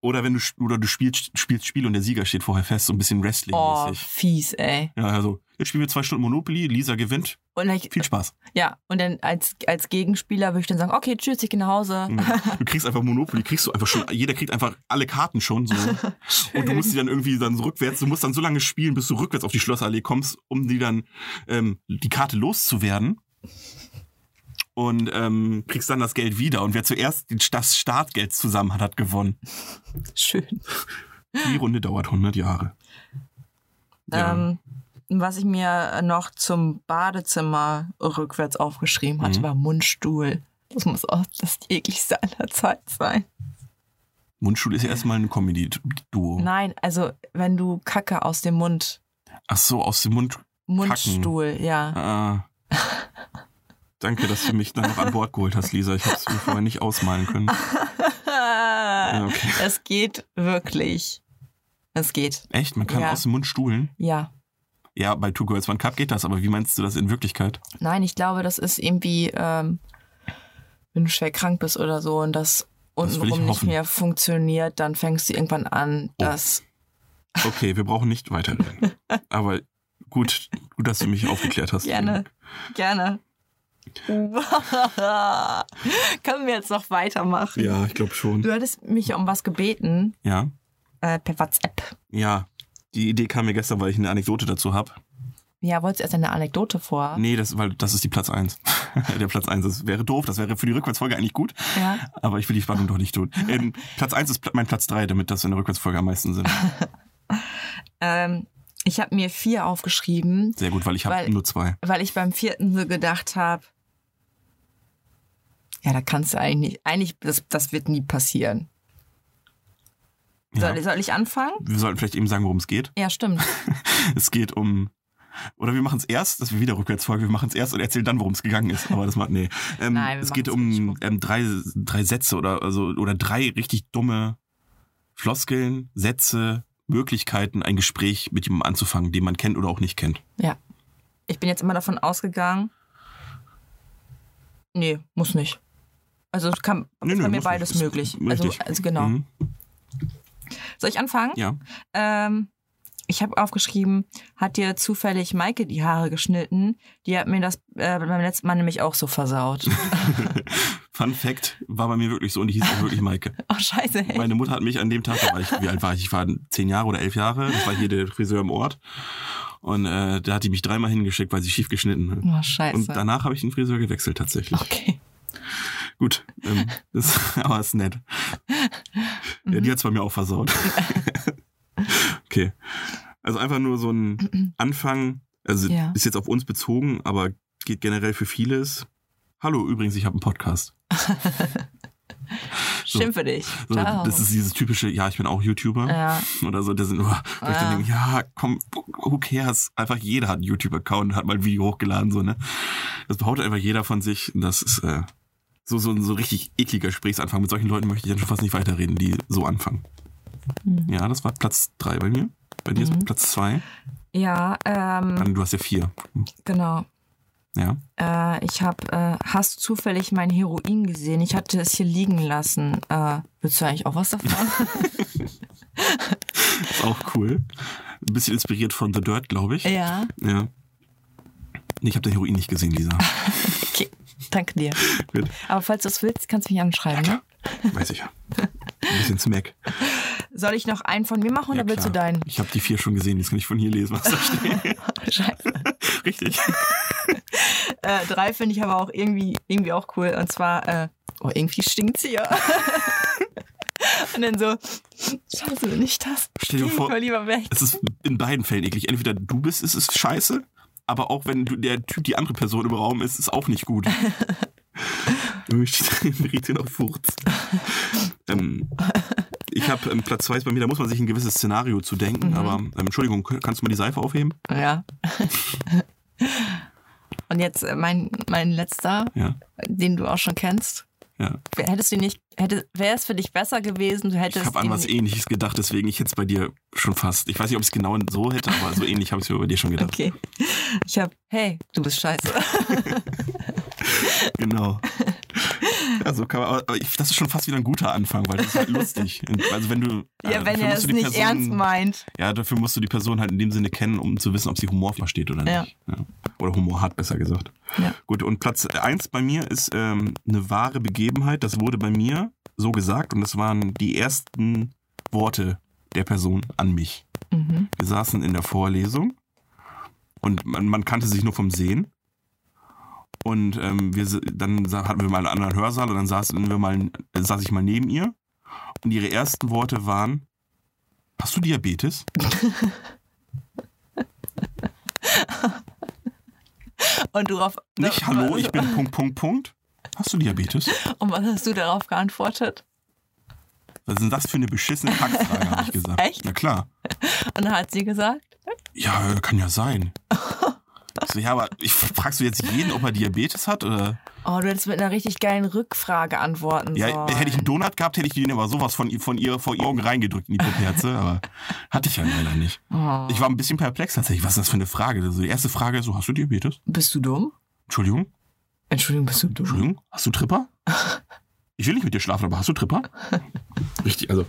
Speaker 4: oder wenn du sch- oder du spielst, spielst Spiel und der Sieger steht vorher fest, so ein bisschen
Speaker 6: Oh,
Speaker 4: Wrestling-mäßig.
Speaker 6: fies, ey.
Speaker 4: Ja, also, jetzt spielen wir zwei Stunden Monopoly, Lisa gewinnt.
Speaker 6: Und ich,
Speaker 4: Viel Spaß.
Speaker 6: ja, und dann als, als Gegenspieler würde ich dann sagen, okay, tschüss, ich gehe nach Hause.
Speaker 4: Mhm. Du kriegst einfach Monopoly, kriegst du einfach schon, jeder kriegt einfach alle Karten schon. So. Und du musst die dann irgendwie dann so rückwärts, du musst dann so lange spielen, bis du rückwärts auf die Schlossallee kommst, um die dann ähm, die Karte loszuwerden. Und ähm, kriegst dann das Geld wieder. Und wer zuerst die- das Startgeld zusammen hat, hat gewonnen.
Speaker 6: Schön.
Speaker 4: Die Runde dauert 100 Jahre. Ja.
Speaker 6: Ähm, was ich mir noch zum Badezimmer rückwärts aufgeschrieben hatte,
Speaker 4: Mhm.
Speaker 6: war Mundstuhl. Das muss auch das ekligste aller Zeit sein.
Speaker 4: Mundschule ist ja erstmal ein Comedy-Duo.
Speaker 6: Nein, also wenn du Kacke aus dem Mund,
Speaker 4: Ach so, aus dem Mund.
Speaker 6: Mundstuhl, ja.
Speaker 4: Ah. Danke, dass du mich dann noch an Bord geholt hast, Lisa. Ich habe es mir vorher nicht ausmalen können. Ja, okay.
Speaker 6: Es geht wirklich. Es geht.
Speaker 4: Echt? Man kann
Speaker 6: Ja.
Speaker 4: aus dem Mund stuhlen?
Speaker 6: Ja.
Speaker 4: Ja, bei Two Girls One Cup geht das, aber wie meinst du das in Wirklichkeit?
Speaker 6: Nein, ich glaube, das ist irgendwie, ähm, wenn du schwer krank bist oder so und das
Speaker 4: will ich
Speaker 6: untenrum nicht
Speaker 4: hoffen.
Speaker 6: mehr funktioniert, dann fängst du irgendwann an,
Speaker 4: Oh.
Speaker 6: dass.
Speaker 4: Okay, wir brauchen nicht weiterreden. Aber gut, gut, dass du mich aufgeklärt hast.
Speaker 6: Gerne. Gerne. Können wir jetzt noch weitermachen?
Speaker 4: Ja, ich glaube schon.
Speaker 6: Du hattest mich um was gebeten
Speaker 4: Ja.
Speaker 6: äh, per WhatsApp.
Speaker 4: Ja. Die Idee kam mir gestern, weil ich eine Anekdote dazu habe.
Speaker 6: Ja, wolltest du erst eine Anekdote vor?
Speaker 4: Nee, das, weil das ist die Platz 1. Der Platz 1 das wäre doof, das wäre für die Rückwärtsfolge eigentlich gut,
Speaker 6: Ja.
Speaker 4: aber ich will die Spannung doch nicht tun. Ähm, Platz 1 ist pl- mein Platz 3, damit das in der Rückwärtsfolge am meisten Sinn.
Speaker 6: Ähm, Ich habe mir vier aufgeschrieben,
Speaker 4: Sehr gut, weil ich habe
Speaker 6: Weil-
Speaker 4: nur zwei.
Speaker 6: weil ich beim vierten so gedacht habe, ja, da kannst du eigentlich nicht, eigentlich, das, das wird nie passieren.
Speaker 4: Ja.
Speaker 6: Soll, soll ich anfangen?
Speaker 4: Wir sollten vielleicht eben sagen, worum es geht.
Speaker 6: Ja, stimmt.
Speaker 4: Es geht um. Oder wir machen es erst, dass wir wieder rückwärts folgen, wir machen es erst und erzählen dann, worum es gegangen ist. Aber das macht, nee. Ähm,
Speaker 6: Nein, wir
Speaker 4: es geht
Speaker 6: machen's
Speaker 4: um
Speaker 6: nicht.
Speaker 4: ähm, drei, drei Sätze oder, also, oder drei richtig dumme Floskeln, Sätze, Möglichkeiten, ein Gespräch mit jemandem anzufangen, den man kennt oder auch nicht kennt.
Speaker 6: Ich bin jetzt immer davon ausgegangen, nee, muss nicht. Also es kann,
Speaker 4: Nee,
Speaker 6: ist
Speaker 4: nee,
Speaker 6: bei mir
Speaker 4: muss
Speaker 6: beides
Speaker 4: nicht. Ist
Speaker 6: möglich. Also,
Speaker 4: richtig.
Speaker 6: also genau.
Speaker 4: Mhm.
Speaker 6: Soll ich anfangen?
Speaker 4: Ja.
Speaker 6: Ähm, ich habe aufgeschrieben, hat dir zufällig Maike die Haare geschnitten? Die hat mir das äh, beim letzten Mal nämlich auch so versaut.
Speaker 4: Fun Fact war bei mir wirklich so und ich hieß auch wirklich Maike.
Speaker 6: oh, scheiße, ey.
Speaker 4: Meine Mutter hat mich an dem Tag, da war ich, wie alt war ich? Ich war zehn Jahre oder elf Jahre. Das war hier der Friseur im Ort. Und äh, da hat die mich dreimal hingeschickt, weil sie schief geschnitten hat.
Speaker 6: Oh, scheiße.
Speaker 4: Und danach habe ich den Friseur gewechselt tatsächlich.
Speaker 6: okay. Oh.
Speaker 4: Gut, ähm, das, aber ist nett. Ja,
Speaker 6: Mhm.
Speaker 4: die hat's bei mir auch versaut. okay. Also einfach nur so ein Anfang, also
Speaker 6: Ja.
Speaker 4: ist jetzt auf uns bezogen, aber geht generell für vieles. Hallo, übrigens, ich habe einen Podcast. So.
Speaker 6: Schimpfe dich.
Speaker 4: So,
Speaker 6: Ciao.
Speaker 4: Also, das ist ne? dieses typische, ja, ich bin auch YouTuber.
Speaker 6: ja,
Speaker 4: oder so, der sind nur, wo ich
Speaker 6: Ah.
Speaker 4: dann denke, ja, komm, who cares? Einfach jeder hat einen YouTube-Account, hat mal ein Video hochgeladen, so, ne? Das behauptet einfach jeder von sich. Und Das ist äh, so, so ein so richtig ekliger Gesprächsanfang. Mit solchen Leuten möchte ich dann schon fast nicht weiterreden, die so anfangen.
Speaker 6: Mhm.
Speaker 4: Ja, das war Platz drei bei mir. Bei dir
Speaker 6: Mhm.
Speaker 4: ist Platz zwei
Speaker 6: ja ähm,
Speaker 4: Dann, du hast ja vier
Speaker 6: genau.
Speaker 4: Ja.
Speaker 6: Äh, ich habe, äh, hast du zufällig mein Heroin gesehen? Ich hatte es hier liegen lassen. Äh, willst du eigentlich auch was davon?
Speaker 4: Ist auch cool. Ein bisschen inspiriert von The Dirt, glaube ich.
Speaker 6: ja.
Speaker 4: Ja. Nee, ich habe den Heroin nicht gesehen, Lisa.
Speaker 6: Okay, danke dir.
Speaker 4: Gut.
Speaker 6: Aber falls du es willst, kannst du mich anschreiben. Ne?
Speaker 4: Weiß ich ja. Ein bisschen Smack.
Speaker 6: Soll ich noch einen von mir machen
Speaker 4: Ja,
Speaker 6: oder willst du
Speaker 4: klar.
Speaker 6: deinen?
Speaker 4: Ich habe die vier schon gesehen, jetzt kann ich von hier lesen, was da steht.
Speaker 6: Scheiße.
Speaker 4: Richtig.
Speaker 6: Äh, drei finde ich aber auch irgendwie, irgendwie auch cool. Und zwar, äh, oh, irgendwie stinkt sie ja. Und dann so, scheiße, nicht das.
Speaker 4: Stell dir
Speaker 6: Geh
Speaker 4: vor-
Speaker 6: mal lieber weg.
Speaker 4: Es ist in beiden Fällen eklig. Entweder du bist, es ist scheiße, aber auch wenn du, der Typ die andere Person im Raum ist, ist auch nicht gut. Riecht hier noch Furz. ähm, ich habe ähm, Platz zwei ist bei mir, da muss man sich ein gewisses Szenario zu denken, aber ähm, Entschuldigung, k- kannst du mal die Seife aufheben?
Speaker 6: Ja. Und jetzt äh, mein, mein letzter,
Speaker 4: Ja.
Speaker 6: den du auch schon kennst.
Speaker 4: ja.
Speaker 6: Wer- Hättest du ihn nicht, hätte, wäre es für dich besser gewesen, du
Speaker 4: Ich
Speaker 6: hättest
Speaker 4: habe an
Speaker 6: ihn-
Speaker 4: was ähnliches gedacht, deswegen ich jetzt bei dir schon fast. Ich weiß nicht, ob ich es genau so hätte, aber so ähnlich habe ich es mir bei dir schon gedacht.
Speaker 6: Okay. Ich hab, hey, du bist scheiße.
Speaker 4: Genau. Also kann man, aber ich, das ist schon fast wieder ein guter Anfang, weil das ist halt lustig. Also wenn du
Speaker 6: Ja, wenn
Speaker 4: dafür
Speaker 6: er
Speaker 4: musst
Speaker 6: es
Speaker 4: du die
Speaker 6: nicht
Speaker 4: Person-
Speaker 6: ernst meint.
Speaker 4: Ja, dafür musst du die Person halt in dem Sinne kennen, um zu wissen, ob sie Humor versteht oder
Speaker 6: Ja.
Speaker 4: nicht. Ja. Oder Humor hat, besser gesagt.
Speaker 6: Ja.
Speaker 4: Gut, und Platz eins bei mir ist ähm, eine wahre Begebenheit. Das wurde bei mir so gesagt und das waren die ersten Worte der Person an mich.
Speaker 6: Mhm.
Speaker 4: Wir saßen in der Vorlesung und man, man kannte sich nur vom Sehen. Und ähm, wir, s- dann sa- hatten wir mal einen anderen Hörsaal und dann saßen wir mal, äh, saß ich mal neben ihr. Und ihre ersten Worte waren: Hast du Diabetes?
Speaker 6: Und du darauf.
Speaker 4: Nicht, hallo, ich bin Punkt, Punkt, Punkt. Hast du Diabetes?
Speaker 6: Und was hast du darauf geantwortet?
Speaker 4: Was ist denn das für eine beschissene Kackfrage, habe ich gesagt.
Speaker 6: Echt?
Speaker 4: Na klar.
Speaker 6: Und dann hat sie gesagt,
Speaker 4: Ja, äh, kann ja sein. Ich so, ja, aber ich, fragst du jetzt jeden, ob er Diabetes hat? Oder?
Speaker 6: oh, du hättest mit einer richtig geilen Rückfrage antworten
Speaker 4: Ja,
Speaker 6: sollen.
Speaker 4: hätte ich einen Donut gehabt, hätte ich den aber sowas von, ihr- von ihr vor ihr Augen reingedrückt in die Puppherze, aber hatte ich ja leider nicht.
Speaker 6: oh.
Speaker 4: Ich war ein bisschen perplex tatsächlich. Was ist das für eine Frage? Also die erste Frage ist so, hast du Diabetes?
Speaker 6: Bist du dumm?
Speaker 4: Entschuldigung?
Speaker 6: Entschuldigung, bist du dumm?
Speaker 4: Entschuldigung? Hast du Tripper? Ich will nicht mit dir schlafen, aber hast du Tripper? Richtig, also.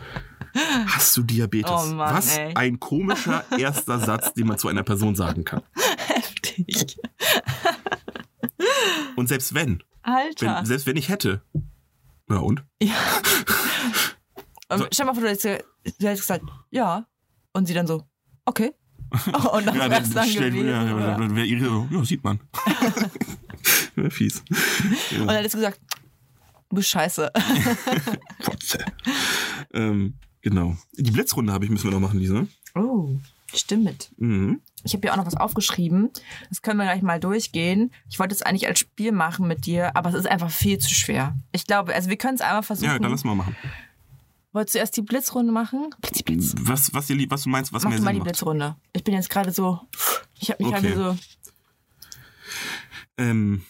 Speaker 4: Hast du Diabetes?
Speaker 6: Oh Mann,
Speaker 4: Was
Speaker 6: ey.
Speaker 4: ein komischer erster Satz, den man zu einer Person sagen kann.
Speaker 6: Heftig.
Speaker 4: Und selbst wenn,
Speaker 6: Alter.
Speaker 4: wenn selbst wenn ich hätte. Ja und?
Speaker 6: Und Ähm, stell mal vor, du hättest, ge- du hättest gesagt, ja. Und sie dann so, okay. Und dann wär's dann
Speaker 4: stellt-
Speaker 6: gewesen.
Speaker 4: ja,
Speaker 6: oder?
Speaker 4: dann wäre ihre so, ja, sieht man. Wär Fies.
Speaker 6: Und dann hättest du gesagt, du bist scheiße.
Speaker 4: Fotze. ähm, genau. Die Blitzrunde habe ich, müssen wir noch machen, Lisa.
Speaker 6: Oh. Stimmt.
Speaker 4: Mhm.
Speaker 6: Ich habe hier auch noch was aufgeschrieben. Das können wir gleich mal durchgehen. Ich wollte es eigentlich als Spiel machen mit dir, aber es ist einfach viel zu schwer. Ich glaube, also wir können es einmal versuchen.
Speaker 4: Ja, dann lass mal machen.
Speaker 6: Wolltest du erst die Blitzrunde machen? Blitz, Blitz.
Speaker 4: Was, was, ihr lieb, was du meinst, was
Speaker 6: Mach
Speaker 4: mehr
Speaker 6: du mal
Speaker 4: Sinn
Speaker 6: die
Speaker 4: macht.
Speaker 6: Blitzrunde. Ich bin jetzt gerade so. Ich habe mich
Speaker 4: Okay.
Speaker 6: gerade
Speaker 4: Ähm,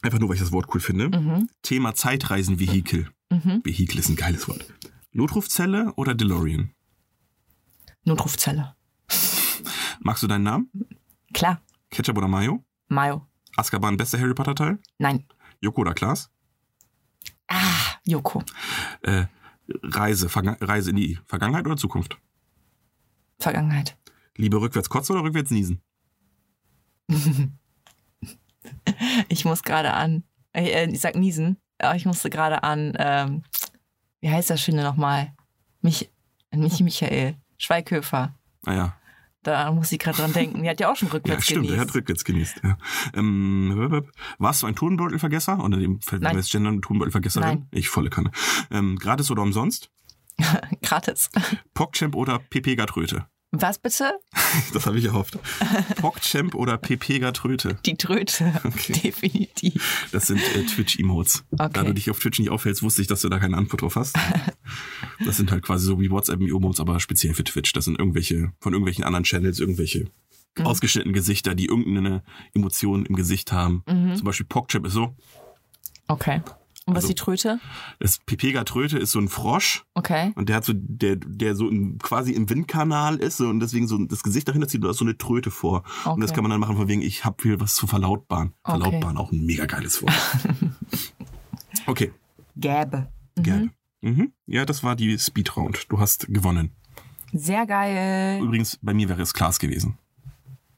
Speaker 4: einfach nur, weil ich das Wort cool finde.
Speaker 6: Mhm.
Speaker 4: Thema Zeitreisenvehikel. Vehikel ist ein geiles Wort. Notrufzelle oder DeLorean?
Speaker 6: so. Notrufzelle.
Speaker 4: Magst du deinen Namen?
Speaker 6: Klar.
Speaker 4: Ketchup oder Mayo?
Speaker 6: Mayo.
Speaker 4: Azkaban, bester Harry Potter Teil?
Speaker 6: Nein.
Speaker 4: Joko oder Klaas?
Speaker 6: Ah, Joko.
Speaker 4: Äh, Reise, Verga Reise in die Vergangenheit oder Zukunft?
Speaker 6: Vergangenheit.
Speaker 4: Liebe rückwärts kotzen oder rückwärts niesen?
Speaker 6: Ich muss gerade an. Äh, äh, ich sag niesen. Aber ich musste gerade an. Ähm, wie heißt das Schöne nochmal? Mich, an Michi Michael. Schweighöfer.
Speaker 4: Ah ja,
Speaker 6: Da muss ich gerade dran denken. Die hat ja auch schon
Speaker 4: ja
Speaker 6: rückwärts
Speaker 4: stimmt, er
Speaker 6: genießt.
Speaker 4: hat rückwärts genießt. Ja. Ähm, wup, wup. warst du ein Turnbeutelvergesser? Unter dem fällt mir
Speaker 6: Nein.
Speaker 4: das Gender Turnbeutelvergesserin.
Speaker 6: Nein.
Speaker 4: Ich volle Kanne. Ähm, gratis oder umsonst?
Speaker 6: Gratis.
Speaker 4: PogChamp oder PP Gatröte?
Speaker 6: Was bitte?
Speaker 4: Das habe ich erhofft. PogChamp oder PP Gatröte?
Speaker 6: Die Tröte.
Speaker 4: Okay.
Speaker 6: Definitiv.
Speaker 4: Das sind äh, Twitch-Emotes.
Speaker 6: Okay.
Speaker 4: Da du dich auf Twitch nicht aufhältst, wusste ich, dass du da keine Antwort drauf hast. Das sind halt quasi so wie WhatsApp-Emotes, aber speziell für Twitch. Das sind irgendwelche, von irgendwelchen anderen Channels, irgendwelche
Speaker 6: Mhm.
Speaker 4: ausgeschnittenen Gesichter, die irgendeine Emotion im Gesicht haben.
Speaker 6: Mhm.
Speaker 4: Zum Beispiel Pogchip ist so.
Speaker 6: Okay. Und was
Speaker 4: Also-
Speaker 6: die Tröte?
Speaker 4: Das Pepega Tröte ist so ein Frosch
Speaker 6: Okay.
Speaker 4: und der hat so, der, der so im, quasi im Windkanal ist so, und deswegen so das Gesicht dahinter zieht und da ist so eine Tröte vor. Und das
Speaker 6: Okay.
Speaker 4: kann man dann machen von wegen, ich habe viel was zu verlautbaren.
Speaker 6: Okay.
Speaker 4: Verlautbaren, auch ein mega geiles Wort. okay.
Speaker 6: Gäbe.
Speaker 4: Gerne. Mhm. Ja, das war die Speedround. Du hast gewonnen.
Speaker 6: Sehr geil.
Speaker 4: Übrigens, bei mir wäre es Klaas gewesen.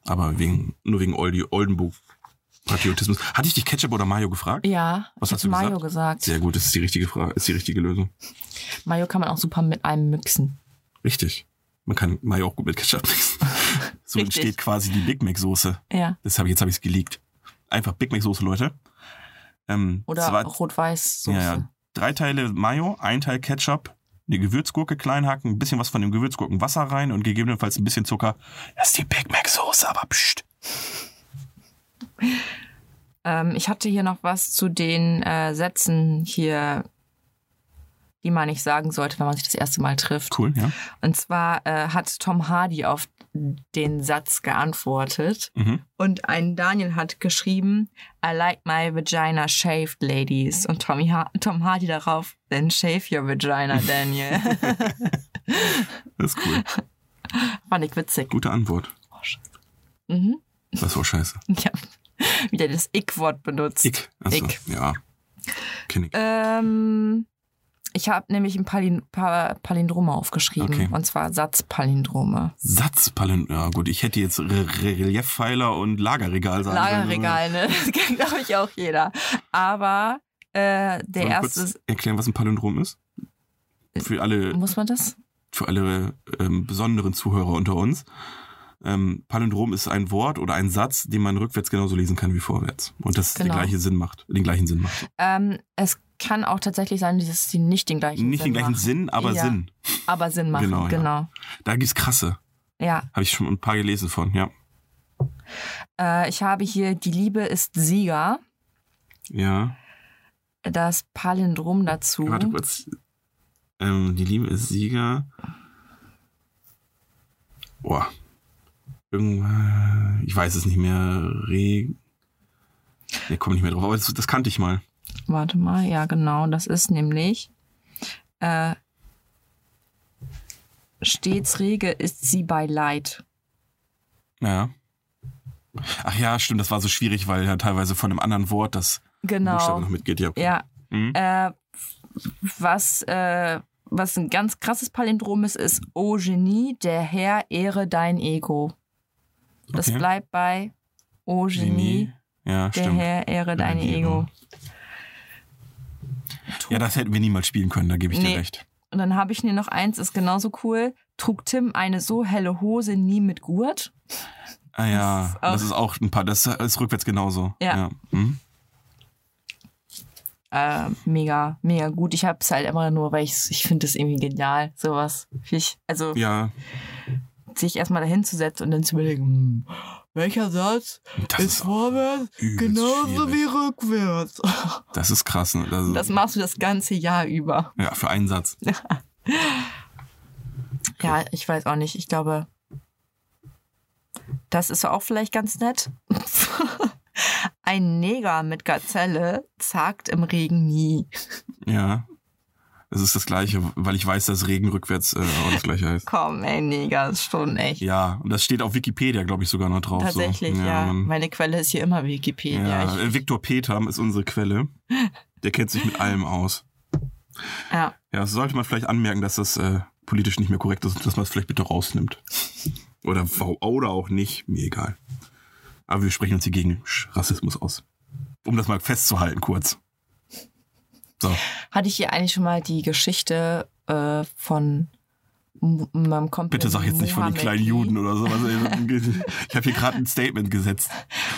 Speaker 4: Aber wegen, nur wegen Oldi, Oldenburg. Patriotismus. Hatte ich dich Ketchup oder Mayo gefragt?
Speaker 6: Ja,
Speaker 4: Was
Speaker 6: ich
Speaker 4: hast
Speaker 6: hab
Speaker 4: du
Speaker 6: Mayo gesagt.
Speaker 4: Sehr gut, das ist die richtige Frage, ist die richtige Lösung.
Speaker 6: Mayo kann man auch super mit einem mixen.
Speaker 4: Richtig. Man kann Mayo auch gut mit Ketchup mixen. so
Speaker 6: Richtig.
Speaker 4: entsteht quasi die Big Mac Soße.
Speaker 6: Ja.
Speaker 4: Das habe ich, jetzt habe ich es geleakt. Einfach Big Mac Soße, Leute. Ähm,
Speaker 6: Oder
Speaker 4: zwei-
Speaker 6: Rot-Weiß-Soße.
Speaker 4: Ja, ja. Drei Teile Mayo, ein Teil Ketchup, eine Gewürzgurke klein hacken, ein bisschen was von dem Gewürzgurkenwasser rein und gegebenenfalls ein bisschen Zucker. Das ist die Big Mac Soße, aber pst.
Speaker 6: Ähm, ich hatte hier noch was zu den äh, Sätzen hier, die man nicht sagen sollte, wenn man sich das erste Mal trifft.
Speaker 4: Cool, ja.
Speaker 6: Und zwar äh, hat Tom Hardy auf den Satz geantwortet
Speaker 4: Mhm.
Speaker 6: und ein Daniel hat geschrieben, I like my vagina shaved, ladies. Und Tommy ha Tom Hardy darauf, then shave your vagina, Daniel.
Speaker 4: Das ist cool.
Speaker 6: Fand ich witzig.
Speaker 4: Gute Antwort.
Speaker 6: Mhm.
Speaker 4: Das war scheiße.
Speaker 6: Ich hab wieder das Ich-Wort benutzt.
Speaker 4: Ick. Achso,
Speaker 6: Ick.
Speaker 4: ja. Kenn ich.
Speaker 6: Ähm, ich habe nämlich ein Palin pa Palindrome aufgeschrieben.
Speaker 4: Okay.
Speaker 6: Und zwar Satzpalindrome.
Speaker 4: Satzpalin. Ja, gut, ich hätte jetzt Re Re Relieffpfeiler und Lagerregal sagen sollen.
Speaker 6: Lagerregal, ne? Das kennt, glaube ich, auch jeder. Aber äh, der
Speaker 4: Sollen wir kurz
Speaker 6: erste. ist- Äh,
Speaker 4: Erklären, was ein Palindrom ist? Für alle
Speaker 6: Muss man das?
Speaker 4: für alle ähm, besonderen Zuhörer unter uns. Ähm, Palindrom ist ein Wort oder ein Satz, den man rückwärts genauso lesen kann wie vorwärts. Und das
Speaker 6: Genau.
Speaker 4: den, gleichen Sinn macht, den gleichen Sinn macht.
Speaker 6: Ähm, es kann auch tatsächlich sein, dass sie nicht den gleichen
Speaker 4: Nicht
Speaker 6: Sinn
Speaker 4: den gleichen
Speaker 6: machen,
Speaker 4: Sinn, aber
Speaker 6: Ja.
Speaker 4: Sinn.
Speaker 6: aber Sinn machen.
Speaker 4: Genau,
Speaker 6: Genau.
Speaker 4: ja.
Speaker 6: genau.
Speaker 4: Da gibt's krasse.
Speaker 6: Ja.
Speaker 4: Habe ich schon ein paar gelesen von, ja.
Speaker 6: Äh, ich habe hier Die Liebe ist Sieger.
Speaker 4: Ja.
Speaker 6: Das Palindrom dazu.
Speaker 4: Warte kurz. Ähm, die Liebe ist Sieger. Boah. Irgendwann, ich weiß es nicht mehr. Re. Ich komme nicht mehr drauf, aber das, das kannte ich mal.
Speaker 6: Warte mal, ja genau, das ist nämlich äh, stets rege ist sie bei Leid.
Speaker 4: Ja. Ach ja, stimmt, das war so schwierig, weil ja teilweise von einem anderen Wort das Buchstabe
Speaker 6: Genau.
Speaker 4: noch mitgeht. Ja. okay.
Speaker 6: Ja.
Speaker 4: Mhm.
Speaker 6: Äh, was, äh, was ein ganz krasses Palindrom ist, ist O Genie, der Herr ehre dein Ego. Das
Speaker 4: Okay.
Speaker 6: bleibt bei O Genie,
Speaker 4: Ja,
Speaker 6: der
Speaker 4: stimmt.
Speaker 6: Herr ehre dein
Speaker 4: Dein
Speaker 6: Ego.
Speaker 4: Ego. Ja, das hätten wir niemals spielen können, da gebe ich
Speaker 6: Nee.
Speaker 4: dir recht.
Speaker 6: Und dann habe ich hier noch eins, ist genauso cool. Trug Tim eine so helle Hose nie mit Gurt.
Speaker 4: Ah ja,
Speaker 6: Das ist auch-
Speaker 4: das ist auch ein paar, das ist rückwärts genauso.
Speaker 6: Ja.
Speaker 4: Mhm.
Speaker 6: äh, mega, mega gut. Ich habe es halt immer nur, weil ich's, ich finde es irgendwie genial, sowas. Ich, also
Speaker 4: ja.
Speaker 6: sich erstmal dahin zu setzen und dann zu überlegen, hm, welcher Satz
Speaker 4: Das
Speaker 6: ist
Speaker 4: ist,
Speaker 6: vorwärts
Speaker 4: übelst
Speaker 6: genauso
Speaker 4: schwierig.
Speaker 6: wie rückwärts?
Speaker 4: das ist krass. Ne? Das,
Speaker 6: hm, Das machst du das ganze Jahr über.
Speaker 4: ja, für einen Satz.
Speaker 6: Ja, ich weiß auch nicht. Ich glaube, das ist auch vielleicht ganz nett. Ein Neger mit Gazelle zagt im Regen nie.
Speaker 4: Ja. Es ist das Gleiche, weil ich weiß, dass Regen rückwärts äh, auch das Gleiche heißt.
Speaker 6: Komm, ey, Neger ist schon echt.
Speaker 4: Ja, und das steht auf Wikipedia, glaube ich, sogar noch drauf.
Speaker 6: Tatsächlich,
Speaker 4: so.
Speaker 6: ja.
Speaker 4: Mann.
Speaker 6: Meine Quelle ist hier immer Wikipedia.
Speaker 4: Ja,
Speaker 6: Ja. Ich,
Speaker 4: äh, Viktor Petam ist unsere Quelle. Der kennt sich mit allem aus.
Speaker 6: ja.
Speaker 4: Ja, das sollte man vielleicht anmerken, dass das äh, politisch nicht mehr korrekt ist und dass man es vielleicht bitte rausnimmt. Oder, wa- oder auch nicht, mir egal. Aber wir sprechen uns hier gegen Sch- Rassismus aus. Um das mal festzuhalten, kurz. So,
Speaker 6: Hatte ich hier eigentlich schon mal die Geschichte äh, von M- meinem Kumpel
Speaker 4: bitte sag jetzt nicht von den
Speaker 6: Mohammed
Speaker 4: kleinen
Speaker 6: Lee,
Speaker 4: Juden oder sowas. Ich habe hier gerade ein Statement gesetzt.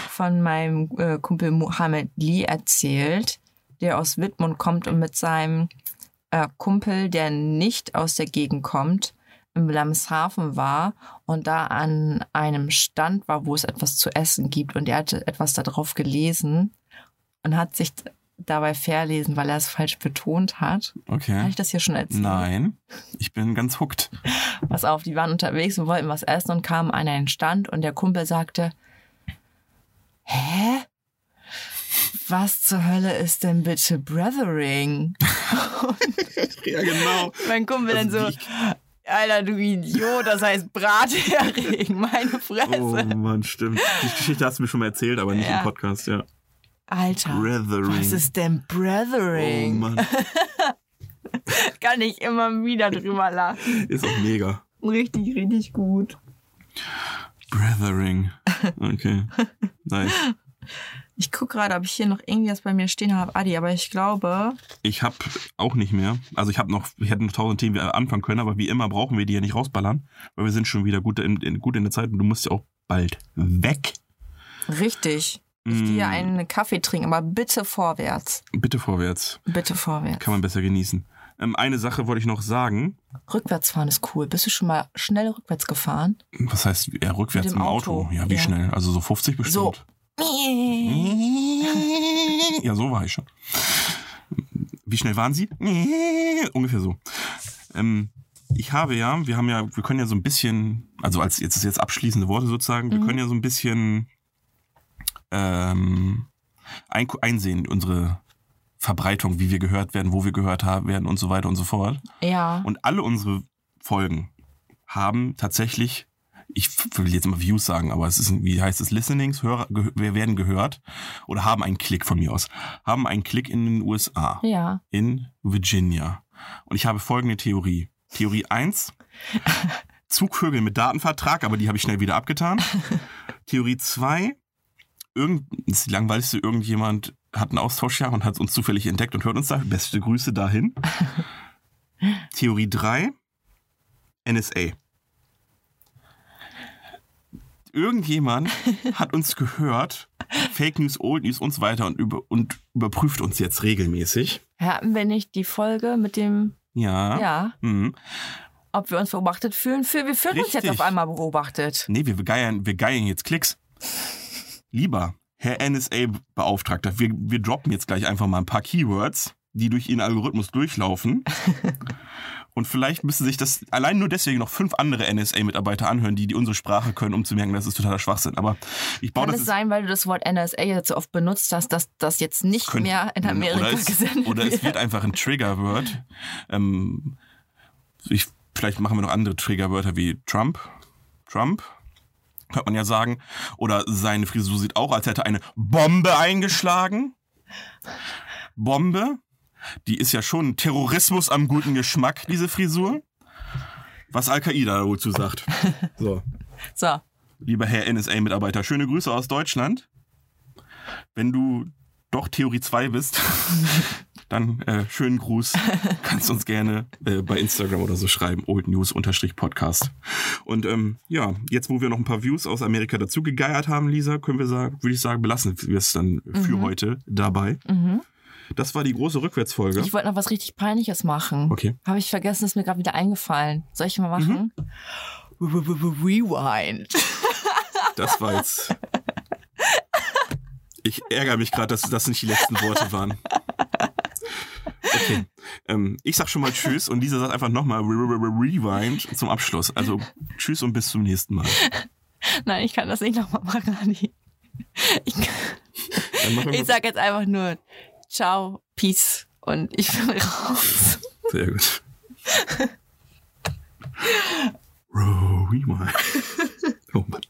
Speaker 6: Von meinem äh, Kumpel Mohammed Lee erzählt, der aus Wittmund kommt und mit seinem äh, Kumpel, der nicht aus der Gegend kommt, in Wilhelmshaven war und da an einem Stand war, wo es etwas zu essen gibt und er hatte etwas darauf gelesen und hat sich dabei verlesen, weil er es falsch betont hat. Habe
Speaker 4: Okay.
Speaker 6: ich das hier schon erzählt?
Speaker 4: Nein, ich bin ganz hooked.
Speaker 6: Pass auf, die waren unterwegs und wollten was essen und kamen an einen Stand und der Kumpel sagte, hä? Was zur Hölle ist denn bitte Brothering?
Speaker 4: Ja, genau.
Speaker 6: Mein Kumpel dann
Speaker 4: Also
Speaker 6: so, Alter, du Idiot, das heißt Brathering, meine Fresse.
Speaker 4: Oh Mann, stimmt. Die Geschichte hast du mir schon mal erzählt, aber nicht
Speaker 6: Also Ja.
Speaker 4: im Podcast, ja.
Speaker 6: Alter,
Speaker 4: Brothering.
Speaker 6: was ist denn
Speaker 4: Oh
Speaker 6: Brothering?
Speaker 4: Mann,
Speaker 6: Kann ich immer wieder drüber lachen.
Speaker 4: ist auch mega.
Speaker 6: Richtig, richtig gut.
Speaker 4: Brothering. Okay. Nice.
Speaker 6: Ich gucke gerade, ob ich hier noch irgendwas bei mir stehen habe, Adi, aber ich glaube,
Speaker 4: Ich habe auch nicht mehr. Also ich habe noch, wir hätten noch tausend Themen die wir anfangen können, aber wie immer brauchen wir die ja nicht rausballern, weil wir sind schon wieder gut in, in, gut in der Zeit und du musst ja auch bald weg.
Speaker 6: richtig. Ich
Speaker 4: Mm,
Speaker 6: gehe einen Kaffee trinken, aber bitte vorwärts.
Speaker 4: Bitte vorwärts.
Speaker 6: Bitte vorwärts.
Speaker 4: Kann man besser genießen. Ähm, eine Sache wollte ich noch sagen.
Speaker 6: Rückwärtsfahren ist cool. Bist du schon mal schnell rückwärts gefahren?
Speaker 4: Was heißt ja, rückwärts
Speaker 6: Mit
Speaker 4: im
Speaker 6: dem
Speaker 4: Auto?
Speaker 6: Auto.
Speaker 4: Ja, wie
Speaker 6: Ja.
Speaker 4: schnell? Also so 50 bestimmt.
Speaker 6: So.
Speaker 4: Ja, so war ich schon. Wie schnell waren sie? Ungefähr so. Ähm, ich habe ja, wir haben ja, wir können ja so ein bisschen, also als jetzt jetzt abschließende Worte sozusagen,
Speaker 6: Mhm.
Speaker 4: wir können ja so ein bisschen ähm, ein, einsehen unsere Verbreitung, wie wir gehört werden, wo wir gehört haben, werden und so weiter und so fort.
Speaker 6: Ja.
Speaker 4: Und alle unsere Folgen haben tatsächlich, ich f- will jetzt immer Views sagen, aber es ist, ein- wie heißt es, Listenings, Hörer, geh- wir werden gehört oder haben einen Klick von mir aus, haben einen Klick in den USA,
Speaker 6: Ja.
Speaker 4: in Virginia. Und ich habe folgende Theorie. Theorie 1, Zugvögel mit Datenvertrag, aber die habe ich schnell wieder abgetan. Theorie 2, irgend, das ist die langweiligste, irgendjemand hat einen Austauschjahr und hat uns zufällig entdeckt und hört uns da. Beste Grüße dahin. Theorie 3, NSA. Irgendjemand hat uns gehört, Fake News, Old News und so weiter und, über, und überprüft uns jetzt regelmäßig.
Speaker 6: Hatten wir nicht die Folge mit dem,
Speaker 4: Ja.
Speaker 6: ja,
Speaker 4: Mhm.
Speaker 6: ob wir uns beobachtet fühlen? Für, wir fühlen uns jetzt
Speaker 4: Richtig. Genau,
Speaker 6: auf einmal beobachtet.
Speaker 4: Nee, wir geiern, wir geiern jetzt Klicks. Lieber, Herr NSA-Beauftragter, wir, wir droppen jetzt gleich einfach mal ein paar Keywords, die durch Ihren Algorithmus durchlaufen. Und vielleicht müssen sich das allein nur deswegen noch fünf andere NSA-Mitarbeiter anhören, die, die unsere Sprache können, um zu merken, das ist totaler Schwachsinn. Aber ich baue
Speaker 6: Kann
Speaker 4: das.
Speaker 6: es sein, weil du das Wort NSA jetzt so oft benutzt hast, dass das jetzt nicht
Speaker 4: Könnte-
Speaker 6: mehr in Amerika
Speaker 4: oder es,
Speaker 6: gesendet
Speaker 4: Oder es
Speaker 6: wird?
Speaker 4: wird einfach ein Triggerwort. Ähm, ich, vielleicht machen wir noch andere Triggerwörter wie Trump. Trump, könnte man ja sagen. Oder seine Frisur sieht auch, als hätte eine Bombe eingeschlagen. Bombe, die ist ja schon Terrorismus am guten Geschmack, diese Frisur. Was Al-Qaida da wohl zu sagt. So
Speaker 6: So.
Speaker 4: lieber Herr NSA-Mitarbeiter, schöne Grüße aus Deutschland. Wenn du doch Theorie 2 bist, dann äh, schönen Gruß. Kannst uns gerne äh, bei Instagram oder so schreiben, oldnews-podcast. Und ähm, ja, jetzt wo wir noch ein paar Views aus Amerika dazu gegeiert haben, Lisa, können wir sagen, würde ich sagen, belassen wir es dann für heute dabei.
Speaker 6: Mhm.
Speaker 4: Das war die große Rückwärtsfolge.
Speaker 6: Ich wollte noch was richtig Peinliches machen.
Speaker 4: Okay. Mhm.
Speaker 6: Habe ich vergessen, ist mir gerade wieder eingefallen. Soll ich mal machen? Rewind.
Speaker 4: Das war jetzt. Ich ärgere mich gerade, dass das nicht die letzten Worte waren. Okay. Ähm, ich sag schon mal Tschüss und Lisa sagt einfach nochmal Rewind zum Abschluss. Also Tschüss und bis zum nächsten Mal.
Speaker 6: Nein, ich kann das nicht nochmal machen, Anni. Ich,
Speaker 4: Dann machen wir-
Speaker 6: ich sag jetzt einfach nur Ciao, Peace und ich bin raus.
Speaker 4: Sehr gut. Rewind. Oh Mann.